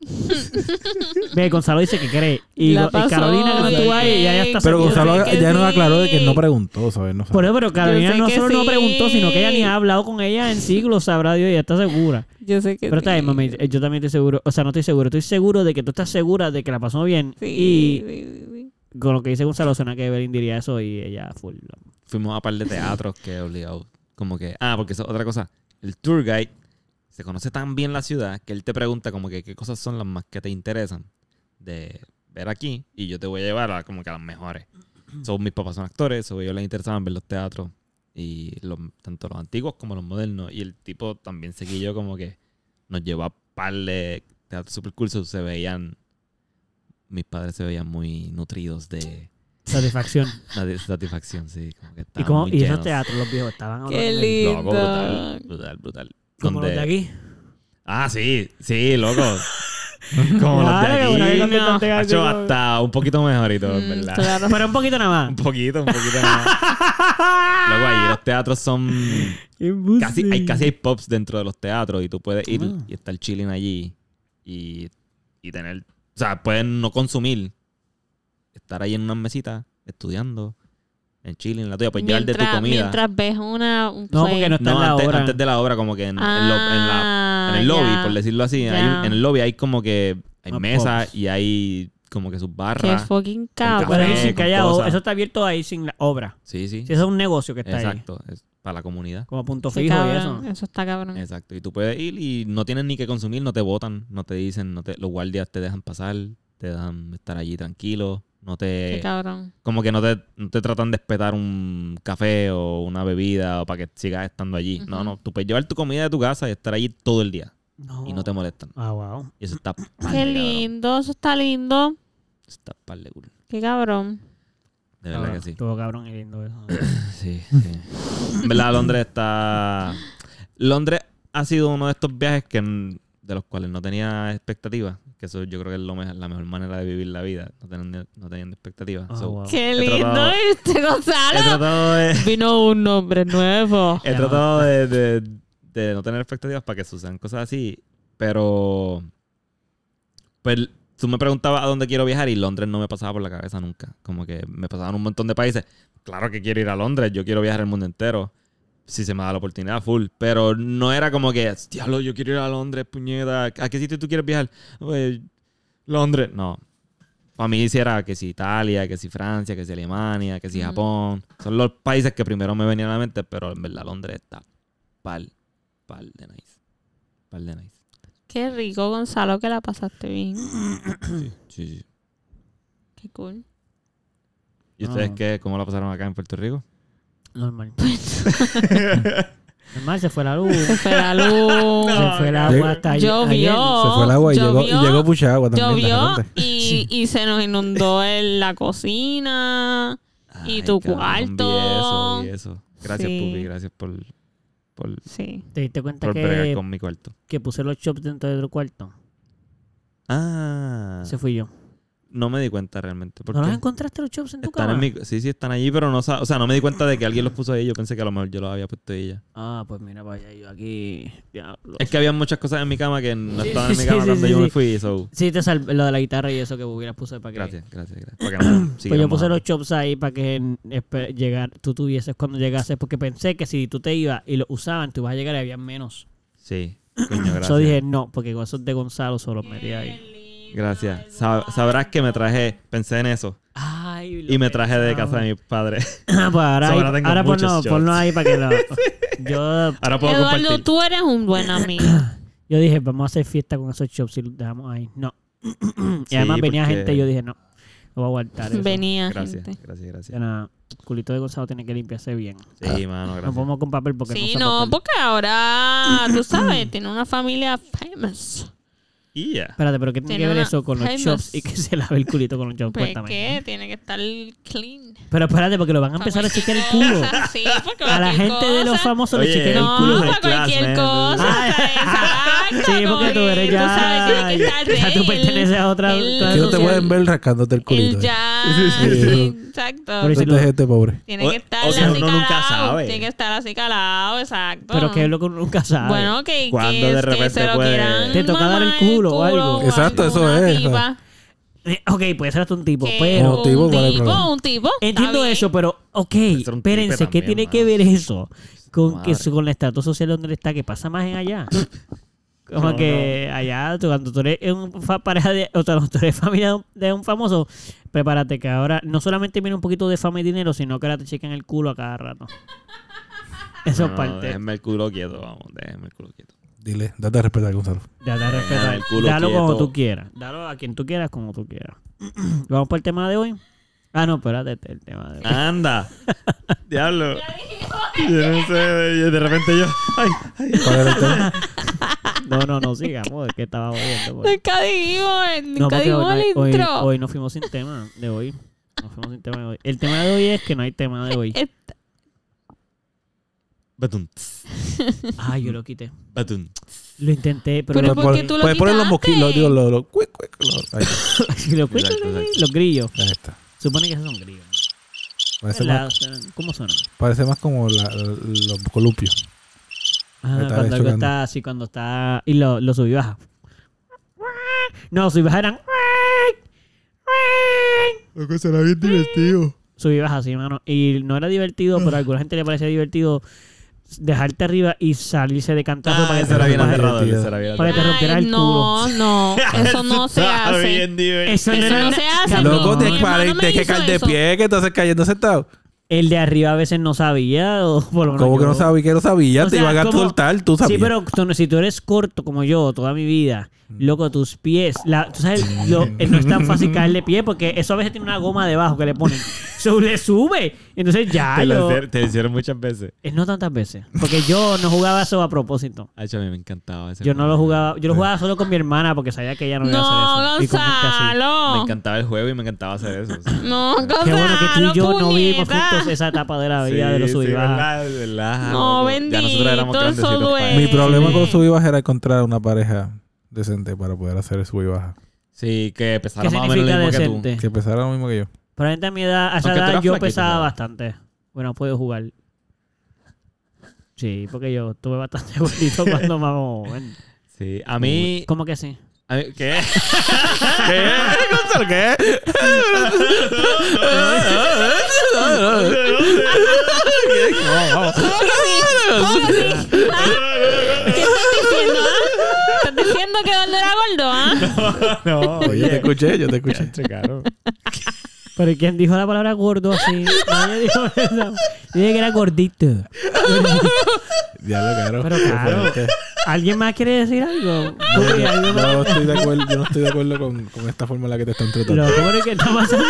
[SPEAKER 2] Ve, Gonzalo dice que cree. Y,
[SPEAKER 4] La
[SPEAKER 2] Go- y
[SPEAKER 4] pasó
[SPEAKER 2] Carolina que no estuvo ahí,
[SPEAKER 4] bien.
[SPEAKER 2] ella ya está
[SPEAKER 5] Pero
[SPEAKER 4] Yo
[SPEAKER 2] segura.
[SPEAKER 5] Gonzalo
[SPEAKER 4] sé que
[SPEAKER 5] ya nos
[SPEAKER 4] sí.
[SPEAKER 5] aclaró de que no preguntó, ¿sabes? No sabe.
[SPEAKER 2] Por eso, pero Carolina
[SPEAKER 4] Yo sé
[SPEAKER 2] no
[SPEAKER 4] que
[SPEAKER 2] solo no
[SPEAKER 4] sí.
[SPEAKER 2] preguntó, sino que ella ni ha hablado con ella en siglos, sabrá Dios, ella está segura.
[SPEAKER 4] Yo sé que
[SPEAKER 2] Pero está bien,
[SPEAKER 4] sí.
[SPEAKER 2] mami, eh, yo también estoy seguro, o sea, no estoy seguro, estoy seguro de que tú estás segura de que la pasó bien.
[SPEAKER 4] Sí,
[SPEAKER 2] Y
[SPEAKER 4] sí, sí, sí.
[SPEAKER 2] con lo que dice Gonzalo suena que Evelyn diría eso y ella full. lo-
[SPEAKER 1] Fuimos a par de teatros que obligado. Como que. Ah, porque eso es otra cosa. El tour guide se conoce tan bien la ciudad que él te pregunta como que qué cosas son las más que te interesan de ver aquí y yo te voy a llevar a como que a las mejores. Son mis papás son actores, so ellos les interesaban ver los teatros y los, tanto los antiguos como los modernos y el tipo también seguía como que nos llevó a par de teatros super cool, so se veían mis padres se veían muy nutridos de
[SPEAKER 2] Satisfacción.
[SPEAKER 1] de satisfacción, sí. Como que
[SPEAKER 2] y
[SPEAKER 1] estaban
[SPEAKER 2] como,
[SPEAKER 1] muy
[SPEAKER 2] y esos
[SPEAKER 1] llenos.
[SPEAKER 2] teatros, los viejos estaban
[SPEAKER 4] Qué
[SPEAKER 2] ahora-
[SPEAKER 4] lindo.
[SPEAKER 1] Loco, brutal, brutal, brutal.
[SPEAKER 2] como los de
[SPEAKER 1] Donde-
[SPEAKER 2] aquí.
[SPEAKER 1] Ah, sí, sí, loco. como los de
[SPEAKER 2] Claro, que bueno, que
[SPEAKER 1] aquí.
[SPEAKER 2] contestaste
[SPEAKER 1] Hacho,
[SPEAKER 2] algo.
[SPEAKER 1] hasta un poquito mejorito, en
[SPEAKER 4] Mm,
[SPEAKER 1] verdad.
[SPEAKER 4] claro.
[SPEAKER 2] Pero un poquito nada
[SPEAKER 1] Un
[SPEAKER 2] más.
[SPEAKER 1] poquito, un poquito más. Luego ahí los teatros son... Casi hay, casi hay pops dentro de los teatros y tú puedes ir
[SPEAKER 2] Ah.
[SPEAKER 1] y estar chilling allí y, y tener... O sea, puedes no consumir. Estar ahí en unas mesitas estudiando, en chilling, en la tuya. Pues llevar de tu
[SPEAKER 4] Mientras-
[SPEAKER 1] comida.
[SPEAKER 4] Mientras ves una. un
[SPEAKER 2] No,
[SPEAKER 4] play.
[SPEAKER 2] porque no está
[SPEAKER 1] No,
[SPEAKER 2] en la
[SPEAKER 1] antes,
[SPEAKER 2] hora.
[SPEAKER 1] antes de la obra, como que en, en lo- en la
[SPEAKER 4] Ah,
[SPEAKER 1] en el lobby,
[SPEAKER 4] ya.
[SPEAKER 1] por decirlo así. Hay un-
[SPEAKER 4] Ya.
[SPEAKER 1] en el lobby hay como que hay
[SPEAKER 2] Más
[SPEAKER 1] mesas
[SPEAKER 2] pubs.
[SPEAKER 1] y hay como que sus
[SPEAKER 4] Qué
[SPEAKER 1] barras.
[SPEAKER 4] fucking
[SPEAKER 2] Pero ahí
[SPEAKER 1] café,
[SPEAKER 4] cabrón.
[SPEAKER 2] sí
[SPEAKER 1] con
[SPEAKER 2] que haya o-
[SPEAKER 1] cosas.
[SPEAKER 2] eso está abierto ahí sin la obra.
[SPEAKER 1] Sí, sí.
[SPEAKER 2] Si eso es un negocio que está ahí.
[SPEAKER 1] Exacto. Es para la comunidad.
[SPEAKER 2] Como punto
[SPEAKER 4] Qué
[SPEAKER 2] fijo y eso.
[SPEAKER 4] cabrón. Eso está cabrón.
[SPEAKER 1] Exacto. Y tú puedes ir y no tienes ni que consumir, no te botan, no te dicen, no te, los guardias te dejan pasar, te dejan estar allí tranquilo. No
[SPEAKER 4] Qué
[SPEAKER 1] te.
[SPEAKER 4] cabrón.
[SPEAKER 1] Como que no te, no te tratan de espetar un café o una bebida o para que sigas estando allí. No,
[SPEAKER 4] Ujú.
[SPEAKER 1] no. Tú puedes llevar tu comida de tu casa y estar allí todo el día. Y no te molestan.
[SPEAKER 2] Ah, wow.
[SPEAKER 1] Y eso está par de
[SPEAKER 4] Qué
[SPEAKER 1] cabrón.
[SPEAKER 4] lindo, eso está lindo.
[SPEAKER 1] Está par de cool.
[SPEAKER 4] Qué cabrón.
[SPEAKER 1] De verdad que sí.
[SPEAKER 2] Todo cabrón y lindo eso.
[SPEAKER 1] Sí. sí. En verdad, Londres está. Londres ha sido uno de estos viajes que mm, de los cuales no tenía expectativas. Que eso yo creo que es lo me- la mejor manera de vivir la vida. No teniendo, no teniendo expectativas.
[SPEAKER 2] Ah,
[SPEAKER 1] So,
[SPEAKER 2] wow.
[SPEAKER 4] Qué
[SPEAKER 1] He
[SPEAKER 4] lindo,
[SPEAKER 1] tratado-
[SPEAKER 4] ¿viste,
[SPEAKER 1] He
[SPEAKER 4] Gonzalo?
[SPEAKER 1] tratado de.
[SPEAKER 4] Vino un nombre nuevo.
[SPEAKER 1] He tratado de, de- de no tener expectativas para que sucedan cosas así. Pero. Pues tú me preguntabas a dónde quiero viajar y Londres no me pasaba por la cabeza nunca. Como que me pasaban un montón de países. Claro que quiero ir a Londres, yo quiero viajar el mundo entero. Si se me da la oportunidad, full. Pero no era como que, diablo, yo quiero ir a Londres, puñeta. ¿A qué sitio tú quieres viajar? Pues, Londres. No. Para mí sí era que si Italia, que si Francia, que si Alemania, que si
[SPEAKER 4] Ujú.
[SPEAKER 1] Japón. Son los países que primero me venían a la mente, pero en verdad Londres está pal, pal de nice. Pal de nice.
[SPEAKER 4] Qué rico, Gonzalo, que la pasaste bien.
[SPEAKER 1] Sí, sí, sí.
[SPEAKER 4] Qué cool.
[SPEAKER 1] ¿Y ustedes
[SPEAKER 2] Ah.
[SPEAKER 1] qué? ¿Cómo la pasaron acá en Puerto Rico?
[SPEAKER 2] Normal. Normal, se fue la luz.
[SPEAKER 4] Se fue la luz.
[SPEAKER 2] Se fue el agua hasta ayer-
[SPEAKER 4] Llovió.
[SPEAKER 5] Se fue el agua y llegó, y
[SPEAKER 4] llovió,
[SPEAKER 5] llegó pucha agua también. de
[SPEAKER 4] Llovió
[SPEAKER 5] repente.
[SPEAKER 4] y, y se nos inundó en la cocina. Y tu
[SPEAKER 1] Y eso,
[SPEAKER 4] cuarto.
[SPEAKER 1] vi eso. Gracias,
[SPEAKER 4] Sí.
[SPEAKER 1] Pupi. Gracias por, por,
[SPEAKER 4] Sí.
[SPEAKER 2] ayer. ¿Te diste cuenta
[SPEAKER 1] por bregar
[SPEAKER 2] que,
[SPEAKER 1] con mi cuarto.
[SPEAKER 2] que puse los chops dentro de tu cuarto?
[SPEAKER 1] Ah.
[SPEAKER 2] Se fui yo.
[SPEAKER 1] No me di cuenta realmente. Porque
[SPEAKER 2] ¿No los encontraste los chops en tu
[SPEAKER 1] están
[SPEAKER 2] cama?
[SPEAKER 1] en mi, sí, sí, están allí, pero no sa- O sea, no me di cuenta de que alguien los puso ahí. Yo pensé que a lo mejor yo los había puesto ella.
[SPEAKER 2] Ah, pues mira, vaya, yo aquí... Diablo.
[SPEAKER 1] Es que había muchas cosas en mi cama que no
[SPEAKER 2] Sí,
[SPEAKER 1] estaban en
[SPEAKER 2] sí,
[SPEAKER 1] mi cama
[SPEAKER 2] sí,
[SPEAKER 1] cuando
[SPEAKER 2] sí,
[SPEAKER 1] yo
[SPEAKER 2] sí.
[SPEAKER 1] me fui. So,
[SPEAKER 2] Sí, te salvé lo de la guitarra y eso que hubieras puesto para que...
[SPEAKER 1] gracias, gracias, gracias. Para que no
[SPEAKER 2] Pues yo
[SPEAKER 1] siguiéramos
[SPEAKER 2] puse los
[SPEAKER 1] hablando.
[SPEAKER 2] chops ahí para que mm, espe- llegar, tú tuvieses cuando llegases, porque pensé que si tú te ibas y lo usaban, tú ibas a llegar y había menos.
[SPEAKER 1] Sí, coño, gracias.
[SPEAKER 2] Yo dije no, porque con esos de Gonzalo solo los metí ahí.
[SPEAKER 1] Gracias. Sa- sabrás que me traje, pensé en eso.
[SPEAKER 2] Ay, lo
[SPEAKER 1] Y me traje de
[SPEAKER 2] pensaba.
[SPEAKER 1] casa de mis padres.
[SPEAKER 2] Ah, pues ahora,
[SPEAKER 1] So,
[SPEAKER 2] ahí-
[SPEAKER 1] ahora tengo
[SPEAKER 2] ahora
[SPEAKER 1] muchos
[SPEAKER 2] ponlo,
[SPEAKER 1] shots.
[SPEAKER 2] ponlo ahí para que lo. yo,
[SPEAKER 1] Ahora puedo
[SPEAKER 4] Eduardo,
[SPEAKER 1] compartir.
[SPEAKER 4] tú eres un buen amigo.
[SPEAKER 2] yo dije, vamos a hacer fiesta con esos chops y los dejamos ahí. No. y
[SPEAKER 1] Sí,
[SPEAKER 2] además venía
[SPEAKER 1] porque-
[SPEAKER 2] gente y yo dije, no, no voy a aguantar eso.
[SPEAKER 4] Venía,
[SPEAKER 1] Gracias,
[SPEAKER 4] gente.
[SPEAKER 1] gracias,
[SPEAKER 2] Ya
[SPEAKER 1] gracias.
[SPEAKER 2] nada, culito de Gonzalo tiene que limpiarse bien.
[SPEAKER 1] Sí, mano,
[SPEAKER 2] Nos
[SPEAKER 1] gracias.
[SPEAKER 2] vamos con papel porque
[SPEAKER 4] sí,
[SPEAKER 2] usa
[SPEAKER 4] no,
[SPEAKER 2] papel.
[SPEAKER 4] porque ahora, tú sabes, tiene una familia famous.
[SPEAKER 1] Y ya.
[SPEAKER 2] Espérate, pero ¿qué tiene,
[SPEAKER 4] Tiene
[SPEAKER 2] que ver
[SPEAKER 4] una
[SPEAKER 2] eso con los
[SPEAKER 4] famous-
[SPEAKER 2] chops y que se lave el culito con los chops?
[SPEAKER 4] Pues
[SPEAKER 2] Cuéntame.
[SPEAKER 4] que tiene que estar clean.
[SPEAKER 2] Pero espérate, porque lo van a empezar a chequear el culo.
[SPEAKER 4] Sí, porque
[SPEAKER 2] A la
[SPEAKER 4] cualquier
[SPEAKER 2] gente de los
[SPEAKER 4] cosa-
[SPEAKER 2] famosos le
[SPEAKER 1] Oye,
[SPEAKER 2] chequean
[SPEAKER 4] No,
[SPEAKER 2] el culo.
[SPEAKER 1] de
[SPEAKER 4] para cualquier
[SPEAKER 1] class, man.
[SPEAKER 4] cosa.
[SPEAKER 2] Ah,
[SPEAKER 4] exacto,
[SPEAKER 2] sí, porque
[SPEAKER 4] como
[SPEAKER 2] tú eres
[SPEAKER 4] que
[SPEAKER 2] ya-
[SPEAKER 4] sabes que tiene que estar
[SPEAKER 2] ya tú
[SPEAKER 4] el-
[SPEAKER 2] perteneces a otra-
[SPEAKER 4] el-
[SPEAKER 2] otra
[SPEAKER 5] Que no te
[SPEAKER 2] social.
[SPEAKER 5] pueden ver rascándote el culito.
[SPEAKER 4] El
[SPEAKER 5] eh.
[SPEAKER 4] ya.
[SPEAKER 5] sí, sí.
[SPEAKER 4] sí, Exacto.
[SPEAKER 2] Pero
[SPEAKER 5] Esta
[SPEAKER 2] si lo-
[SPEAKER 5] gente pobre.
[SPEAKER 4] Tiene
[SPEAKER 1] O-
[SPEAKER 4] que estar
[SPEAKER 1] o sea,
[SPEAKER 4] así
[SPEAKER 1] uno nunca
[SPEAKER 4] calado,
[SPEAKER 1] sabe.
[SPEAKER 4] Tiene que estar así calado, exacto.
[SPEAKER 2] Pero que es lo que uno nunca sabe.
[SPEAKER 4] Bueno, que,
[SPEAKER 1] Cuando
[SPEAKER 4] que,
[SPEAKER 1] de
[SPEAKER 4] que
[SPEAKER 1] repente
[SPEAKER 4] se lo
[SPEAKER 1] puede-
[SPEAKER 4] quieran
[SPEAKER 2] Te toca dar el
[SPEAKER 4] mamar
[SPEAKER 2] culo o algo.
[SPEAKER 5] Exacto, eso
[SPEAKER 4] alguna
[SPEAKER 5] es.
[SPEAKER 4] tipa,
[SPEAKER 2] Eh, Ok, puede ser hasta un tipo,
[SPEAKER 4] que-
[SPEAKER 2] pero...
[SPEAKER 5] No, tipo,
[SPEAKER 4] un
[SPEAKER 5] ¿cuál es el
[SPEAKER 4] tipo,
[SPEAKER 5] problema?
[SPEAKER 4] un tipo. está
[SPEAKER 2] Entiendo
[SPEAKER 4] bien.
[SPEAKER 2] eso, pero... Ok,
[SPEAKER 1] ser un
[SPEAKER 2] espérense,
[SPEAKER 1] tipe
[SPEAKER 2] ¿qué
[SPEAKER 1] también,
[SPEAKER 2] tiene
[SPEAKER 1] mano.
[SPEAKER 2] que ver eso con, que,
[SPEAKER 1] Madre.
[SPEAKER 2] su- con la estatus social donde él está? que pasa más en allá? Como
[SPEAKER 1] No,
[SPEAKER 2] que allá, tú- cuando tú eres un fa- pareja de... O sea, cuando tú eres familia de un, de un famoso, prepárate que ahora no solamente viene un poquito de fama y dinero, sino que ahora te chequen el culo a cada rato. Eso
[SPEAKER 1] No,
[SPEAKER 2] es
[SPEAKER 1] no,
[SPEAKER 2] parte.
[SPEAKER 1] Déjenme el culo quieto, vamos, déjenme el culo quieto.
[SPEAKER 5] Dile, date a respetar, Gonzalo.
[SPEAKER 2] Ya, da respeto.
[SPEAKER 1] Déjame el culo
[SPEAKER 2] Dalo como
[SPEAKER 1] quieto.
[SPEAKER 2] tú quieras. Dalo a quien tú quieras, como tú quieras. Vamos para el tema de hoy. Ah, no, espérate, este es el tema de hoy.
[SPEAKER 1] Anda, diablo. Yo no sé, de de repente yo. Ay,
[SPEAKER 5] ¿Cuál era el tema?
[SPEAKER 2] No, no, no sigamos. Es que estaba oyendo. pues.
[SPEAKER 4] Nunca dijimos,
[SPEAKER 2] No,
[SPEAKER 4] nunca
[SPEAKER 2] porque
[SPEAKER 4] dijimos el
[SPEAKER 2] hoy, no hay- hoy,
[SPEAKER 4] intro.
[SPEAKER 2] hoy nos fuimos sin tema de hoy. Nos fuimos sin tema de hoy. El tema de hoy es que no hay tema de hoy.
[SPEAKER 4] Est-
[SPEAKER 1] batun, tss,
[SPEAKER 2] Ay, yo lo quité.
[SPEAKER 1] batun.
[SPEAKER 2] Lo intenté, pero, lo-
[SPEAKER 4] Pero ¿por
[SPEAKER 5] Pon-
[SPEAKER 4] qué tú lo
[SPEAKER 5] puedes poner los
[SPEAKER 4] quitaste?
[SPEAKER 5] mosquitos, digo, los, los, cuic, cuic, los- ahí,
[SPEAKER 2] lo-
[SPEAKER 1] Exacto, exacto.
[SPEAKER 2] los grillos.
[SPEAKER 5] ahí está.
[SPEAKER 2] Supone que esos son grillos.
[SPEAKER 5] Parece
[SPEAKER 2] ¿Verdad?
[SPEAKER 5] más,
[SPEAKER 2] Suenan- ¿Cómo suenan?
[SPEAKER 5] parece más como la- los columpios.
[SPEAKER 2] Ah,
[SPEAKER 5] Ahí está,
[SPEAKER 2] cuando algo
[SPEAKER 5] chocando.
[SPEAKER 2] está así, cuando está. Y lo, lo subí baja. No, los subí baja eran.
[SPEAKER 5] Loco, será bien divertido.
[SPEAKER 2] Subí baja, sí, mano. Y no era divertido, pero a alguna gente le parecía divertido dejarte arriba y salirse de cantazo
[SPEAKER 1] Ah,
[SPEAKER 2] para que
[SPEAKER 1] ese
[SPEAKER 2] te
[SPEAKER 1] era bien
[SPEAKER 2] rompas el-
[SPEAKER 1] aterrador,
[SPEAKER 5] divertido.
[SPEAKER 1] ese era bien
[SPEAKER 2] Para que te
[SPEAKER 1] aterrador.
[SPEAKER 2] rompiera el
[SPEAKER 4] no, no, eso no se
[SPEAKER 1] Está
[SPEAKER 4] hace.
[SPEAKER 1] bien divertido.
[SPEAKER 2] Eso no
[SPEAKER 4] Eso
[SPEAKER 2] era-
[SPEAKER 4] no se hace.
[SPEAKER 2] Cabrón.
[SPEAKER 5] Loco,
[SPEAKER 4] Mi
[SPEAKER 5] te
[SPEAKER 4] hermano me
[SPEAKER 5] parentes que
[SPEAKER 4] hizo
[SPEAKER 5] caer de
[SPEAKER 4] eso.
[SPEAKER 5] pie, que entonces cayendo sentado.
[SPEAKER 2] El de arriba a veces no sabía, o por lo menos.
[SPEAKER 5] Como que
[SPEAKER 2] yo-
[SPEAKER 5] no sabía, que no sabía,
[SPEAKER 2] O
[SPEAKER 5] te
[SPEAKER 2] sea,
[SPEAKER 5] iban a
[SPEAKER 2] como-
[SPEAKER 5] tortar, tú sabías.
[SPEAKER 2] Sí, pero tú- si tú eres corto como yo toda mi vida
[SPEAKER 1] Mm.
[SPEAKER 2] Loco, tus pies. La, tú sabes, lo- eh, no es tan fácil caerle pie porque eso a veces tiene una goma debajo que le ponen. So, le sube. Entonces ya
[SPEAKER 1] Te lo
[SPEAKER 2] yo.
[SPEAKER 1] hicieron- te lo hicieron muchas veces.
[SPEAKER 2] Eh, No tantas veces. Porque yo no jugaba eso a propósito.
[SPEAKER 1] Ay, Ah, a mí me encantaba ese
[SPEAKER 2] Yo no
[SPEAKER 1] juego.
[SPEAKER 2] lo jugaba. Yo lo jugaba solo con mi hermana porque sabía que ella no, iba a
[SPEAKER 4] No,
[SPEAKER 2] hacer eso. Y con gente así.
[SPEAKER 1] Me
[SPEAKER 4] Gonzalo.
[SPEAKER 1] encantaba el juego y me encantaba hacer eso. sí.
[SPEAKER 4] No, Gonzalo.
[SPEAKER 2] Qué bueno que tú y yo no vivimos
[SPEAKER 4] puñeta.
[SPEAKER 2] juntos esa etapa de la vida
[SPEAKER 1] Sí,
[SPEAKER 2] de los
[SPEAKER 1] sí,
[SPEAKER 2] subibajas.
[SPEAKER 1] verdad, verdad,
[SPEAKER 4] No,
[SPEAKER 1] loco. Ya nosotros éramos
[SPEAKER 4] bendito,
[SPEAKER 1] grandes
[SPEAKER 4] eso duele.
[SPEAKER 5] Mi problema con
[SPEAKER 4] Eh.
[SPEAKER 5] los subibas era encontrar una pareja decente para poder hacer el sub y baja.
[SPEAKER 1] Sí, que pesara
[SPEAKER 2] ¿Qué
[SPEAKER 1] más o menos lo
[SPEAKER 2] significa
[SPEAKER 1] mismo que
[SPEAKER 2] decente?
[SPEAKER 5] Que pesara lo mismo que yo.
[SPEAKER 2] Pero a mi edad, a esa
[SPEAKER 1] Aunque tú
[SPEAKER 2] edad
[SPEAKER 1] eras
[SPEAKER 2] yo
[SPEAKER 1] flaquito,
[SPEAKER 2] pesaba
[SPEAKER 1] ¿no?
[SPEAKER 2] bastante. Bueno, puedo jugar. Sí, porque yo tuve bastante gordito cuando más joven.
[SPEAKER 1] tú. Sí, a mí...
[SPEAKER 2] ¿Cómo que sí?
[SPEAKER 1] a mí- ¿Qué?
[SPEAKER 5] ¿Qué? Gonzalo, ¿Qué?
[SPEAKER 4] ¿Cómo que sí? ¿Ah? ¿Qué estás diciendo? ah? ¿Estás diciendo que Eduardo era gordo? ah?
[SPEAKER 1] no,
[SPEAKER 5] Oye, yo te escuché, yo te escuché.
[SPEAKER 1] claro.
[SPEAKER 2] ¿Pero ¿y quién dijo la palabra gordo así? Nadie dijo eso. Dije que era gordito.
[SPEAKER 5] Ya lo caro.
[SPEAKER 2] Pero
[SPEAKER 5] Qué
[SPEAKER 2] claro.
[SPEAKER 5] fuerte.
[SPEAKER 2] ¿Alguien más quiere decir algo?
[SPEAKER 5] No,
[SPEAKER 2] Uy,
[SPEAKER 5] yo-
[SPEAKER 2] algo más.
[SPEAKER 5] no estoy de acuerdo, yo no estoy de acuerdo con, con esta forma en la que te están
[SPEAKER 2] Lo
[SPEAKER 5] tratando.
[SPEAKER 2] pobre que está pasando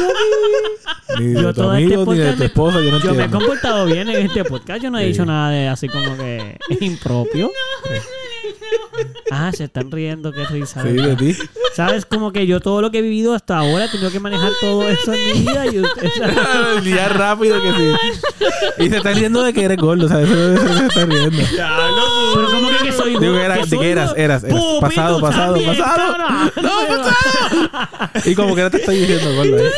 [SPEAKER 5] Ni de
[SPEAKER 2] yo
[SPEAKER 5] tu
[SPEAKER 2] todo este
[SPEAKER 5] amigo, ni de
[SPEAKER 2] podcast
[SPEAKER 5] tu
[SPEAKER 2] me-
[SPEAKER 5] esposa, yo
[SPEAKER 2] Yo me
[SPEAKER 5] no
[SPEAKER 2] he
[SPEAKER 5] entiendo.
[SPEAKER 2] comportado bien en este podcast. Yo no he
[SPEAKER 5] Sí.
[SPEAKER 2] dicho nada de así como que impropio. Ah, se están riendo. Qué risa.
[SPEAKER 5] Sí, de ti.
[SPEAKER 2] ¿Sabes? Como que yo todo lo que he vivido hasta ahora he tenido que manejar todo eso en mi vida. Y usted-
[SPEAKER 5] Ya rápido que sí. Y se está riendo de que eres gordo, o sea, eso, eso se está riendo.
[SPEAKER 2] Pero como que, que soy
[SPEAKER 5] Digo que, era-
[SPEAKER 2] que
[SPEAKER 5] de
[SPEAKER 2] soy
[SPEAKER 5] que eras,
[SPEAKER 2] yo?
[SPEAKER 5] eras, eras.
[SPEAKER 2] Pupito,
[SPEAKER 5] Pasado, pasado,
[SPEAKER 2] también,
[SPEAKER 5] pasado.
[SPEAKER 2] cabrón.
[SPEAKER 5] No, pasado. Y como que no te estoy diciendo gordo. ¿eh?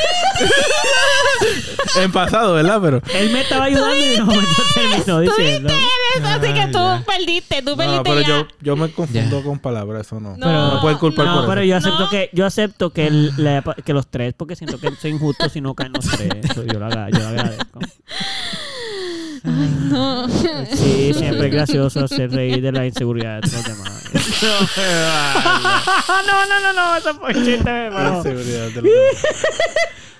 [SPEAKER 5] En pasado, ¿verdad? Pero.
[SPEAKER 2] Él me estaba ayudando y de momento terminó
[SPEAKER 4] Tú viste
[SPEAKER 2] diciendo.
[SPEAKER 4] eres, así que tú perdiste, tú perdiste
[SPEAKER 5] No, pero
[SPEAKER 4] ya.
[SPEAKER 5] yo, yo me confundo con palabras, eso no.
[SPEAKER 4] No,
[SPEAKER 5] no puedes culpar
[SPEAKER 2] No,
[SPEAKER 5] por
[SPEAKER 2] pero
[SPEAKER 5] eso.
[SPEAKER 2] yo acepto
[SPEAKER 4] No.
[SPEAKER 2] que yo acepto que, el- la- que los tres, porque siento que soy injusto si no caen los tres. Eso Yo lo, aga- yo lo agradezco. Sí, siempre es gracioso hacer reír de la inseguridad de los demás. no, no, no, no, eso fue un chiste,
[SPEAKER 5] La
[SPEAKER 2] hermano.
[SPEAKER 5] inseguridad de los demás.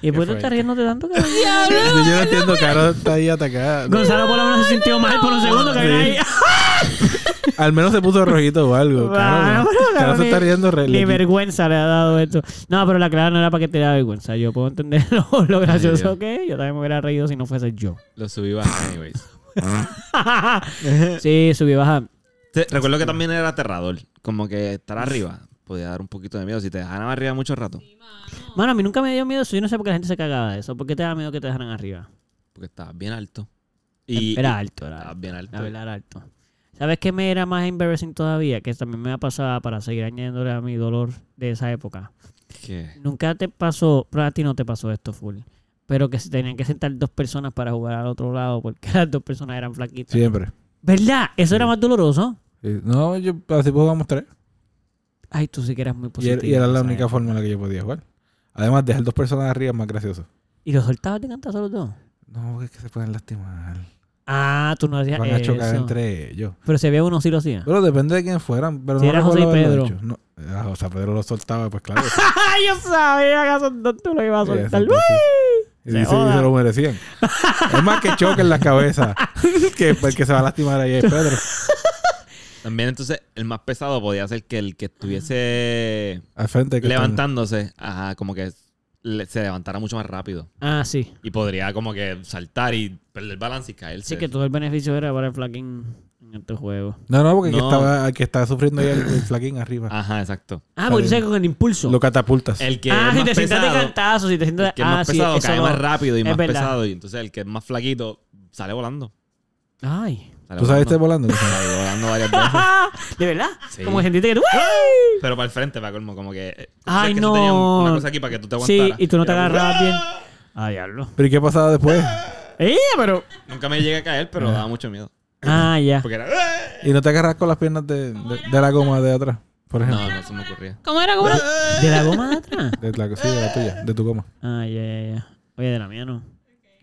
[SPEAKER 2] ¿Y por qué estás riéndote tanto, cabrón?
[SPEAKER 5] Yo, yo no entiendo, Caro está ahí atacada.
[SPEAKER 2] Gonzalo por lo menos se sintió mal por un segundo que
[SPEAKER 5] Sí.
[SPEAKER 2] había ahí.
[SPEAKER 5] Al menos se puso rojito o algo.
[SPEAKER 2] Ah,
[SPEAKER 5] Caro,
[SPEAKER 2] bueno,
[SPEAKER 5] Caro
[SPEAKER 2] cabrón,
[SPEAKER 5] se está
[SPEAKER 2] ni-
[SPEAKER 5] riendo re
[SPEAKER 2] Ni
[SPEAKER 5] legit.
[SPEAKER 2] vergüenza le ha dado esto. No, pero la clara no era para que te diera vergüenza. Yo puedo entender lo, lo gracioso
[SPEAKER 1] Dios.
[SPEAKER 2] que es. Yo también me hubiera reído si no fuese yo.
[SPEAKER 1] Lo subí baja, anyways.
[SPEAKER 2] sí, subí baja.
[SPEAKER 1] Te- recuerdo que también era aterrador. Como que estar arriba podía dar un poquito de miedo. Si te dejaban arriba mucho rato.
[SPEAKER 2] Mano, a mí nunca me dio miedo eso. Yo no sé por qué la gente se cagaba de eso. ¿Por qué te da miedo que te dejaran arriba?
[SPEAKER 1] Porque estabas bien alto. Y, Ah,
[SPEAKER 2] era alto, era alto.
[SPEAKER 1] Estabas bien alto.
[SPEAKER 2] La verdad era alto. ¿Sabes qué me era más embarrassing todavía? Que también me ha pasado para seguir añadiéndole a mi dolor de esa época.
[SPEAKER 1] ¿Qué?
[SPEAKER 2] Nunca te pasó, pero a ti no te pasó esto full. Pero que se tenían que sentar dos personas para jugar al otro lado porque las dos personas eran flaquitas.
[SPEAKER 5] Siempre.
[SPEAKER 2] ¿Verdad? Eso era más doloroso.
[SPEAKER 5] Sí. No, yo así jugamos tres.
[SPEAKER 2] Ay, tú sí que eras muy
[SPEAKER 5] Y,
[SPEAKER 2] positivo.
[SPEAKER 5] era- y era la
[SPEAKER 2] ¿sabes?
[SPEAKER 5] única forma en la que yo podía jugar. Además, dejar dos personas arriba es más gracioso.
[SPEAKER 2] ¿Y los soltabas de cantazo los dos?
[SPEAKER 5] No, porque es que se pueden lastimar.
[SPEAKER 2] Ah, tú no hacías
[SPEAKER 5] Van a
[SPEAKER 2] eso.
[SPEAKER 5] chocar entre ellos.
[SPEAKER 2] Pero si había uno, sí lo hacía.
[SPEAKER 5] Pero depende de quién fueran. Pero
[SPEAKER 2] Si
[SPEAKER 5] no
[SPEAKER 2] era
[SPEAKER 5] recuerdo
[SPEAKER 2] José y
[SPEAKER 5] haberlo
[SPEAKER 2] Pedro.
[SPEAKER 5] hecho. No, ah, José Pedro lo soltaba, pues claro.
[SPEAKER 2] ¡Ay, yo sabía que a no tú lo ibas a
[SPEAKER 5] Sí,
[SPEAKER 2] soltar! Uh.
[SPEAKER 5] exacto, sí. Y
[SPEAKER 2] Se
[SPEAKER 5] se, y
[SPEAKER 2] joda.
[SPEAKER 5] se lo merecían. es más que choquen las cabezas. que el que se va a lastimar ahí es Pedro.
[SPEAKER 1] También entonces el más pesado podía ser que el que estuviese
[SPEAKER 5] Al frente. Que
[SPEAKER 1] levantándose, ajá, como que le- se levantara mucho más rápido.
[SPEAKER 2] Ah, sí.
[SPEAKER 1] Y podría como que saltar y perder balance y caerse.
[SPEAKER 2] Sí, que todo el beneficio era para el flaquín en este juego.
[SPEAKER 5] están- No, no, porque el que
[SPEAKER 1] No.
[SPEAKER 5] estaba, el que estaba sufriendo ahí el, el flaquín arriba.
[SPEAKER 1] Ajá, exacto.
[SPEAKER 2] Ah, porque tú sabes que con el impulso.
[SPEAKER 5] Lo catapultas.
[SPEAKER 1] El que
[SPEAKER 2] ah,
[SPEAKER 1] es
[SPEAKER 2] si
[SPEAKER 1] más
[SPEAKER 2] te sientas de
[SPEAKER 1] pesado,
[SPEAKER 2] cantazo, si te sientas
[SPEAKER 1] el que es más
[SPEAKER 2] ah, sí,
[SPEAKER 1] pesado
[SPEAKER 2] eso
[SPEAKER 1] cae
[SPEAKER 2] lo-
[SPEAKER 1] más rápido y
[SPEAKER 2] es
[SPEAKER 1] más
[SPEAKER 2] verdad.
[SPEAKER 1] pesado. Y entonces el que es más flaquito sale volando.
[SPEAKER 2] Ay.
[SPEAKER 1] Sale
[SPEAKER 5] ¿Tú sabes este
[SPEAKER 1] volando.
[SPEAKER 5] volando?
[SPEAKER 1] Sale volando varias veces.
[SPEAKER 2] Ah, ¿De verdad?
[SPEAKER 1] Sí. Ah,
[SPEAKER 2] Como que sentiste que tú...
[SPEAKER 1] Pero para el frente, para colmo, como que. eh, tú
[SPEAKER 2] Ay,
[SPEAKER 1] sabes que
[SPEAKER 2] no.
[SPEAKER 1] eso tenía un- una cosa aquí para que tú te
[SPEAKER 2] Sí,
[SPEAKER 1] aguantaras.
[SPEAKER 2] y tú no te
[SPEAKER 1] Era como,
[SPEAKER 2] agarrabas bien. Ah, diablo.
[SPEAKER 5] ¿Pero y qué pasaba después?
[SPEAKER 2] ¡Eh, pero!
[SPEAKER 1] Nunca me llegué a caer, pero daba mucho miedo.
[SPEAKER 2] Ah, ya.
[SPEAKER 1] Porque era.
[SPEAKER 5] ¿Y no te agarras con las piernas de, de- de la goma de atrás? Por ejemplo.
[SPEAKER 1] No, no se me ocurría.
[SPEAKER 4] ¿Cómo era? ¿Cómo era?
[SPEAKER 2] ¿De la goma de atrás?
[SPEAKER 5] De la, sí, de la tuya, de tu goma.
[SPEAKER 2] Ah, ya, ya, ya. Oye, de la mía no.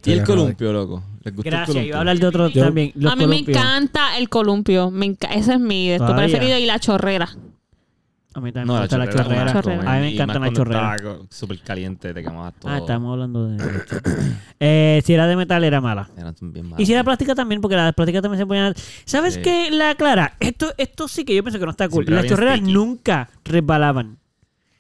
[SPEAKER 1] Y el
[SPEAKER 5] agarraba
[SPEAKER 1] columpio, loco. ¿Les gustó el
[SPEAKER 2] Gracias,
[SPEAKER 1] columpio?
[SPEAKER 2] iba a hablar de otro
[SPEAKER 5] Yo-
[SPEAKER 2] también. Los
[SPEAKER 4] a mí
[SPEAKER 2] columpios.
[SPEAKER 4] me encanta el columpio. Me enca- Ese es mi de esto
[SPEAKER 2] Todavía.
[SPEAKER 4] preferido y la chorrera.
[SPEAKER 2] A mí también
[SPEAKER 1] No,
[SPEAKER 2] me
[SPEAKER 1] la
[SPEAKER 2] gusta la
[SPEAKER 1] chorrera.
[SPEAKER 2] chorrera.
[SPEAKER 1] la comen.
[SPEAKER 4] Chorrera.
[SPEAKER 2] A mí me
[SPEAKER 1] Y
[SPEAKER 2] encanta
[SPEAKER 1] más
[SPEAKER 2] la
[SPEAKER 1] cuando
[SPEAKER 2] chorrera.
[SPEAKER 1] está Súper caliente, te quemas todo.
[SPEAKER 2] Ah, estamos hablando de... eh, si era de metal, era mala.
[SPEAKER 1] Eran bien
[SPEAKER 2] Y
[SPEAKER 1] malas.
[SPEAKER 2] si era plástica también, porque las plásticas también se ponían... ¿Sabes
[SPEAKER 1] Sí.
[SPEAKER 2] qué? La clara. Esto, esto sí que yo pienso que no está cool.
[SPEAKER 1] Siempre era
[SPEAKER 2] Las
[SPEAKER 1] bien
[SPEAKER 2] chorreras
[SPEAKER 1] sticky.
[SPEAKER 2] nunca resbalaban.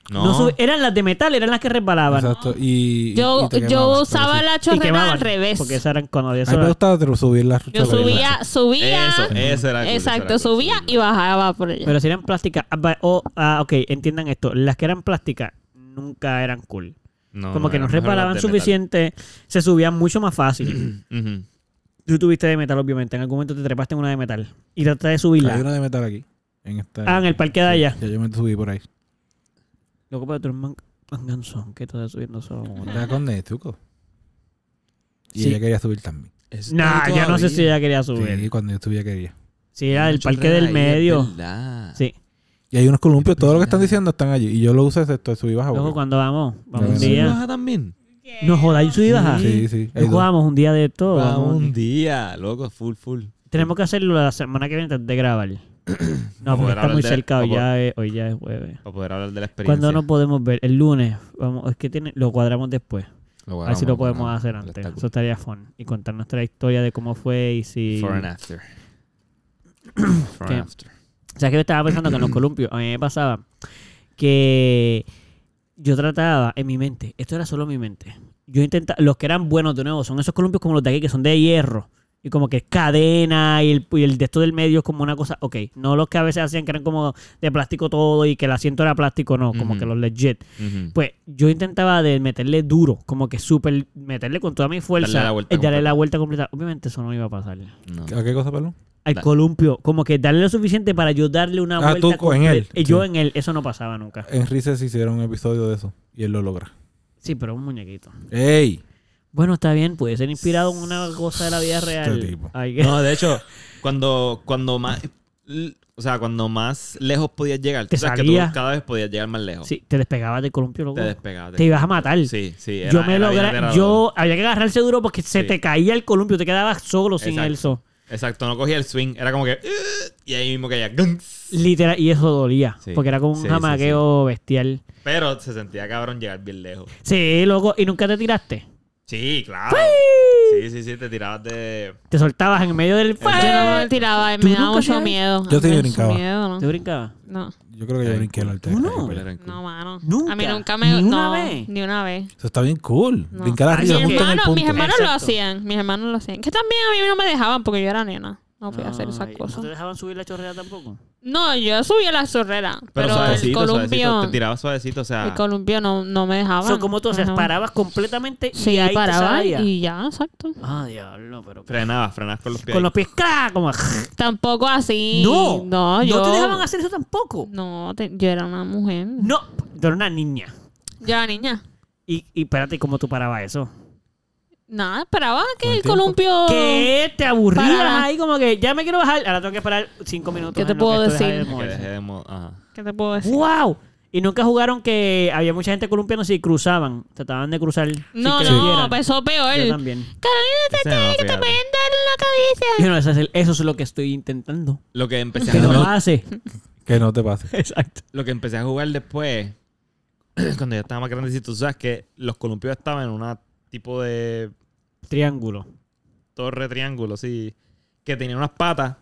[SPEAKER 2] No.
[SPEAKER 1] No,
[SPEAKER 2] sub- eran las de metal, eran las que resbalaban.
[SPEAKER 5] Exacto. Y, y
[SPEAKER 4] Yo,
[SPEAKER 5] te quemabas,
[SPEAKER 4] yo
[SPEAKER 5] pero
[SPEAKER 4] usaba
[SPEAKER 5] sí.
[SPEAKER 4] la
[SPEAKER 2] Y
[SPEAKER 4] chorrera
[SPEAKER 2] quemaban,
[SPEAKER 4] al revés.
[SPEAKER 2] Porque esas eran cuando había
[SPEAKER 5] A mí me
[SPEAKER 2] sol.
[SPEAKER 5] gustaba tru- subir las
[SPEAKER 4] Yo
[SPEAKER 5] chorreras.
[SPEAKER 4] subía, subía.
[SPEAKER 1] Eso, eso era Ah, cool, eso era
[SPEAKER 4] Exacto,
[SPEAKER 1] cool,
[SPEAKER 4] subía
[SPEAKER 1] sí.
[SPEAKER 4] y bajaba por ella.
[SPEAKER 2] Pero si eran plásticas. ah, va- oh, ah, ok, entiendan esto. Las que eran plásticas nunca eran cool.
[SPEAKER 1] No,
[SPEAKER 2] Como que
[SPEAKER 1] eran
[SPEAKER 2] no
[SPEAKER 1] mejor las
[SPEAKER 2] reparaban
[SPEAKER 1] de
[SPEAKER 2] suficiente, se subían mucho más fácil.
[SPEAKER 1] metal. Ujú.
[SPEAKER 2] Tú tuviste de metal, obviamente. En algún momento te trepaste en una de metal y trataste de subirla.
[SPEAKER 5] Hay una de metal aquí. En esta,
[SPEAKER 2] Ah, en el parque de allá.
[SPEAKER 5] Ya yo me subí por ahí.
[SPEAKER 2] Loco, pero tú eres man- manganzón que estás subiendo solo.
[SPEAKER 5] Estaba con Nezuko. Y
[SPEAKER 2] Sí.
[SPEAKER 5] ella quería subir también.
[SPEAKER 1] Eso
[SPEAKER 2] Nah,
[SPEAKER 1] está
[SPEAKER 2] yo no sé si
[SPEAKER 1] todavía.
[SPEAKER 2] ella quería
[SPEAKER 5] Sí,
[SPEAKER 2] subir.
[SPEAKER 5] cuando yo estuve ella quería.
[SPEAKER 2] Si era
[SPEAKER 1] Una
[SPEAKER 2] del parque
[SPEAKER 1] chorrera
[SPEAKER 2] del
[SPEAKER 1] ahí, es
[SPEAKER 2] medio.
[SPEAKER 1] verdad.
[SPEAKER 2] Sí.
[SPEAKER 5] Y hay unos columpios, todo lo que están diciendo están allí. Y yo lo usé excepto de subir baja.
[SPEAKER 2] Loco,
[SPEAKER 5] porque-
[SPEAKER 2] cuando vamos, vamos un
[SPEAKER 5] Sí.
[SPEAKER 2] día.
[SPEAKER 1] Baja también.
[SPEAKER 2] Nos jodáis subir y baja.
[SPEAKER 5] Sí, sí. hay
[SPEAKER 2] Nos
[SPEAKER 5] dos.
[SPEAKER 2] jugamos un día de todo.
[SPEAKER 1] Va
[SPEAKER 2] vamos.
[SPEAKER 1] Ah, un día, loco, full, full.
[SPEAKER 2] Tenemos que hacerlo la semana que viene antes de grabar. No, porque
[SPEAKER 1] poder
[SPEAKER 2] está muy
[SPEAKER 1] hablar de-
[SPEAKER 2] cerca. Hoy
[SPEAKER 1] para
[SPEAKER 2] ya es, hoy ya es jueves.
[SPEAKER 1] Para poder hablar de la experiencia.
[SPEAKER 2] ¿Cuándo nos podemos ver? El lunes. Vamos, es que tiene, lo cuadramos después. a ver si lo podemos
[SPEAKER 1] guardamos,
[SPEAKER 2] hacer
[SPEAKER 1] pero
[SPEAKER 2] antes.
[SPEAKER 1] está cool.
[SPEAKER 2] Eso estaría fun. Y contar nuestra historia de cómo fue y si...
[SPEAKER 1] For and after. For
[SPEAKER 2] ¿Qué?
[SPEAKER 1] and after.
[SPEAKER 2] O sea, que yo estaba pensando que en los columpios a mí me pasaba que yo trataba en mi mente, esto era solo mi mente. Yo intentaba, los que eran buenos de nuevo son esos columpios como los de aquí que son de hierro y como que es cadena y el, y el de esto del medio es como una cosa, ok, no los que a veces hacían que eran como de plástico todo y que el asiento era plástico, no, como
[SPEAKER 1] Ujú.
[SPEAKER 2] que los legit.
[SPEAKER 1] Ujú.
[SPEAKER 2] Pues yo intentaba de meterle duro, como que súper, meterle con toda mi fuerza,
[SPEAKER 1] Darle la vuelta
[SPEAKER 2] eh, darle
[SPEAKER 1] completa.
[SPEAKER 2] la vuelta completa. Obviamente eso no iba a pasar
[SPEAKER 1] No.
[SPEAKER 5] ¿A qué cosa, perdón?
[SPEAKER 2] al
[SPEAKER 1] Da-
[SPEAKER 2] columpio, como que darle lo suficiente para yo darle una
[SPEAKER 5] Ah,
[SPEAKER 2] vuelta.
[SPEAKER 5] tú con
[SPEAKER 2] completa.
[SPEAKER 5] él,
[SPEAKER 2] Y yo
[SPEAKER 5] sí. Eh.
[SPEAKER 2] en él, eso no pasaba nunca.
[SPEAKER 5] En Rises hicieron un episodio de eso. Y él lo logra.
[SPEAKER 2] Sí, pero un muñequito.
[SPEAKER 5] ¡Ey!
[SPEAKER 2] Bueno, está bien, puede ser inspirado en una cosa de la vida real.
[SPEAKER 5] Este tipo.
[SPEAKER 2] Ay,
[SPEAKER 1] No, de hecho, cuando, cuando más. l- O sea, cuando más lejos podías llegar,
[SPEAKER 2] Te
[SPEAKER 1] tú sabes que
[SPEAKER 2] salía.
[SPEAKER 1] tú cada vez podías llegar más lejos.
[SPEAKER 2] Sí, te despegabas del columpio, loco.
[SPEAKER 1] Te
[SPEAKER 2] Te,
[SPEAKER 1] despegabas. de-
[SPEAKER 2] ibas a matar.
[SPEAKER 1] Sí, sí.
[SPEAKER 2] yo
[SPEAKER 1] era-
[SPEAKER 2] me
[SPEAKER 1] era bien
[SPEAKER 2] logré.
[SPEAKER 1] aterrador.
[SPEAKER 2] Yo había que agarrarse duro porque se
[SPEAKER 1] Sí.
[SPEAKER 2] te caía el columpio, te quedabas solo sin
[SPEAKER 1] Exacto.
[SPEAKER 2] el so.
[SPEAKER 1] Exacto, no cogía el swing. Era como que. "Ugh", Y ahí mismo caía. "Gunks".
[SPEAKER 2] Literal, y eso dolía.
[SPEAKER 1] Sí.
[SPEAKER 2] Porque era como un
[SPEAKER 1] Sí, sí,
[SPEAKER 2] jamaqueo bestial.
[SPEAKER 1] Pero se sentía cabrón llegar bien lejos.
[SPEAKER 2] Sí, loco, y nunca te tiraste.
[SPEAKER 1] Sí, claro. Sí, sí, sí, te tirabas de.
[SPEAKER 2] Te soltabas en medio del.
[SPEAKER 4] Yo no me tiraba,
[SPEAKER 2] eh, ¿Tú
[SPEAKER 4] me daba
[SPEAKER 2] nunca
[SPEAKER 4] mucho
[SPEAKER 2] hacías?
[SPEAKER 4] miedo.
[SPEAKER 5] Yo sí
[SPEAKER 4] Mucho
[SPEAKER 5] brincaba.
[SPEAKER 4] miedo,
[SPEAKER 2] ¿Te
[SPEAKER 4] ¿no?
[SPEAKER 2] brincabas?
[SPEAKER 4] No,
[SPEAKER 5] Yo creo que yo brinqué el altar.
[SPEAKER 2] ¿Tú
[SPEAKER 5] ahí,
[SPEAKER 2] no?
[SPEAKER 5] pero-
[SPEAKER 4] no, mano.
[SPEAKER 2] Nunca.
[SPEAKER 4] A mí nunca me.
[SPEAKER 2] Ni una
[SPEAKER 4] no,
[SPEAKER 2] vez. Ah,
[SPEAKER 4] Ni una vez.
[SPEAKER 5] Eso está bien cool.
[SPEAKER 4] No.
[SPEAKER 5] Brincar
[SPEAKER 4] Mis
[SPEAKER 5] arriba,
[SPEAKER 2] Así es.
[SPEAKER 5] justo en el
[SPEAKER 4] hermanos,
[SPEAKER 5] punto.
[SPEAKER 4] mis hermanos lo
[SPEAKER 2] Exacto.
[SPEAKER 4] hacían. Mis hermanos lo hacían. Que también a mí no me dejaban porque yo era nena. No podía
[SPEAKER 1] Ah,
[SPEAKER 4] hacer esas
[SPEAKER 2] Ay, ¿No te
[SPEAKER 4] cosas.
[SPEAKER 2] dejaban subir la chorrera tampoco?
[SPEAKER 4] No, yo subía la zorrera. Pero, el
[SPEAKER 1] suavecito, suavecito.
[SPEAKER 4] columpio.
[SPEAKER 1] Te tirabas suavecito, o sea.
[SPEAKER 4] El columpio no, no me dejaba.
[SPEAKER 2] O sea, ¿cómo tú hacías?
[SPEAKER 4] Ajá.
[SPEAKER 2] Parabas completamente y
[SPEAKER 4] Sí,
[SPEAKER 2] ahí te
[SPEAKER 4] paraba
[SPEAKER 2] salía.
[SPEAKER 4] y ya, exacto.
[SPEAKER 2] Ah, diablo, pero...
[SPEAKER 1] Frenabas, frenabas con los pies.
[SPEAKER 2] Con los pies, ¡cra! Como...
[SPEAKER 4] Tampoco así.
[SPEAKER 2] ¡No!
[SPEAKER 4] No, yo.
[SPEAKER 2] ¿No te dejaban hacer eso tampoco?
[SPEAKER 4] No, te- yo era una mujer.
[SPEAKER 2] No. Tú eras una niña.
[SPEAKER 4] Yo era niña.
[SPEAKER 2] Y, y espérate, ¿cómo tú parabas eso?
[SPEAKER 4] Nada, esperaba que
[SPEAKER 5] Con el
[SPEAKER 4] el
[SPEAKER 5] tiempo.
[SPEAKER 4] columpio.
[SPEAKER 2] ¿Qué? ¿Te aburrías
[SPEAKER 4] Oh, Paraba.
[SPEAKER 2] ahí como que ya me quiero bajar? Ahora tengo que parar cinco minutos.
[SPEAKER 4] ¿Qué te
[SPEAKER 2] en lo que
[SPEAKER 4] puedo
[SPEAKER 2] esto deja
[SPEAKER 4] decir?
[SPEAKER 2] de
[SPEAKER 1] Que
[SPEAKER 2] moverse.
[SPEAKER 1] dejé de mo- Ajá.
[SPEAKER 4] ¿Qué te puedo decir?
[SPEAKER 2] ¡Wow! Y nunca jugaron que había mucha gente columpiándose y cruzaban. Trataban de cruzar. sin
[SPEAKER 4] No,
[SPEAKER 2] que
[SPEAKER 4] no, pues,
[SPEAKER 2] vieran.
[SPEAKER 4] pesó peor.
[SPEAKER 2] Yo también.
[SPEAKER 4] Carolina, te
[SPEAKER 1] Ese
[SPEAKER 4] te-
[SPEAKER 1] no,
[SPEAKER 4] que te
[SPEAKER 1] fíjate.
[SPEAKER 4] pueden dar en la cabeza.
[SPEAKER 2] Yo no, eso es el- eso es lo que estoy intentando.
[SPEAKER 1] Lo que empecé
[SPEAKER 2] Que
[SPEAKER 1] a
[SPEAKER 2] no lo
[SPEAKER 1] jugar,
[SPEAKER 2] hace.
[SPEAKER 5] Que no te pase.
[SPEAKER 2] Exacto.
[SPEAKER 1] lo que empecé a jugar después, cuando ya estaba más grandecito, tú sabes que los columpios estaban en una tipo de
[SPEAKER 2] Triángulo.
[SPEAKER 1] torre triángulo, sí, que tenía unas patas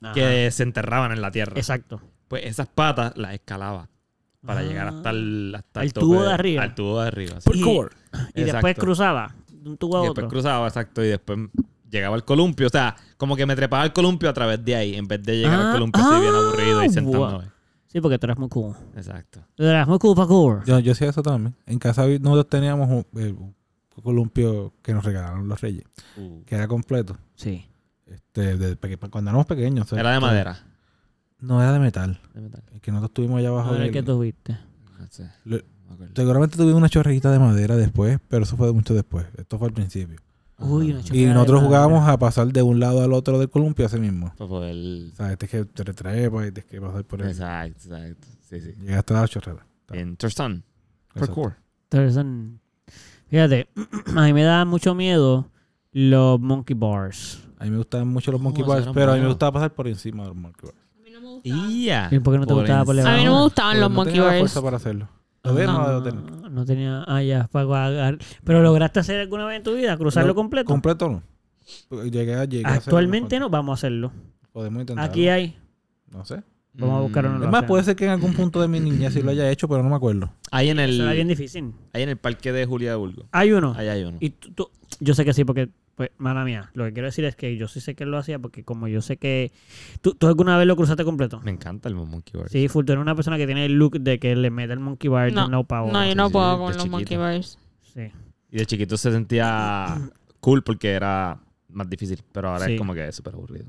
[SPEAKER 2] Ajá.
[SPEAKER 1] que se enterraban en la tierra.
[SPEAKER 2] Exacto.
[SPEAKER 1] Pues esas patas las escalaba para
[SPEAKER 2] Ah.
[SPEAKER 1] llegar hasta el hasta
[SPEAKER 2] Al tubo de arriba.
[SPEAKER 1] Al tubo de arriba. sí.
[SPEAKER 2] Y-
[SPEAKER 5] Parkour.
[SPEAKER 2] Y, después
[SPEAKER 1] Exacto.
[SPEAKER 2] cruzaba de un tubo
[SPEAKER 1] Y
[SPEAKER 2] a
[SPEAKER 1] después
[SPEAKER 2] otro.
[SPEAKER 1] cruzaba, exacto, y después llegaba al columpio. O sea, como que me trepaba al columpio a través de ahí, en vez de llegar
[SPEAKER 2] Ah,
[SPEAKER 1] al columpio así bien
[SPEAKER 2] ah,
[SPEAKER 1] aburrido y
[SPEAKER 2] wow.
[SPEAKER 1] sentándome.
[SPEAKER 2] Sí, porque tú eras muy cool.
[SPEAKER 1] Exacto.
[SPEAKER 2] Tú eras muy cool parkour.
[SPEAKER 5] Yo, yo hacía eso también. En casa vi- nosotros teníamos un, eh, un columpio que nos regalaron los reyes,
[SPEAKER 1] Uh.
[SPEAKER 5] que era completo.
[SPEAKER 2] Sí.
[SPEAKER 5] Este, de- peque- cuando éramos pequeños. o sea,
[SPEAKER 1] Era de
[SPEAKER 5] este,
[SPEAKER 1] madera.
[SPEAKER 5] No, era de metal.
[SPEAKER 1] De metal.
[SPEAKER 5] El que nosotros tuvimos allá abajo.
[SPEAKER 2] Ahora
[SPEAKER 5] del-
[SPEAKER 2] que tuviste.
[SPEAKER 1] No sé,
[SPEAKER 5] lo-
[SPEAKER 1] no me acuerdo.
[SPEAKER 5] seguramente tuvimos una chorreguita de madera después, pero eso fue mucho después. Esto fue al principio.
[SPEAKER 2] Uy, una
[SPEAKER 5] Y
[SPEAKER 2] chorrera de
[SPEAKER 5] nosotros
[SPEAKER 2] madera.
[SPEAKER 5] jugábamos a pasar de un lado al otro del columpio así mismo.
[SPEAKER 1] Para poder...
[SPEAKER 5] O sea, tienes que te retrepas y tienes que pasar por él.
[SPEAKER 1] Exacto, exacto. Sí, sí.
[SPEAKER 5] Llegaste hasta la chorrera.
[SPEAKER 1] En Tarzan.
[SPEAKER 5] Exacto.
[SPEAKER 1] Parkour.
[SPEAKER 2] Tarzan. Fíjate, a mí me da mucho miedo los monkey bars.
[SPEAKER 5] A mí me gustaban mucho los
[SPEAKER 1] Oh,
[SPEAKER 5] monkey
[SPEAKER 1] esos
[SPEAKER 5] bars,
[SPEAKER 1] eran
[SPEAKER 5] pero a mí me
[SPEAKER 1] buenos.
[SPEAKER 5] gustaba pasar por encima de los monkey bars.
[SPEAKER 4] A mí no me
[SPEAKER 1] ¡Ya!
[SPEAKER 2] ¿Y por qué no te gustaba pues, por
[SPEAKER 4] A mí no me
[SPEAKER 2] Ahora.
[SPEAKER 4] gustaban los
[SPEAKER 5] Pues, no tenía la
[SPEAKER 4] Monkeyverse.
[SPEAKER 5] fuerza para hacerlo. Lo veo, no, lo tengo.
[SPEAKER 2] Ah, No, no tenía. Ah, ya. para guardar. Pero lograste hacer alguna vez en tu vida, cruzarlo
[SPEAKER 5] Lo-
[SPEAKER 2] completo.
[SPEAKER 5] Completo no. Llegué a, llegué a hacerlo.
[SPEAKER 2] Actualmente no, vamos a hacerlo.
[SPEAKER 5] Podemos intentarlo.
[SPEAKER 2] Aquí hay.
[SPEAKER 5] No sé.
[SPEAKER 1] Mm.
[SPEAKER 2] Vamos a buscar uno.
[SPEAKER 5] Es más, puede ser que en algún punto de mi niñez sí lo haya hecho, pero no me acuerdo.
[SPEAKER 1] Ahí en el,
[SPEAKER 2] Será bien difícil.
[SPEAKER 1] ahí en el parque de Julia de Burgos.
[SPEAKER 2] Hay uno.
[SPEAKER 1] Ahí hay uno.
[SPEAKER 2] Y tú, tú- yo sé que sí, porque, pues, mala mía. Lo que quiero decir es que yo sí sé que él lo hacía, porque como yo sé que. ¿Tú, tú alguna vez lo cruzaste completo?
[SPEAKER 1] Me encanta el Monkey Bar.
[SPEAKER 2] Sí, Fulton es una persona que tiene el look de que le mete el monkey bar no, no pavo.
[SPEAKER 4] No, yo
[SPEAKER 1] sí,
[SPEAKER 4] no
[SPEAKER 1] sí,
[SPEAKER 4] puedo
[SPEAKER 1] de
[SPEAKER 4] con los
[SPEAKER 1] chiquito.
[SPEAKER 4] Monkeyverse.
[SPEAKER 2] Sí.
[SPEAKER 1] Y de chiquito se sentía cool porque era más difícil, pero ahora
[SPEAKER 2] Sí.
[SPEAKER 1] es como que es súper aburrido.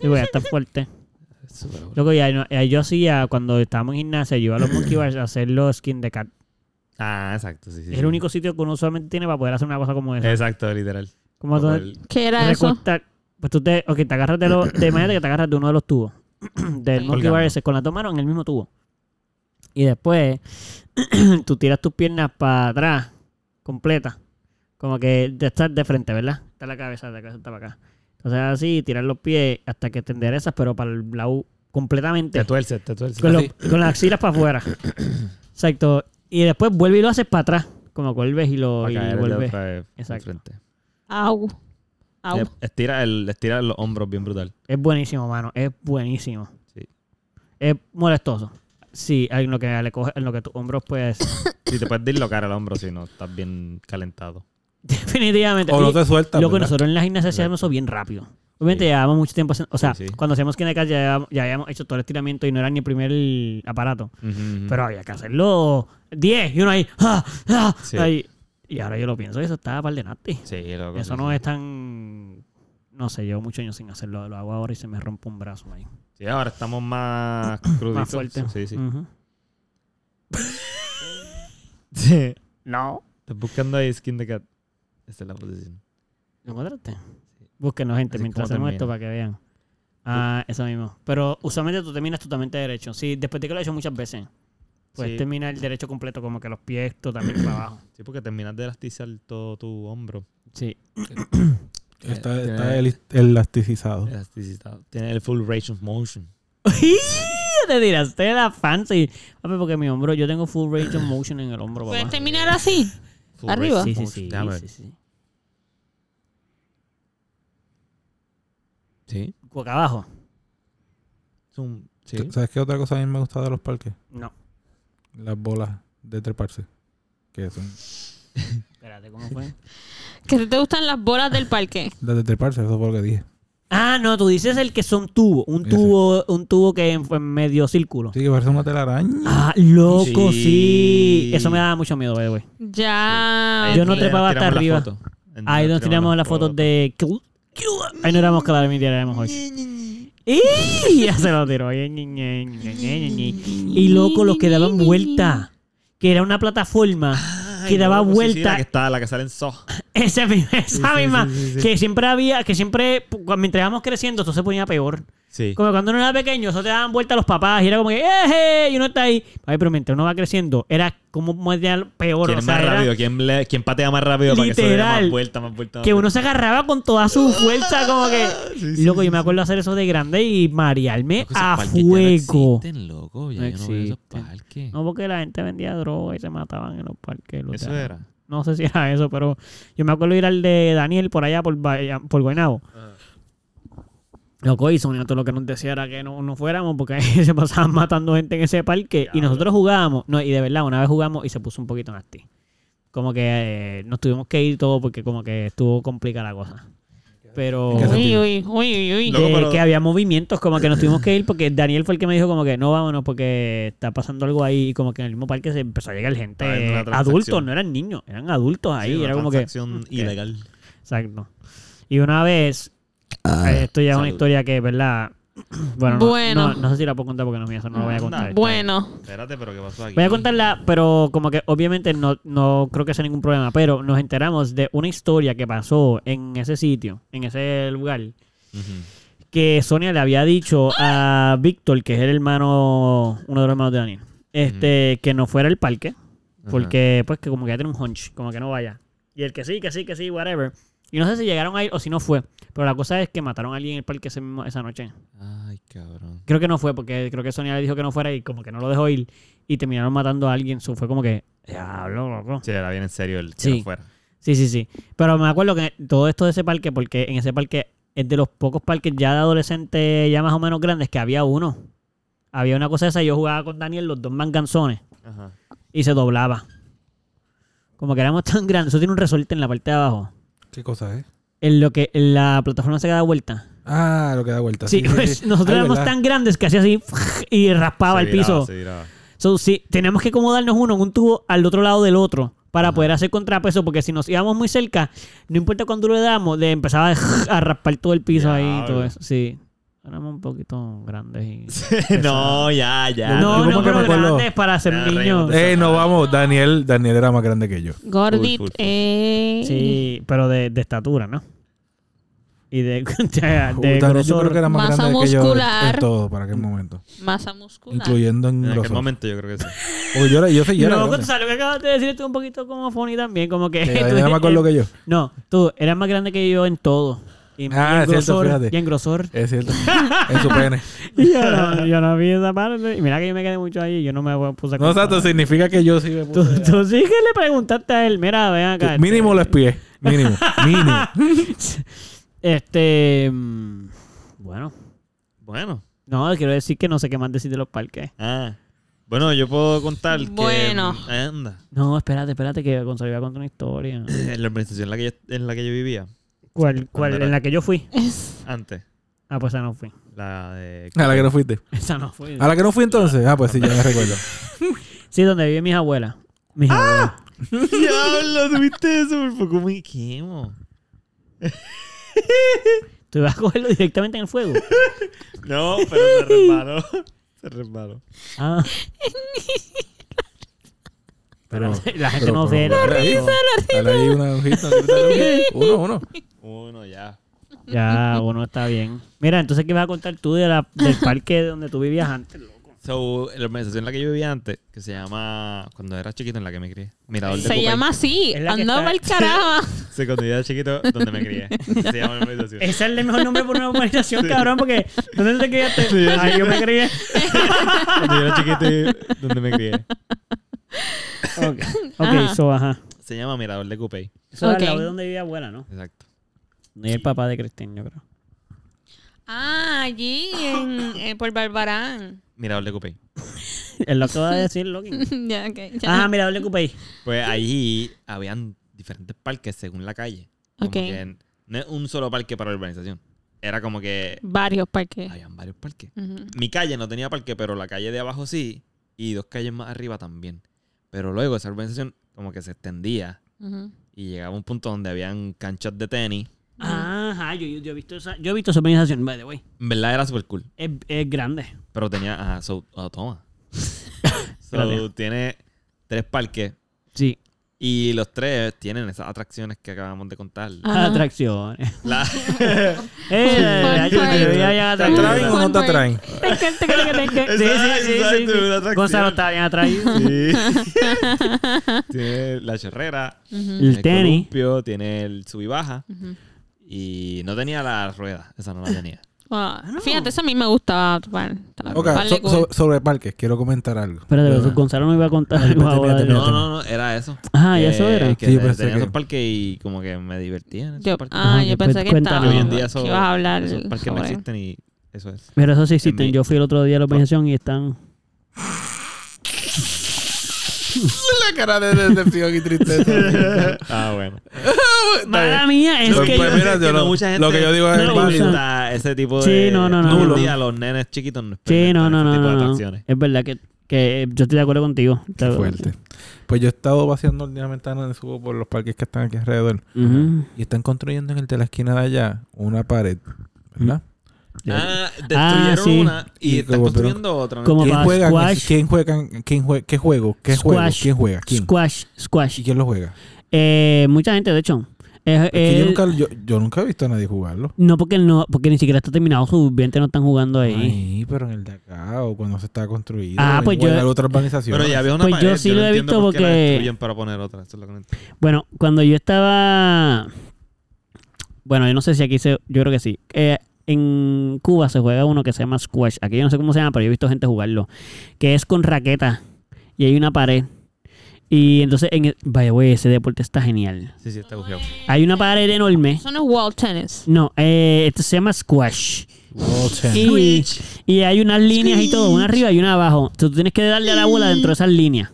[SPEAKER 2] Y voy a estar fuerte.
[SPEAKER 1] Es súper aburrido.
[SPEAKER 2] Luego ya, ya yo hacía, cuando estábamos en gimnasia, yo iba a los monkey bars a hacer los skin de cat.
[SPEAKER 1] Ah, exacto, sí, sí.
[SPEAKER 2] Es
[SPEAKER 1] sí.
[SPEAKER 2] el único sitio que uno usualmente tiene para poder hacer una cosa como esa.
[SPEAKER 1] Exacto, literal.
[SPEAKER 2] como
[SPEAKER 1] Como
[SPEAKER 2] tú-
[SPEAKER 1] el-
[SPEAKER 4] ¿Qué era eso?
[SPEAKER 2] recortar. Pues tú te, ok, te agarras de los, de manera que te agarras de uno de los tubos del monkey
[SPEAKER 1] Colgando.
[SPEAKER 2] bar ese, con las dos manos en el mismo tubo. Y después tú tiras tus piernas para atrás, completa. Como que de estar de frente, ¿verdad? Está la cabeza, la cabeza está para acá. Entonces así, tirar los pies hasta que te enderezas, pero para el lado completamente.
[SPEAKER 1] Te tuerces, te tuerces.
[SPEAKER 2] Con, lo-
[SPEAKER 5] Así.
[SPEAKER 2] con las axilas para afuera. Exacto. Y después vuelve y lo haces para atrás. Como vuelves y lo
[SPEAKER 1] Para
[SPEAKER 2] y
[SPEAKER 1] caer de
[SPEAKER 2] vuelves.
[SPEAKER 1] otra vez
[SPEAKER 2] Exacto.
[SPEAKER 1] enfrente.
[SPEAKER 4] Au. Au. Pues
[SPEAKER 1] Eh, Estira, el, estira los hombros bien brutal.
[SPEAKER 2] Es buenísimo, mano. Es buenísimo.
[SPEAKER 1] Sí.
[SPEAKER 2] Es molestoso. Sí, en lo que le coge, en lo que tus hombros pues.
[SPEAKER 1] Si te puedes dislocar el hombro si no estás bien calentado.
[SPEAKER 2] definitivamente.
[SPEAKER 5] O no
[SPEAKER 2] Oye,
[SPEAKER 5] te sueltas.
[SPEAKER 2] Lo que
[SPEAKER 5] ¿verdad?
[SPEAKER 2] nosotros en la gimnasia hacíamos eso bien rápido. Obviamente
[SPEAKER 1] Sí.
[SPEAKER 2] llevábamos mucho tiempo haciendo- O sea,
[SPEAKER 1] Sí, sí.
[SPEAKER 2] cuando hacíamos Kinecast ya, llevábamos- ya habíamos hecho todo el estiramiento y no era ni el primer aparato.
[SPEAKER 1] Mm.
[SPEAKER 2] Pero había que hacerlo 10 y uno ahí. ¡ah! ¡ah!
[SPEAKER 1] Sí.
[SPEAKER 2] ahí. Y ahora yo lo pienso, eso estaba par de nasty.
[SPEAKER 1] Sí, loco,
[SPEAKER 2] Eso
[SPEAKER 1] sí,
[SPEAKER 2] no
[SPEAKER 1] sí.
[SPEAKER 2] es tan. No sé, llevo muchos años sin hacerlo. Lo hago ahora y se me rompe un brazo ahí.
[SPEAKER 1] Sí, ahora estamos más cruditos.
[SPEAKER 2] Más fuerte. Mm.
[SPEAKER 1] Sí, sí.
[SPEAKER 2] Ujú.
[SPEAKER 1] Sí.
[SPEAKER 2] No.
[SPEAKER 1] Estás buscando ahí skin de cat. Esta es la posición.
[SPEAKER 2] ¿Lo encontraste? Búsquenos,
[SPEAKER 1] Así
[SPEAKER 2] gente,
[SPEAKER 1] es
[SPEAKER 2] mientras
[SPEAKER 1] como
[SPEAKER 2] hacemos esto
[SPEAKER 1] termina.
[SPEAKER 2] para que vean. Ah, eso mismo. Pero usualmente tú terminas totalmente derecho. Sí, después de que lo he hecho muchas veces, pues
[SPEAKER 1] Sí.
[SPEAKER 2] termina el derecho completo, como que los pies totalmente para abajo.
[SPEAKER 1] Sí, porque terminas de elastizar todo tu hombro.
[SPEAKER 2] Sí.
[SPEAKER 5] Está,
[SPEAKER 1] Eh,
[SPEAKER 5] está
[SPEAKER 1] tiene-
[SPEAKER 5] el-
[SPEAKER 2] eh,
[SPEAKER 5] elasticizado.
[SPEAKER 1] Elasticizado. Tiene el full range of motion.
[SPEAKER 2] Te tiraste la fancy. Papi, porque mi hombro, yo tengo full range of motion en el hombro, papá.
[SPEAKER 4] ¿Puedes terminar así?
[SPEAKER 1] Full
[SPEAKER 4] Arriba.
[SPEAKER 1] range
[SPEAKER 2] Sí,
[SPEAKER 1] of
[SPEAKER 2] sí,
[SPEAKER 1] motion.
[SPEAKER 2] sí.
[SPEAKER 1] Déjame
[SPEAKER 2] sí,
[SPEAKER 1] ver.
[SPEAKER 2] sí.
[SPEAKER 1] Sí.
[SPEAKER 2] Boca abajo.
[SPEAKER 1] Zoom. Sí.
[SPEAKER 5] ¿Tú- ¿Sabes qué otra cosa a mí me gustaba de los parques?
[SPEAKER 2] No.
[SPEAKER 5] Las bolas de treparse. Que son.
[SPEAKER 2] Espérate, ¿cómo fue?
[SPEAKER 4] ¿Que te gustan las bolas del parque?
[SPEAKER 5] Las de treparse, eso fue lo que dije.
[SPEAKER 2] Ah, no, tú dices el que son tubo. Un
[SPEAKER 5] Ese.
[SPEAKER 2] tubo, un tubo que en, en medio círculo.
[SPEAKER 5] Sí, que parece una telaraña.
[SPEAKER 2] Ah, loco, sí.
[SPEAKER 1] Sí.
[SPEAKER 2] Eso me daba mucho miedo, by the way.
[SPEAKER 4] Ya.
[SPEAKER 2] Yo no
[SPEAKER 1] Ahí
[SPEAKER 2] trepaba hasta
[SPEAKER 1] tiramos la
[SPEAKER 2] arriba.
[SPEAKER 1] foto.
[SPEAKER 2] Ahí nos tiramos las fotos de. Ahí no éramos cada mi éramos hoy. ¡Y! Ya se lo tiró. Y loco, los que daban vuelta. Que era una plataforma que daba
[SPEAKER 1] loco, sí, sí,
[SPEAKER 2] vuelta.
[SPEAKER 1] la que está, la que sale en Saw.
[SPEAKER 2] Esa misma, esa
[SPEAKER 1] Ah. sí,
[SPEAKER 2] misma.
[SPEAKER 1] sí, sí, sí.
[SPEAKER 2] Que siempre había, que siempre, cu- mientras íbamos creciendo, esto se ponía peor.
[SPEAKER 1] Sí.
[SPEAKER 2] Como cuando uno era pequeño, eso te daban vuelta a los papás y era como que, ¡eh! eh", Y uno está ahí. Ay, pero mientras uno va creciendo, era como más de al- peor.
[SPEAKER 1] ¿Quién
[SPEAKER 2] O
[SPEAKER 1] es
[SPEAKER 2] sea,
[SPEAKER 1] más
[SPEAKER 2] era
[SPEAKER 1] rápido? ¿Quién, le- quién patea más rápido para que se dé
[SPEAKER 2] Literal.
[SPEAKER 1] más vuelta, más vuelta? más
[SPEAKER 2] que uno
[SPEAKER 1] vuelta?
[SPEAKER 2] se agarraba con toda su fuerza, como que. loco, yo me acuerdo hacer eso de grande y marearme
[SPEAKER 1] Loco, esos
[SPEAKER 2] a
[SPEAKER 1] parques ya no
[SPEAKER 2] fuego.
[SPEAKER 1] existen, loco. Ya
[SPEAKER 2] No
[SPEAKER 1] yo no veo esos
[SPEAKER 2] existen.
[SPEAKER 1] parques.
[SPEAKER 2] No, porque la gente vendía droga y se mataban en los parques. los
[SPEAKER 1] Eso
[SPEAKER 2] de-
[SPEAKER 1] era.
[SPEAKER 2] No sé si era eso, pero yo me acuerdo ir al de Daniel por allá, por, Bahía- por Guaynabo. Loco, y Sonia todo lo que nos decía era que no, no fuéramos porque ahí se pasaban matando gente en ese parque. Y nosotros jugábamos. No, y de verdad, una vez jugamos y se puso un poquito nasty. Como que eh, nos tuvimos que ir todo porque como que estuvo complicada la cosa. Pero
[SPEAKER 5] ¿En qué
[SPEAKER 4] Uy,
[SPEAKER 5] sentido?
[SPEAKER 4] uy, uy, uy, uy.
[SPEAKER 1] Loco,
[SPEAKER 2] de
[SPEAKER 1] pero-
[SPEAKER 2] que había movimientos, como que nos tuvimos que ir porque Daniel fue el que me dijo como que no vámonos porque está pasando algo ahí y como que en el mismo parque se empezó a llegar gente
[SPEAKER 1] Ah, era una transacción.
[SPEAKER 2] adultos, no eran niños, eran adultos ahí,
[SPEAKER 1] Sí, una
[SPEAKER 2] era como que
[SPEAKER 1] transacción
[SPEAKER 2] ok.
[SPEAKER 1] ilegal.
[SPEAKER 2] exacto. Y una vez eh, esto ya es una
[SPEAKER 1] salud.
[SPEAKER 2] historia que, ¿verdad? Bueno, no-
[SPEAKER 4] Bueno.
[SPEAKER 2] No, no, sé si la puedo contar porque no es mía, eso no lo voy a contar.
[SPEAKER 4] Bueno,
[SPEAKER 1] Espérate, pero ¿qué pasó aquí?
[SPEAKER 2] Voy a contarla, pero como que obviamente no, no creo que sea ningún problema, pero nos enteramos de una historia que pasó en ese sitio, en ese lugar,
[SPEAKER 1] Ujú.
[SPEAKER 2] que Sonia le había dicho a Víctor, que es el hermano, uno de los hermanos de Daniel, este, que no fuera al parque, porque pues que como que ya tiene un hunch, como que no vaya. Y el que sí, que sí, que sí, whatever. Y no sé si llegaron a ir o si no fue, pero la cosa es que mataron a alguien en el parque ese mismo- esa noche.
[SPEAKER 1] Ay, Cabrón.
[SPEAKER 2] Creo que no fue, porque creo que Sonia le dijo que no fuera y como que no lo dejó ir. Y terminaron matando a alguien. So, fue como que. Diablo, loco.
[SPEAKER 1] Sí, era bien en serio el que
[SPEAKER 2] Sí.
[SPEAKER 1] no fuera.
[SPEAKER 2] Sí, sí, sí. Pero me acuerdo que todo esto de ese parque, porque en ese parque es de los pocos parques ya de adolescentes, ya más o menos grandes, que había uno. Había una cosa esa, yo jugaba con Daniel los dos manganzones
[SPEAKER 1] Ajá.
[SPEAKER 2] y se doblaba. Como que éramos tan grandes. Eso tiene un resorte en la parte de abajo.
[SPEAKER 5] ¿Qué cosa ¿eh? es?
[SPEAKER 2] En lo que en la plataforma se da vuelta.
[SPEAKER 5] Ah, lo que da vuelta.
[SPEAKER 2] Sí, pues nosotros
[SPEAKER 5] Ay,
[SPEAKER 2] éramos
[SPEAKER 5] ¿verdad?
[SPEAKER 2] tan grandes que hacía así y raspaba
[SPEAKER 1] Se
[SPEAKER 2] el
[SPEAKER 1] viraba,
[SPEAKER 2] piso.
[SPEAKER 1] se viraba.
[SPEAKER 2] So, sí, teníamos que acomodarnos uno en un tubo al otro lado del otro para poder hacer contrapeso, porque si nos íbamos muy cerca, no importa cuánto le damos, le empezaba a raspar todo el piso ahí y todo
[SPEAKER 1] Diablo.
[SPEAKER 2] eso. Sí. Éramos un poquito grandes y.
[SPEAKER 1] no, ya, ya.
[SPEAKER 2] no, no,
[SPEAKER 5] yo como que
[SPEAKER 2] pero
[SPEAKER 5] me acuerdo-
[SPEAKER 2] grandes para ser
[SPEAKER 1] Ya,
[SPEAKER 2] niños.
[SPEAKER 1] reímos.
[SPEAKER 5] Eh, no vamos. Daniel, Daniel era más grande que yo.
[SPEAKER 4] Gordit,
[SPEAKER 1] full, full.
[SPEAKER 4] eh.
[SPEAKER 2] Sí, pero de, de estatura, ¿no? Y de, de, de
[SPEAKER 5] Uy, Daniel, yo
[SPEAKER 2] grosor.
[SPEAKER 5] creo que era más
[SPEAKER 4] Masa
[SPEAKER 5] grande que yo en
[SPEAKER 4] muscular.
[SPEAKER 5] todo para aquel momento.
[SPEAKER 4] Masa muscular.
[SPEAKER 5] Incluyendo en
[SPEAKER 1] En aquel
[SPEAKER 5] grosor.
[SPEAKER 1] momento yo creo que sí.
[SPEAKER 5] Porque yo, era- yo seguía.
[SPEAKER 2] No, tú sabes lo que acabas de decir, tú un poquito como funny también, como que... tú
[SPEAKER 5] Daniel era más con lo que yo.
[SPEAKER 2] No, tú eras más grande que yo en todo. Y, y en
[SPEAKER 5] Ah, es cierto,
[SPEAKER 2] grosor,
[SPEAKER 5] fíjate.
[SPEAKER 2] Y en grosor.
[SPEAKER 5] Es cierto. en su pene.
[SPEAKER 2] Y yo, no, yo no vi esa parte. Y mira que yo me quedé mucho ahí. Yo no me puse a
[SPEAKER 5] No, exacto.
[SPEAKER 2] comparar.
[SPEAKER 5] Significa que yo sí me
[SPEAKER 2] Tú,
[SPEAKER 5] puse.
[SPEAKER 2] tú sí que le preguntaste a él. Mira, ven acá. este,
[SPEAKER 5] Mínimo los pies. Mínimo. Mínimo.
[SPEAKER 2] Este. mm, Bueno.
[SPEAKER 1] Bueno.
[SPEAKER 2] No, quiero decir que no sé qué más decir de los parques.
[SPEAKER 1] Ah. Bueno, yo puedo contar que...
[SPEAKER 4] Bueno.
[SPEAKER 1] Anda.
[SPEAKER 2] No, espérate, espérate, que Gonzalo iba a contar una historia.
[SPEAKER 1] En la organización en la que yo, en la que yo vivía
[SPEAKER 2] ¿Cuál?
[SPEAKER 1] cuál?
[SPEAKER 2] ¿En la que yo fui?
[SPEAKER 1] antes,
[SPEAKER 2] Ah, pues esa no fui.
[SPEAKER 1] la de...
[SPEAKER 5] A Ah, la que no fuiste.
[SPEAKER 2] Esa no fui.
[SPEAKER 5] A la que no fui entonces. Ah, pues sí, ya me recuerdo.
[SPEAKER 2] Sí, donde viven mis abuelas.
[SPEAKER 5] ¡Ah!
[SPEAKER 2] Mis abuelas.
[SPEAKER 1] ¡Diablo! ¿Tuviste eso? Por poco me quemo.
[SPEAKER 2] Tú ibas a cogerlo directamente en el fuego.
[SPEAKER 1] No, pero se resbaló. Se resbaló.
[SPEAKER 2] Ah,
[SPEAKER 5] Pero,
[SPEAKER 2] la gente no ve. la-
[SPEAKER 5] Dale ahí una hojita. Uno, uno.
[SPEAKER 1] Uno ya.
[SPEAKER 2] Ya, bueno, está bien. Mira, entonces, ¿qué vas a contar tú de la, del parque donde tú vivías antes?
[SPEAKER 1] So, la organización en la que yo vivía antes, que se llama... Cuando era chiquito, en la que me crié. Mirador de
[SPEAKER 4] Se
[SPEAKER 1] Copay.
[SPEAKER 4] llama así.
[SPEAKER 2] Es la que
[SPEAKER 4] Andaba el
[SPEAKER 2] está-
[SPEAKER 4] carajo.
[SPEAKER 1] Sí, cuando yo era chiquito, donde me crié. Se llama la organización.
[SPEAKER 2] Ese es el mejor nombre por una urbanización, cabrón, porque ¿dónde te criaste?
[SPEAKER 1] Sí, yo
[SPEAKER 2] Ay, yo me crié.
[SPEAKER 1] Cuando yo era chiquito, donde me crié.
[SPEAKER 2] Ok,
[SPEAKER 4] Ajá.
[SPEAKER 2] so, ajá.
[SPEAKER 1] Se llama Mirador de Coupey.
[SPEAKER 2] Eso era
[SPEAKER 4] Ok.
[SPEAKER 2] al lado de donde vivía abuela, ¿no?
[SPEAKER 1] Exacto.
[SPEAKER 2] Y el papá de Cristín, yo creo.
[SPEAKER 4] Ah, allí, en, eh, por Barbarán.
[SPEAKER 1] Mirador de Coupey.
[SPEAKER 2] Es lo que va a decir Loki.
[SPEAKER 4] ya, ok. ya.
[SPEAKER 2] Ah, mira, doble cupé.
[SPEAKER 1] Pues allí habían diferentes parques según la calle. Como
[SPEAKER 4] Ok.
[SPEAKER 1] que no es un solo parque para la urbanización. Era como que
[SPEAKER 4] Varios parques.
[SPEAKER 1] habían varios parques.
[SPEAKER 4] Ujú.
[SPEAKER 1] Mi calle no tenía parque, pero la calle de abajo sí. Y dos calles más arriba también. Pero luego esa urbanización como que se extendía.
[SPEAKER 4] Ujú.
[SPEAKER 1] Y llegaba a un punto donde habían canchas de tenis.
[SPEAKER 4] Mm.
[SPEAKER 2] Ajá, yo, yo, yo he visto esa, yo he visto esa urbanización, by the way.
[SPEAKER 1] En verdad era super cool.
[SPEAKER 2] Es, es grande.
[SPEAKER 1] Pero tenía... Ah, so, ah, toma. so,
[SPEAKER 2] Gracias.
[SPEAKER 1] tiene tres parques.
[SPEAKER 2] Sí.
[SPEAKER 1] Y los tres tienen esas atracciones que acabamos de contar.
[SPEAKER 4] Ajá.
[SPEAKER 2] Atracciones.
[SPEAKER 1] La-
[SPEAKER 2] Eh,
[SPEAKER 4] Fun fact.
[SPEAKER 2] yo ya
[SPEAKER 5] ¿Te traen o no te traen?
[SPEAKER 2] Sí, sí, sí,
[SPEAKER 1] Exacto,
[SPEAKER 2] sí, sí.
[SPEAKER 1] una atracción.
[SPEAKER 2] Gonzalo está bien atraído.
[SPEAKER 1] Sí. tiene la chorrera,
[SPEAKER 2] El tenis.
[SPEAKER 1] columpio, tiene el sub y baja.
[SPEAKER 4] Ujú.
[SPEAKER 1] Y no tenía la rueda, esa no la tenía.
[SPEAKER 4] Ah, Fíjate, eso a mí me gustaba. Vale,
[SPEAKER 5] Ok, so- so- sobre parques, quiero comentar algo.
[SPEAKER 2] Espérate, pero
[SPEAKER 5] Ajá.
[SPEAKER 2] Gonzalo no iba a contar algo
[SPEAKER 5] Termina,
[SPEAKER 2] ahora.
[SPEAKER 5] termina,
[SPEAKER 1] No, no, no, era eso.
[SPEAKER 2] Ah,
[SPEAKER 1] Que-
[SPEAKER 2] ¿y eso era?
[SPEAKER 1] Eh, Que
[SPEAKER 5] Sí, yo
[SPEAKER 1] tenía
[SPEAKER 5] pensé que-
[SPEAKER 1] esos parques y como que me divertía en esos
[SPEAKER 4] Yo,
[SPEAKER 1] parques.
[SPEAKER 4] ah,
[SPEAKER 2] Ajá,
[SPEAKER 4] yo
[SPEAKER 2] que
[SPEAKER 4] pensé que
[SPEAKER 2] cuéntanos.
[SPEAKER 4] estaba.
[SPEAKER 1] Hoy en día eso-
[SPEAKER 4] que ibas a hablar.
[SPEAKER 1] esos parques no
[SPEAKER 4] sobre-
[SPEAKER 1] existen y eso es.
[SPEAKER 2] Pero eso sí
[SPEAKER 1] En
[SPEAKER 2] existen.
[SPEAKER 1] mi-
[SPEAKER 2] Yo fui el otro día a la organización y están...
[SPEAKER 5] La cara de decepción y tristeza.
[SPEAKER 1] ah, bueno.
[SPEAKER 2] Mala mía, es
[SPEAKER 5] Pues,
[SPEAKER 2] que
[SPEAKER 5] pues,
[SPEAKER 2] yo...
[SPEAKER 5] mira, yo
[SPEAKER 1] no,
[SPEAKER 5] lo-
[SPEAKER 1] mucha gente
[SPEAKER 5] lo que yo digo es
[SPEAKER 1] no le
[SPEAKER 5] válido.
[SPEAKER 1] gusta ese tipo de...
[SPEAKER 2] Sí, no, no, no,
[SPEAKER 1] Hoy en
[SPEAKER 5] no.
[SPEAKER 1] día los nenes chiquitos no
[SPEAKER 2] Sí, no,
[SPEAKER 1] experimentan
[SPEAKER 2] no,
[SPEAKER 1] ese
[SPEAKER 2] no,
[SPEAKER 1] tipo de
[SPEAKER 2] no, no.
[SPEAKER 1] atracciones.
[SPEAKER 2] Es verdad que, que yo estoy de acuerdo contigo.
[SPEAKER 5] Qué fuerte. Pues yo he estado vaciando la ventana de su por los parques que están aquí alrededor.
[SPEAKER 2] Ujú.
[SPEAKER 5] Y están construyendo en el de la esquina de allá una pared. ¿Verdad?
[SPEAKER 1] Ah, destruyeron
[SPEAKER 2] sí.
[SPEAKER 1] una y,
[SPEAKER 5] Y
[SPEAKER 1] están
[SPEAKER 5] como- pero-
[SPEAKER 1] construyendo otra. ¿no?
[SPEAKER 2] Como
[SPEAKER 5] ¿Quién
[SPEAKER 2] para
[SPEAKER 5] juega?
[SPEAKER 2] squash.
[SPEAKER 5] ¿Quién juega? ¿Quién juega? ¿Qué juego? ¿Qué juego?
[SPEAKER 2] Squash.
[SPEAKER 5] ¿Quién juega? ¿Quién?
[SPEAKER 2] Squash,
[SPEAKER 5] ¿Y
[SPEAKER 2] squash.
[SPEAKER 5] quién lo juega?
[SPEAKER 2] Eh, mucha gente, de hecho. Es-
[SPEAKER 5] Es que yo,
[SPEAKER 2] el-
[SPEAKER 5] nunca, yo, yo nunca he visto a nadie jugarlo.
[SPEAKER 2] No, porque no, porque ni siquiera está terminado. Sus 20 no están jugando ahí.
[SPEAKER 5] Ay, pero en el de acá o cuando se está construido.
[SPEAKER 2] Ah,
[SPEAKER 5] o
[SPEAKER 2] pues
[SPEAKER 5] en
[SPEAKER 2] yo-
[SPEAKER 5] la otra urbanización.
[SPEAKER 1] Pero ya había una
[SPEAKER 2] Pues yo
[SPEAKER 1] pared.
[SPEAKER 2] sí
[SPEAKER 1] no
[SPEAKER 2] lo he
[SPEAKER 1] entiendo
[SPEAKER 2] visto
[SPEAKER 1] por qué la
[SPEAKER 2] porque-
[SPEAKER 1] destruyen para poner otra. Eso es lo que no entiendo.
[SPEAKER 2] Bueno, cuando yo estaba. Bueno, yo no sé si aquí se. Yo creo que sí. Eh, en Cuba se juega uno que se llama squash. Aquí yo no sé cómo se llama, pero yo he visto gente jugarlo. Que es con raqueta y hay una pared. Y entonces, en el- vaya, güey, ese deporte está genial.
[SPEAKER 1] Sí, sí, está bugueado.
[SPEAKER 2] Hay una pared enorme.
[SPEAKER 4] Eso no es wall tennis.
[SPEAKER 2] No, eh, esto se llama squash.
[SPEAKER 5] Walter.
[SPEAKER 2] Y, y hay unas líneas y todo, una arriba y una abajo. Entonces, tú tienes que darle a la bola dentro de esas líneas.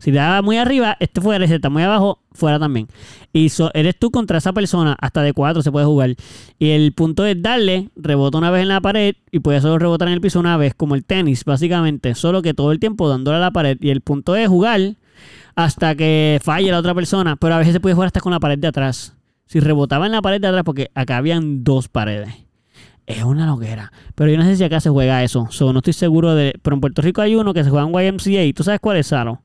[SPEAKER 2] Si te daba muy arriba, este fuera. Y si está muy abajo, fuera también. Y so- eres tú contra esa persona. Hasta de cuatro se puede jugar. Y el punto es darle, rebota una vez en la pared y puedes solo rebotar en el piso una vez, como el tenis, básicamente. Solo que todo el tiempo dándole a la pared. Y el punto es jugar hasta que falle la otra persona. Pero a veces se puede jugar hasta con la pared de atrás. Si rebotaba en la pared de atrás, porque acá habían dos paredes. Es una loquera. Pero yo no sé si acá se juega eso. So, no estoy seguro de. Pero en Puerto Rico hay uno que se juega en YMCA. ¿Tú sabes cuál es, Saro?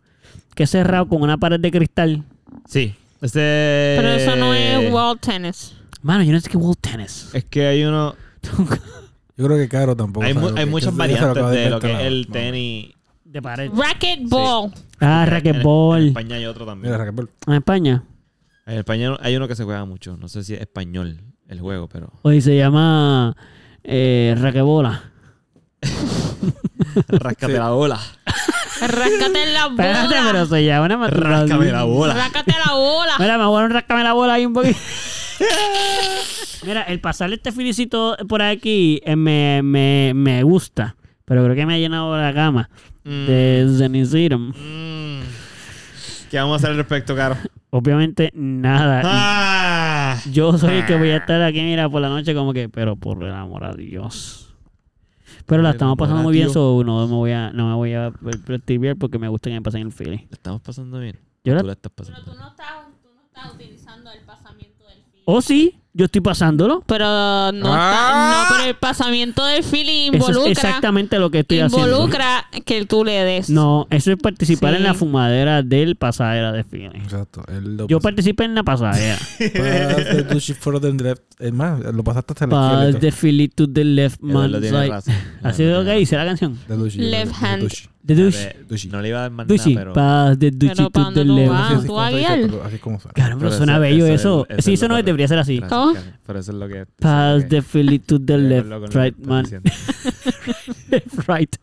[SPEAKER 2] Que es cerrado con una pared de cristal.
[SPEAKER 1] Sí. Este...
[SPEAKER 4] Pero eso no es wall tennis.
[SPEAKER 2] Mano, yo no sé qué es wall tennis.
[SPEAKER 1] Es que hay uno.
[SPEAKER 5] Yo creo que Caro tampoco.
[SPEAKER 1] Hay,
[SPEAKER 5] sabe
[SPEAKER 1] mu-
[SPEAKER 5] lo que
[SPEAKER 1] hay
[SPEAKER 5] es.
[SPEAKER 1] muchas
[SPEAKER 5] Eso lo acaba
[SPEAKER 1] variantes de lo que es
[SPEAKER 5] inventar.
[SPEAKER 1] el
[SPEAKER 5] No.
[SPEAKER 1] tenis.
[SPEAKER 2] De pared.
[SPEAKER 4] Racquetball.
[SPEAKER 2] Ah,
[SPEAKER 1] En, en
[SPEAKER 2] racquetball.
[SPEAKER 1] España hay otro también.
[SPEAKER 5] Mira, Raquel.
[SPEAKER 2] ¿En España?
[SPEAKER 1] En España hay uno que se juega mucho. No sé si es español el juego, pero.
[SPEAKER 2] Hoy se llama. Eh, raquebola.
[SPEAKER 1] Ráscate la bola.
[SPEAKER 4] Ráscate la bola.
[SPEAKER 2] Espérate, pero se llama una matura.
[SPEAKER 1] Ráscame la bola.
[SPEAKER 4] Rácate la bola.
[SPEAKER 2] Mira, me voy a rascarme la bola ahí un poquito. Mira, el pasarle este filicito por aquí eh, me, me, me gusta. Pero creo que me ha llenado la gama de Zenicirum.
[SPEAKER 1] Mm. ¿Qué vamos a hacer al respecto, Caro?
[SPEAKER 2] Obviamente, nada.
[SPEAKER 1] ¡Ah!
[SPEAKER 2] Yo soy el que voy a estar aquí, mira, por la noche, como que, pero por el amor a Dios. Pero la
[SPEAKER 1] Por el
[SPEAKER 2] estamos
[SPEAKER 1] amor
[SPEAKER 2] pasando
[SPEAKER 1] a
[SPEAKER 2] muy bien,
[SPEAKER 1] Dios.
[SPEAKER 2] so no me voy a, no me voy a perturbar porque me gusta que me pasen el feeling.
[SPEAKER 1] ¿La estamos pasando bien?
[SPEAKER 2] Yo la-
[SPEAKER 1] Tú la estás pasando bien.
[SPEAKER 4] no estás, tú no estás utilizando el pasamiento del feeling.
[SPEAKER 2] Oh, sí, yo estoy pasándolo.
[SPEAKER 4] Pero no,
[SPEAKER 5] Ah.
[SPEAKER 4] está, no, pero el pasamiento del feeling
[SPEAKER 2] Eso es
[SPEAKER 4] involucra.
[SPEAKER 2] exactamente lo que estoy haciendo.
[SPEAKER 4] involucra que tú le des.
[SPEAKER 2] No, eso es participar
[SPEAKER 4] Sí.
[SPEAKER 2] en la fumadera del pasadera de feeling.
[SPEAKER 1] Pues
[SPEAKER 5] Exacto. Él lo
[SPEAKER 2] Yo participé en la pasadera.
[SPEAKER 5] Pass the two shit for them left. Es más, lo pasaste hasta la
[SPEAKER 2] Pass
[SPEAKER 5] izquierda.
[SPEAKER 2] the feeling to the left man
[SPEAKER 1] Eduardo tiene
[SPEAKER 2] side.
[SPEAKER 1] razón.
[SPEAKER 2] Así es lo que dice la canción.
[SPEAKER 5] The douche,
[SPEAKER 4] Left
[SPEAKER 5] the
[SPEAKER 4] hand.
[SPEAKER 5] douche.
[SPEAKER 2] The douche.
[SPEAKER 1] Espérate,
[SPEAKER 5] Dushi.
[SPEAKER 1] No le iba a dar más nada,
[SPEAKER 2] Dushi.
[SPEAKER 1] pero...
[SPEAKER 2] Pass the
[SPEAKER 4] Pero
[SPEAKER 2] douche to
[SPEAKER 4] ¿pa'
[SPEAKER 2] the
[SPEAKER 4] dónde tú
[SPEAKER 2] left.
[SPEAKER 4] vas?
[SPEAKER 5] Así es
[SPEAKER 4] Ah, tú
[SPEAKER 5] como se dice,
[SPEAKER 4] Ariel.
[SPEAKER 5] pero así es como suena.
[SPEAKER 2] Claro, pero
[SPEAKER 1] pero
[SPEAKER 2] suena
[SPEAKER 1] eso-
[SPEAKER 2] bello
[SPEAKER 1] eso es-
[SPEAKER 2] eso.
[SPEAKER 1] eso
[SPEAKER 2] Si
[SPEAKER 1] es
[SPEAKER 2] eso
[SPEAKER 1] lo
[SPEAKER 2] no es,
[SPEAKER 1] correcto.
[SPEAKER 2] debería ser así.
[SPEAKER 1] Gracias,
[SPEAKER 4] ¿Cómo?
[SPEAKER 1] Karen. Pero eso es lo que...
[SPEAKER 2] Pass the feeling to the
[SPEAKER 1] estoy de
[SPEAKER 2] left,
[SPEAKER 1] acuerdo con lo que
[SPEAKER 2] right
[SPEAKER 1] estás
[SPEAKER 2] man,
[SPEAKER 1] diciendo.
[SPEAKER 2] left, right.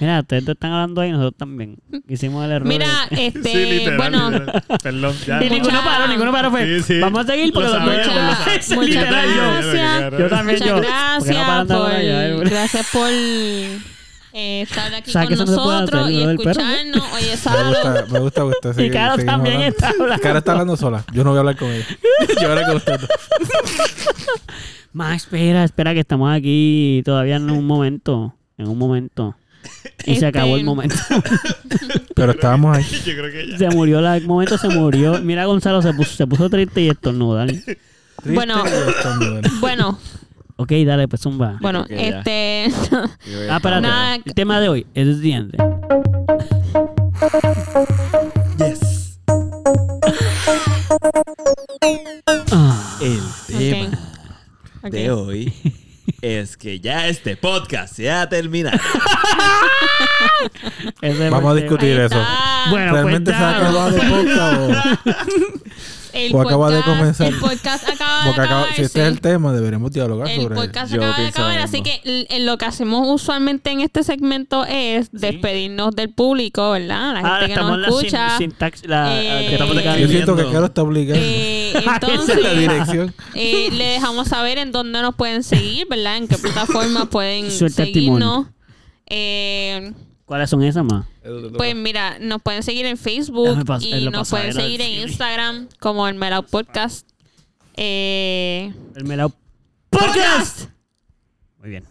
[SPEAKER 2] Mira, ustedes dos están hablando ahí, nosotros también. Hicimos el error.
[SPEAKER 4] Mira,
[SPEAKER 2] de-
[SPEAKER 4] este,
[SPEAKER 1] Sí, literal,
[SPEAKER 4] bueno,
[SPEAKER 1] literal. Perdón, ya.
[SPEAKER 2] Y
[SPEAKER 1] no-
[SPEAKER 2] ninguno
[SPEAKER 4] mucha-
[SPEAKER 2] paró, ninguno paró. Fue.
[SPEAKER 1] Sí, sí.
[SPEAKER 2] Vamos a seguir porque
[SPEAKER 1] Lo
[SPEAKER 2] los dos
[SPEAKER 1] sabemos,
[SPEAKER 2] ya-
[SPEAKER 1] lo
[SPEAKER 4] muchas,
[SPEAKER 2] Es literal yo.
[SPEAKER 1] sabemos.
[SPEAKER 4] gracias.
[SPEAKER 2] Yo también,
[SPEAKER 4] Muchas
[SPEAKER 2] yo. Porque no
[SPEAKER 4] gracias
[SPEAKER 2] paran de
[SPEAKER 4] por,
[SPEAKER 2] hablar ya, eh.
[SPEAKER 4] gracias por eh, estar aquí
[SPEAKER 2] O sea, que
[SPEAKER 4] con
[SPEAKER 2] eso no se puede hacer,
[SPEAKER 4] nosotros y
[SPEAKER 2] lo del perro, ¿no?
[SPEAKER 4] escucharnos. Oye,
[SPEAKER 5] Me
[SPEAKER 4] Saro,
[SPEAKER 5] gusta, me gusta, me gusta.
[SPEAKER 2] Y Caro también está hablando.
[SPEAKER 5] Cara está hablando sola. Yo no voy a hablar con ella. Yo ahora con usted.
[SPEAKER 2] Más, espera, espera, que estamos aquí todavía en un momento. En un momento. Y se
[SPEAKER 4] Este-
[SPEAKER 2] acabó el momento.
[SPEAKER 5] Pero estábamos ahí.
[SPEAKER 1] Yo creo que ya.
[SPEAKER 2] Se murió, la- el momento se murió. Mira, Gonzalo se puso, se puso triste y estornudar.
[SPEAKER 5] Triste
[SPEAKER 4] Bueno.
[SPEAKER 5] y estornudando.
[SPEAKER 4] bueno,
[SPEAKER 2] Ok, dale, pues zumba.
[SPEAKER 4] bueno,
[SPEAKER 1] creo que ya.
[SPEAKER 4] este,
[SPEAKER 2] Ah, espérate.
[SPEAKER 4] Nada.
[SPEAKER 2] El tema de hoy es el siguiente.
[SPEAKER 1] Yes.
[SPEAKER 2] Ah,
[SPEAKER 1] El tema
[SPEAKER 4] ok, ok.
[SPEAKER 1] de hoy es que ya este podcast se ha terminado.
[SPEAKER 2] ese
[SPEAKER 5] Vamos a
[SPEAKER 2] fue el
[SPEAKER 5] discutir
[SPEAKER 4] Ahí
[SPEAKER 5] eso.
[SPEAKER 4] está.
[SPEAKER 2] Bueno, pues
[SPEAKER 5] ¿Realmente se ha
[SPEAKER 2] nada.
[SPEAKER 5] acabado el podcast o-
[SPEAKER 4] el
[SPEAKER 5] o acaba de
[SPEAKER 4] podcast-
[SPEAKER 5] comenzar.
[SPEAKER 4] El podcast acaba de
[SPEAKER 5] Porque acaba-
[SPEAKER 4] acabar.
[SPEAKER 5] si este es
[SPEAKER 4] sí.
[SPEAKER 5] el tema, deberemos dialogar
[SPEAKER 4] El
[SPEAKER 5] sobre él.
[SPEAKER 4] podcast
[SPEAKER 1] Yo
[SPEAKER 4] acaba de
[SPEAKER 1] pienso lo
[SPEAKER 4] acabar,
[SPEAKER 1] mismo.
[SPEAKER 4] así que l- eh, lo que hacemos usualmente en este segmento es despedirnos del público, ¿verdad? La gente
[SPEAKER 2] Ahora
[SPEAKER 4] que
[SPEAKER 2] Ah, estamos en
[SPEAKER 4] nos
[SPEAKER 2] la sin,
[SPEAKER 4] escucha.
[SPEAKER 2] sintax- la-
[SPEAKER 4] Eh,
[SPEAKER 2] la-
[SPEAKER 4] Estamos
[SPEAKER 2] técnica de-
[SPEAKER 5] Yo siento que
[SPEAKER 1] viviendo.
[SPEAKER 5] Caro está obligado.
[SPEAKER 4] Eh,
[SPEAKER 2] Esa
[SPEAKER 5] la
[SPEAKER 4] entonces,
[SPEAKER 5] dirección.
[SPEAKER 4] eh, le dejamos saber en dónde nos pueden seguir, ¿verdad? En qué plataforma pueden
[SPEAKER 2] Suelta el timón.
[SPEAKER 4] seguirnos. Eh,
[SPEAKER 2] ¿Cuáles son esas más?
[SPEAKER 4] pues mira, nos pueden seguir en
[SPEAKER 2] Déjame
[SPEAKER 4] Facebook
[SPEAKER 2] pas- es
[SPEAKER 4] y
[SPEAKER 2] la
[SPEAKER 4] nos pueden
[SPEAKER 2] pasadera
[SPEAKER 4] seguir
[SPEAKER 2] del
[SPEAKER 4] en
[SPEAKER 2] feeling.
[SPEAKER 4] Instagram como el Melao Podcast. Eh,
[SPEAKER 2] El melao podcast. Muy bien.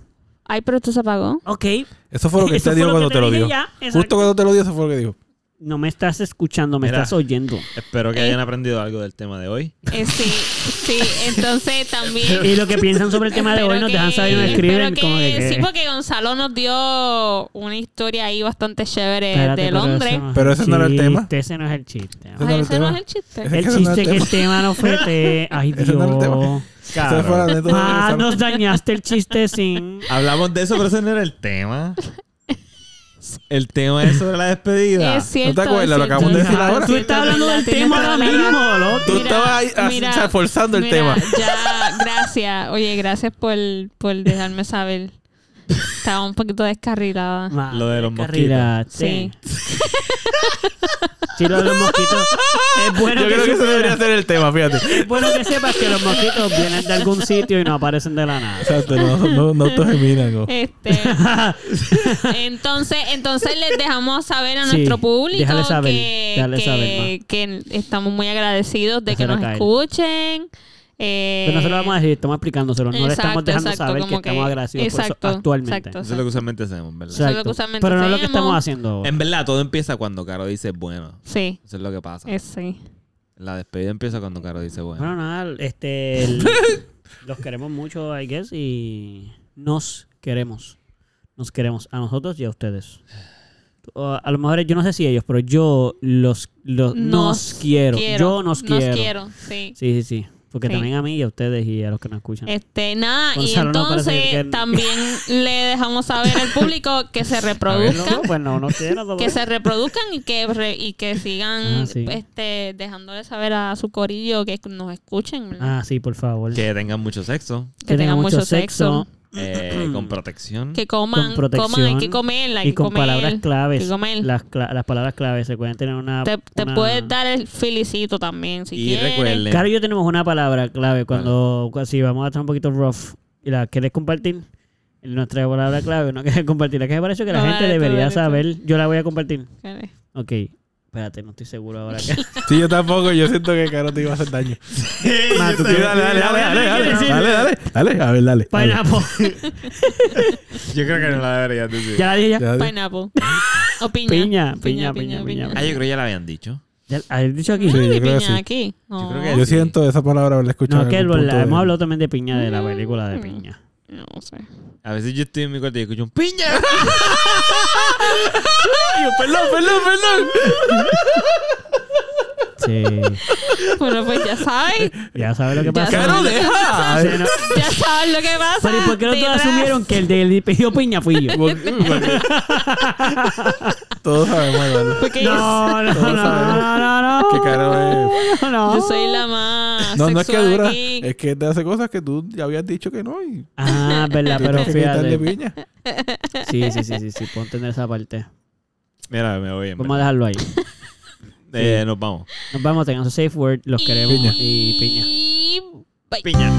[SPEAKER 4] ay, pero esto se apagó.
[SPEAKER 2] Ok.
[SPEAKER 5] Eso fue lo que
[SPEAKER 2] Eso
[SPEAKER 5] te
[SPEAKER 2] fue
[SPEAKER 5] dio
[SPEAKER 2] lo
[SPEAKER 5] cuando
[SPEAKER 2] que
[SPEAKER 5] te
[SPEAKER 2] te
[SPEAKER 5] lo
[SPEAKER 2] dije
[SPEAKER 5] dio.
[SPEAKER 2] ya, exacto.
[SPEAKER 5] Justo cuando te lo dio, eso fue lo que dijo.
[SPEAKER 2] No me estás escuchando, me
[SPEAKER 1] Mira.
[SPEAKER 2] estás oyendo.
[SPEAKER 1] Espero que hayan aprendido algo del tema de hoy.
[SPEAKER 4] Eh, sí, sí, entonces también.
[SPEAKER 2] Y lo que piensan sobre el tema de hoy
[SPEAKER 4] Espero
[SPEAKER 2] nos dejan
[SPEAKER 4] que-
[SPEAKER 2] saber y nos
[SPEAKER 4] espero
[SPEAKER 2] escriben como que...
[SPEAKER 4] Sí,
[SPEAKER 2] que-
[SPEAKER 4] porque Gonzalo nos dio una historia ahí bastante chévere
[SPEAKER 2] Espérate,
[SPEAKER 4] Eh, de
[SPEAKER 2] pero eso
[SPEAKER 4] Londres.
[SPEAKER 2] no es
[SPEAKER 5] Pero ese no era el tema.
[SPEAKER 2] chiste, Ese no es el chiste. Ah,
[SPEAKER 5] Ese no
[SPEAKER 4] Ay,
[SPEAKER 5] era el
[SPEAKER 4] ese no
[SPEAKER 5] tema.
[SPEAKER 4] es el chiste.
[SPEAKER 5] Ese-
[SPEAKER 2] El
[SPEAKER 5] ese no era
[SPEAKER 2] chiste
[SPEAKER 5] el
[SPEAKER 2] que el tema no fue te... Ay, Dios.
[SPEAKER 5] Ese no era el tema. Eso fue la
[SPEAKER 1] Cabrón.
[SPEAKER 5] anécdota de
[SPEAKER 2] Ah,
[SPEAKER 5] Gonzalo.
[SPEAKER 2] nos dañaste el chiste sin...
[SPEAKER 1] Hablamos de eso, pero ese no era el tema. El tema es sobre la despedida.
[SPEAKER 4] Es cierto.
[SPEAKER 5] acuerdas?
[SPEAKER 4] es
[SPEAKER 5] Lo acabamos
[SPEAKER 4] cierto.
[SPEAKER 5] de decir
[SPEAKER 4] Ah,
[SPEAKER 5] ahora.
[SPEAKER 4] es
[SPEAKER 2] Tú
[SPEAKER 4] cierto,
[SPEAKER 2] estás hablando
[SPEAKER 4] verdad,
[SPEAKER 2] del
[SPEAKER 4] tienes
[SPEAKER 2] tema
[SPEAKER 4] toda
[SPEAKER 2] ahora
[SPEAKER 4] la
[SPEAKER 2] mismo,
[SPEAKER 4] razón.
[SPEAKER 2] loco.
[SPEAKER 5] Tú estabas ahí, así, o sea, forzando el tema.
[SPEAKER 4] Ya, gracias. Oye, gracias por, por dejarme saber. Estaba un poquito descarrilada.
[SPEAKER 1] Lo de los
[SPEAKER 4] Sí.
[SPEAKER 2] Sí, lo de los mosquitos. Es bueno
[SPEAKER 5] Yo
[SPEAKER 2] que,
[SPEAKER 5] creo que ese
[SPEAKER 2] supieras-
[SPEAKER 5] debería ser el tema, fíjate.
[SPEAKER 2] es bueno que sepas que los mosquitos vienen de algún sitio y no aparecen de la nada.
[SPEAKER 5] Exacto, no, no, no terminan. no.
[SPEAKER 4] Este, entonces, entonces les dejamos saber a
[SPEAKER 2] Sí,
[SPEAKER 4] nuestro público
[SPEAKER 2] déjale saber,
[SPEAKER 4] que,
[SPEAKER 2] déjale
[SPEAKER 4] que-
[SPEAKER 2] saber,
[SPEAKER 4] que estamos muy agradecidos de que
[SPEAKER 2] Déjala
[SPEAKER 4] nos
[SPEAKER 2] caer.
[SPEAKER 4] escuchen. Eh,
[SPEAKER 2] Pero nosotros vamos a decir, estamos explicándoselo. No le estamos
[SPEAKER 4] exacto,
[SPEAKER 2] dejando
[SPEAKER 4] exacto,
[SPEAKER 2] saber que,
[SPEAKER 4] como
[SPEAKER 2] estamos agradecidos por
[SPEAKER 4] exacto,
[SPEAKER 2] eso actualmente.
[SPEAKER 4] exacto,
[SPEAKER 1] Eso es lo que usualmente hacemos, ¿verdad?
[SPEAKER 4] Eso es lo que usualmente
[SPEAKER 2] Pero no es lo que
[SPEAKER 4] hacemos.
[SPEAKER 2] estamos haciendo. ahora.
[SPEAKER 1] En verdad, todo empieza cuando Caro dice bueno.
[SPEAKER 4] Sí,
[SPEAKER 1] Eso es lo que pasa.
[SPEAKER 4] es, sí.
[SPEAKER 1] La despedida empieza cuando Caro dice bueno.
[SPEAKER 2] Bueno, nada, este. el- los queremos mucho, I guess, y nos queremos. Nos queremos a nosotros y a ustedes. O a a lo mejor yo no sé si ellos, pero yo los, los nos, quiero. Yo nos, quiero.
[SPEAKER 4] sí.
[SPEAKER 2] Sí, sí, sí. Porque
[SPEAKER 4] Sí.
[SPEAKER 2] también a mí y a ustedes y a los que nos escuchan.
[SPEAKER 4] Este, nada,
[SPEAKER 2] Gonzalo,
[SPEAKER 4] y
[SPEAKER 2] no, parece
[SPEAKER 4] entonces
[SPEAKER 2] que-
[SPEAKER 4] también le dejamos saber al público que se
[SPEAKER 2] Bueno,
[SPEAKER 4] reproduzcan,
[SPEAKER 2] pues no, no quiero. no,
[SPEAKER 4] que se reproduzcan y que re- y que sigan
[SPEAKER 2] Ah, sí.
[SPEAKER 4] este dejándole saber a su corillo que nos escuchen, ¿verdad?
[SPEAKER 2] Ah, sí, por favor.
[SPEAKER 1] Que tengan mucho sexo.
[SPEAKER 4] que tengan mucho sexo,
[SPEAKER 1] eh, con protección.
[SPEAKER 4] que coman,
[SPEAKER 2] Con protección
[SPEAKER 4] coman, hay que comer, hay
[SPEAKER 2] Y
[SPEAKER 4] que
[SPEAKER 2] con
[SPEAKER 4] comer,
[SPEAKER 2] palabras
[SPEAKER 4] hay
[SPEAKER 2] claves.
[SPEAKER 4] que comer.
[SPEAKER 2] Las, cla- las palabras claves se pueden tener una.
[SPEAKER 4] te, te
[SPEAKER 2] una-
[SPEAKER 4] puedes dar el filicito también si
[SPEAKER 1] y
[SPEAKER 4] quieres.
[SPEAKER 1] recuerden.
[SPEAKER 2] Caro y yo tenemos una palabra clave cuando, cu- si vamos a estar un poquito rough y la quieres compartir, nuestra palabra clave no quieres compartirla. Que me pareció que la
[SPEAKER 4] No,
[SPEAKER 2] gente
[SPEAKER 4] dale tú,
[SPEAKER 2] debería
[SPEAKER 4] dale tú.
[SPEAKER 2] saber. Yo la voy a compartir.
[SPEAKER 4] Dale.
[SPEAKER 2] Ok, espérate, no estoy seguro ahora. que-
[SPEAKER 5] Sí, yo tampoco. Yo siento que Caro te iba a hacer daño. Ma, tú tienes- dale, dale, dale, dale, dale,
[SPEAKER 2] Sí, sí.
[SPEAKER 5] dale, dale, dale, a ver, dale. dale.
[SPEAKER 2] Pineapple.
[SPEAKER 1] Yo creo que no la deberías decir.
[SPEAKER 2] ya la dije ya.
[SPEAKER 5] Ya,
[SPEAKER 4] Pineapple. O piña.
[SPEAKER 2] Piña, piña, piña, piña.
[SPEAKER 1] Ah, yo creo que ya la habían dicho.
[SPEAKER 2] Ya- ¿Habéis dicho aquí?
[SPEAKER 5] Sí, yo
[SPEAKER 4] Mi
[SPEAKER 5] creo que
[SPEAKER 4] piña
[SPEAKER 5] sí.
[SPEAKER 4] aquí. No.
[SPEAKER 1] creo
[SPEAKER 5] Yo siento esa palabra la escuchado.
[SPEAKER 2] No, que
[SPEAKER 5] en
[SPEAKER 2] lo-
[SPEAKER 5] algún punto
[SPEAKER 2] la-
[SPEAKER 5] de-
[SPEAKER 2] hemos hablado también de piña, de la película
[SPEAKER 4] Mm.
[SPEAKER 2] de piña.
[SPEAKER 4] No sé.
[SPEAKER 1] A veces yo estoy en mi cuarto y escucho un piña.
[SPEAKER 5] Ay, Perdón, perdón, perdón.
[SPEAKER 2] Sí.
[SPEAKER 4] Bueno, pues ya sabes.
[SPEAKER 2] Ya sabes lo que
[SPEAKER 4] Ya
[SPEAKER 2] pasa.
[SPEAKER 5] Caro, deja.
[SPEAKER 2] Sí, no.
[SPEAKER 4] Ya sabes lo que pasa.
[SPEAKER 2] Pero ¿y por qué no todos
[SPEAKER 4] Detrás.
[SPEAKER 2] asumieron que el del pedido piña fui yo?
[SPEAKER 5] Todos sabemos, ¿verdad?
[SPEAKER 4] Porque
[SPEAKER 2] No, no, no,
[SPEAKER 5] Todos sabemos
[SPEAKER 2] no, no, no.
[SPEAKER 5] que Caro es.
[SPEAKER 2] No, no.
[SPEAKER 4] yo, yo soy la más.
[SPEAKER 5] No, no es que
[SPEAKER 4] sexual
[SPEAKER 5] dura.
[SPEAKER 4] aquí.
[SPEAKER 5] Es que te hace cosas que tú ya habías dicho que no. Y
[SPEAKER 2] Ah, es verdad, pero
[SPEAKER 5] tienes que quitarle
[SPEAKER 2] fíjate.
[SPEAKER 5] piña.
[SPEAKER 2] Sí, sí, sí, sí, sí, puedo entender esa parte.
[SPEAKER 1] Mira, me voy en
[SPEAKER 2] Vamos a
[SPEAKER 1] verdad.
[SPEAKER 2] dejarlo ahí.
[SPEAKER 1] Eh, Nos vamos.
[SPEAKER 2] Nos vamos, tengan su safe word, los queremos
[SPEAKER 5] Piña.
[SPEAKER 2] y piña.
[SPEAKER 4] Y. bye.
[SPEAKER 1] Piña.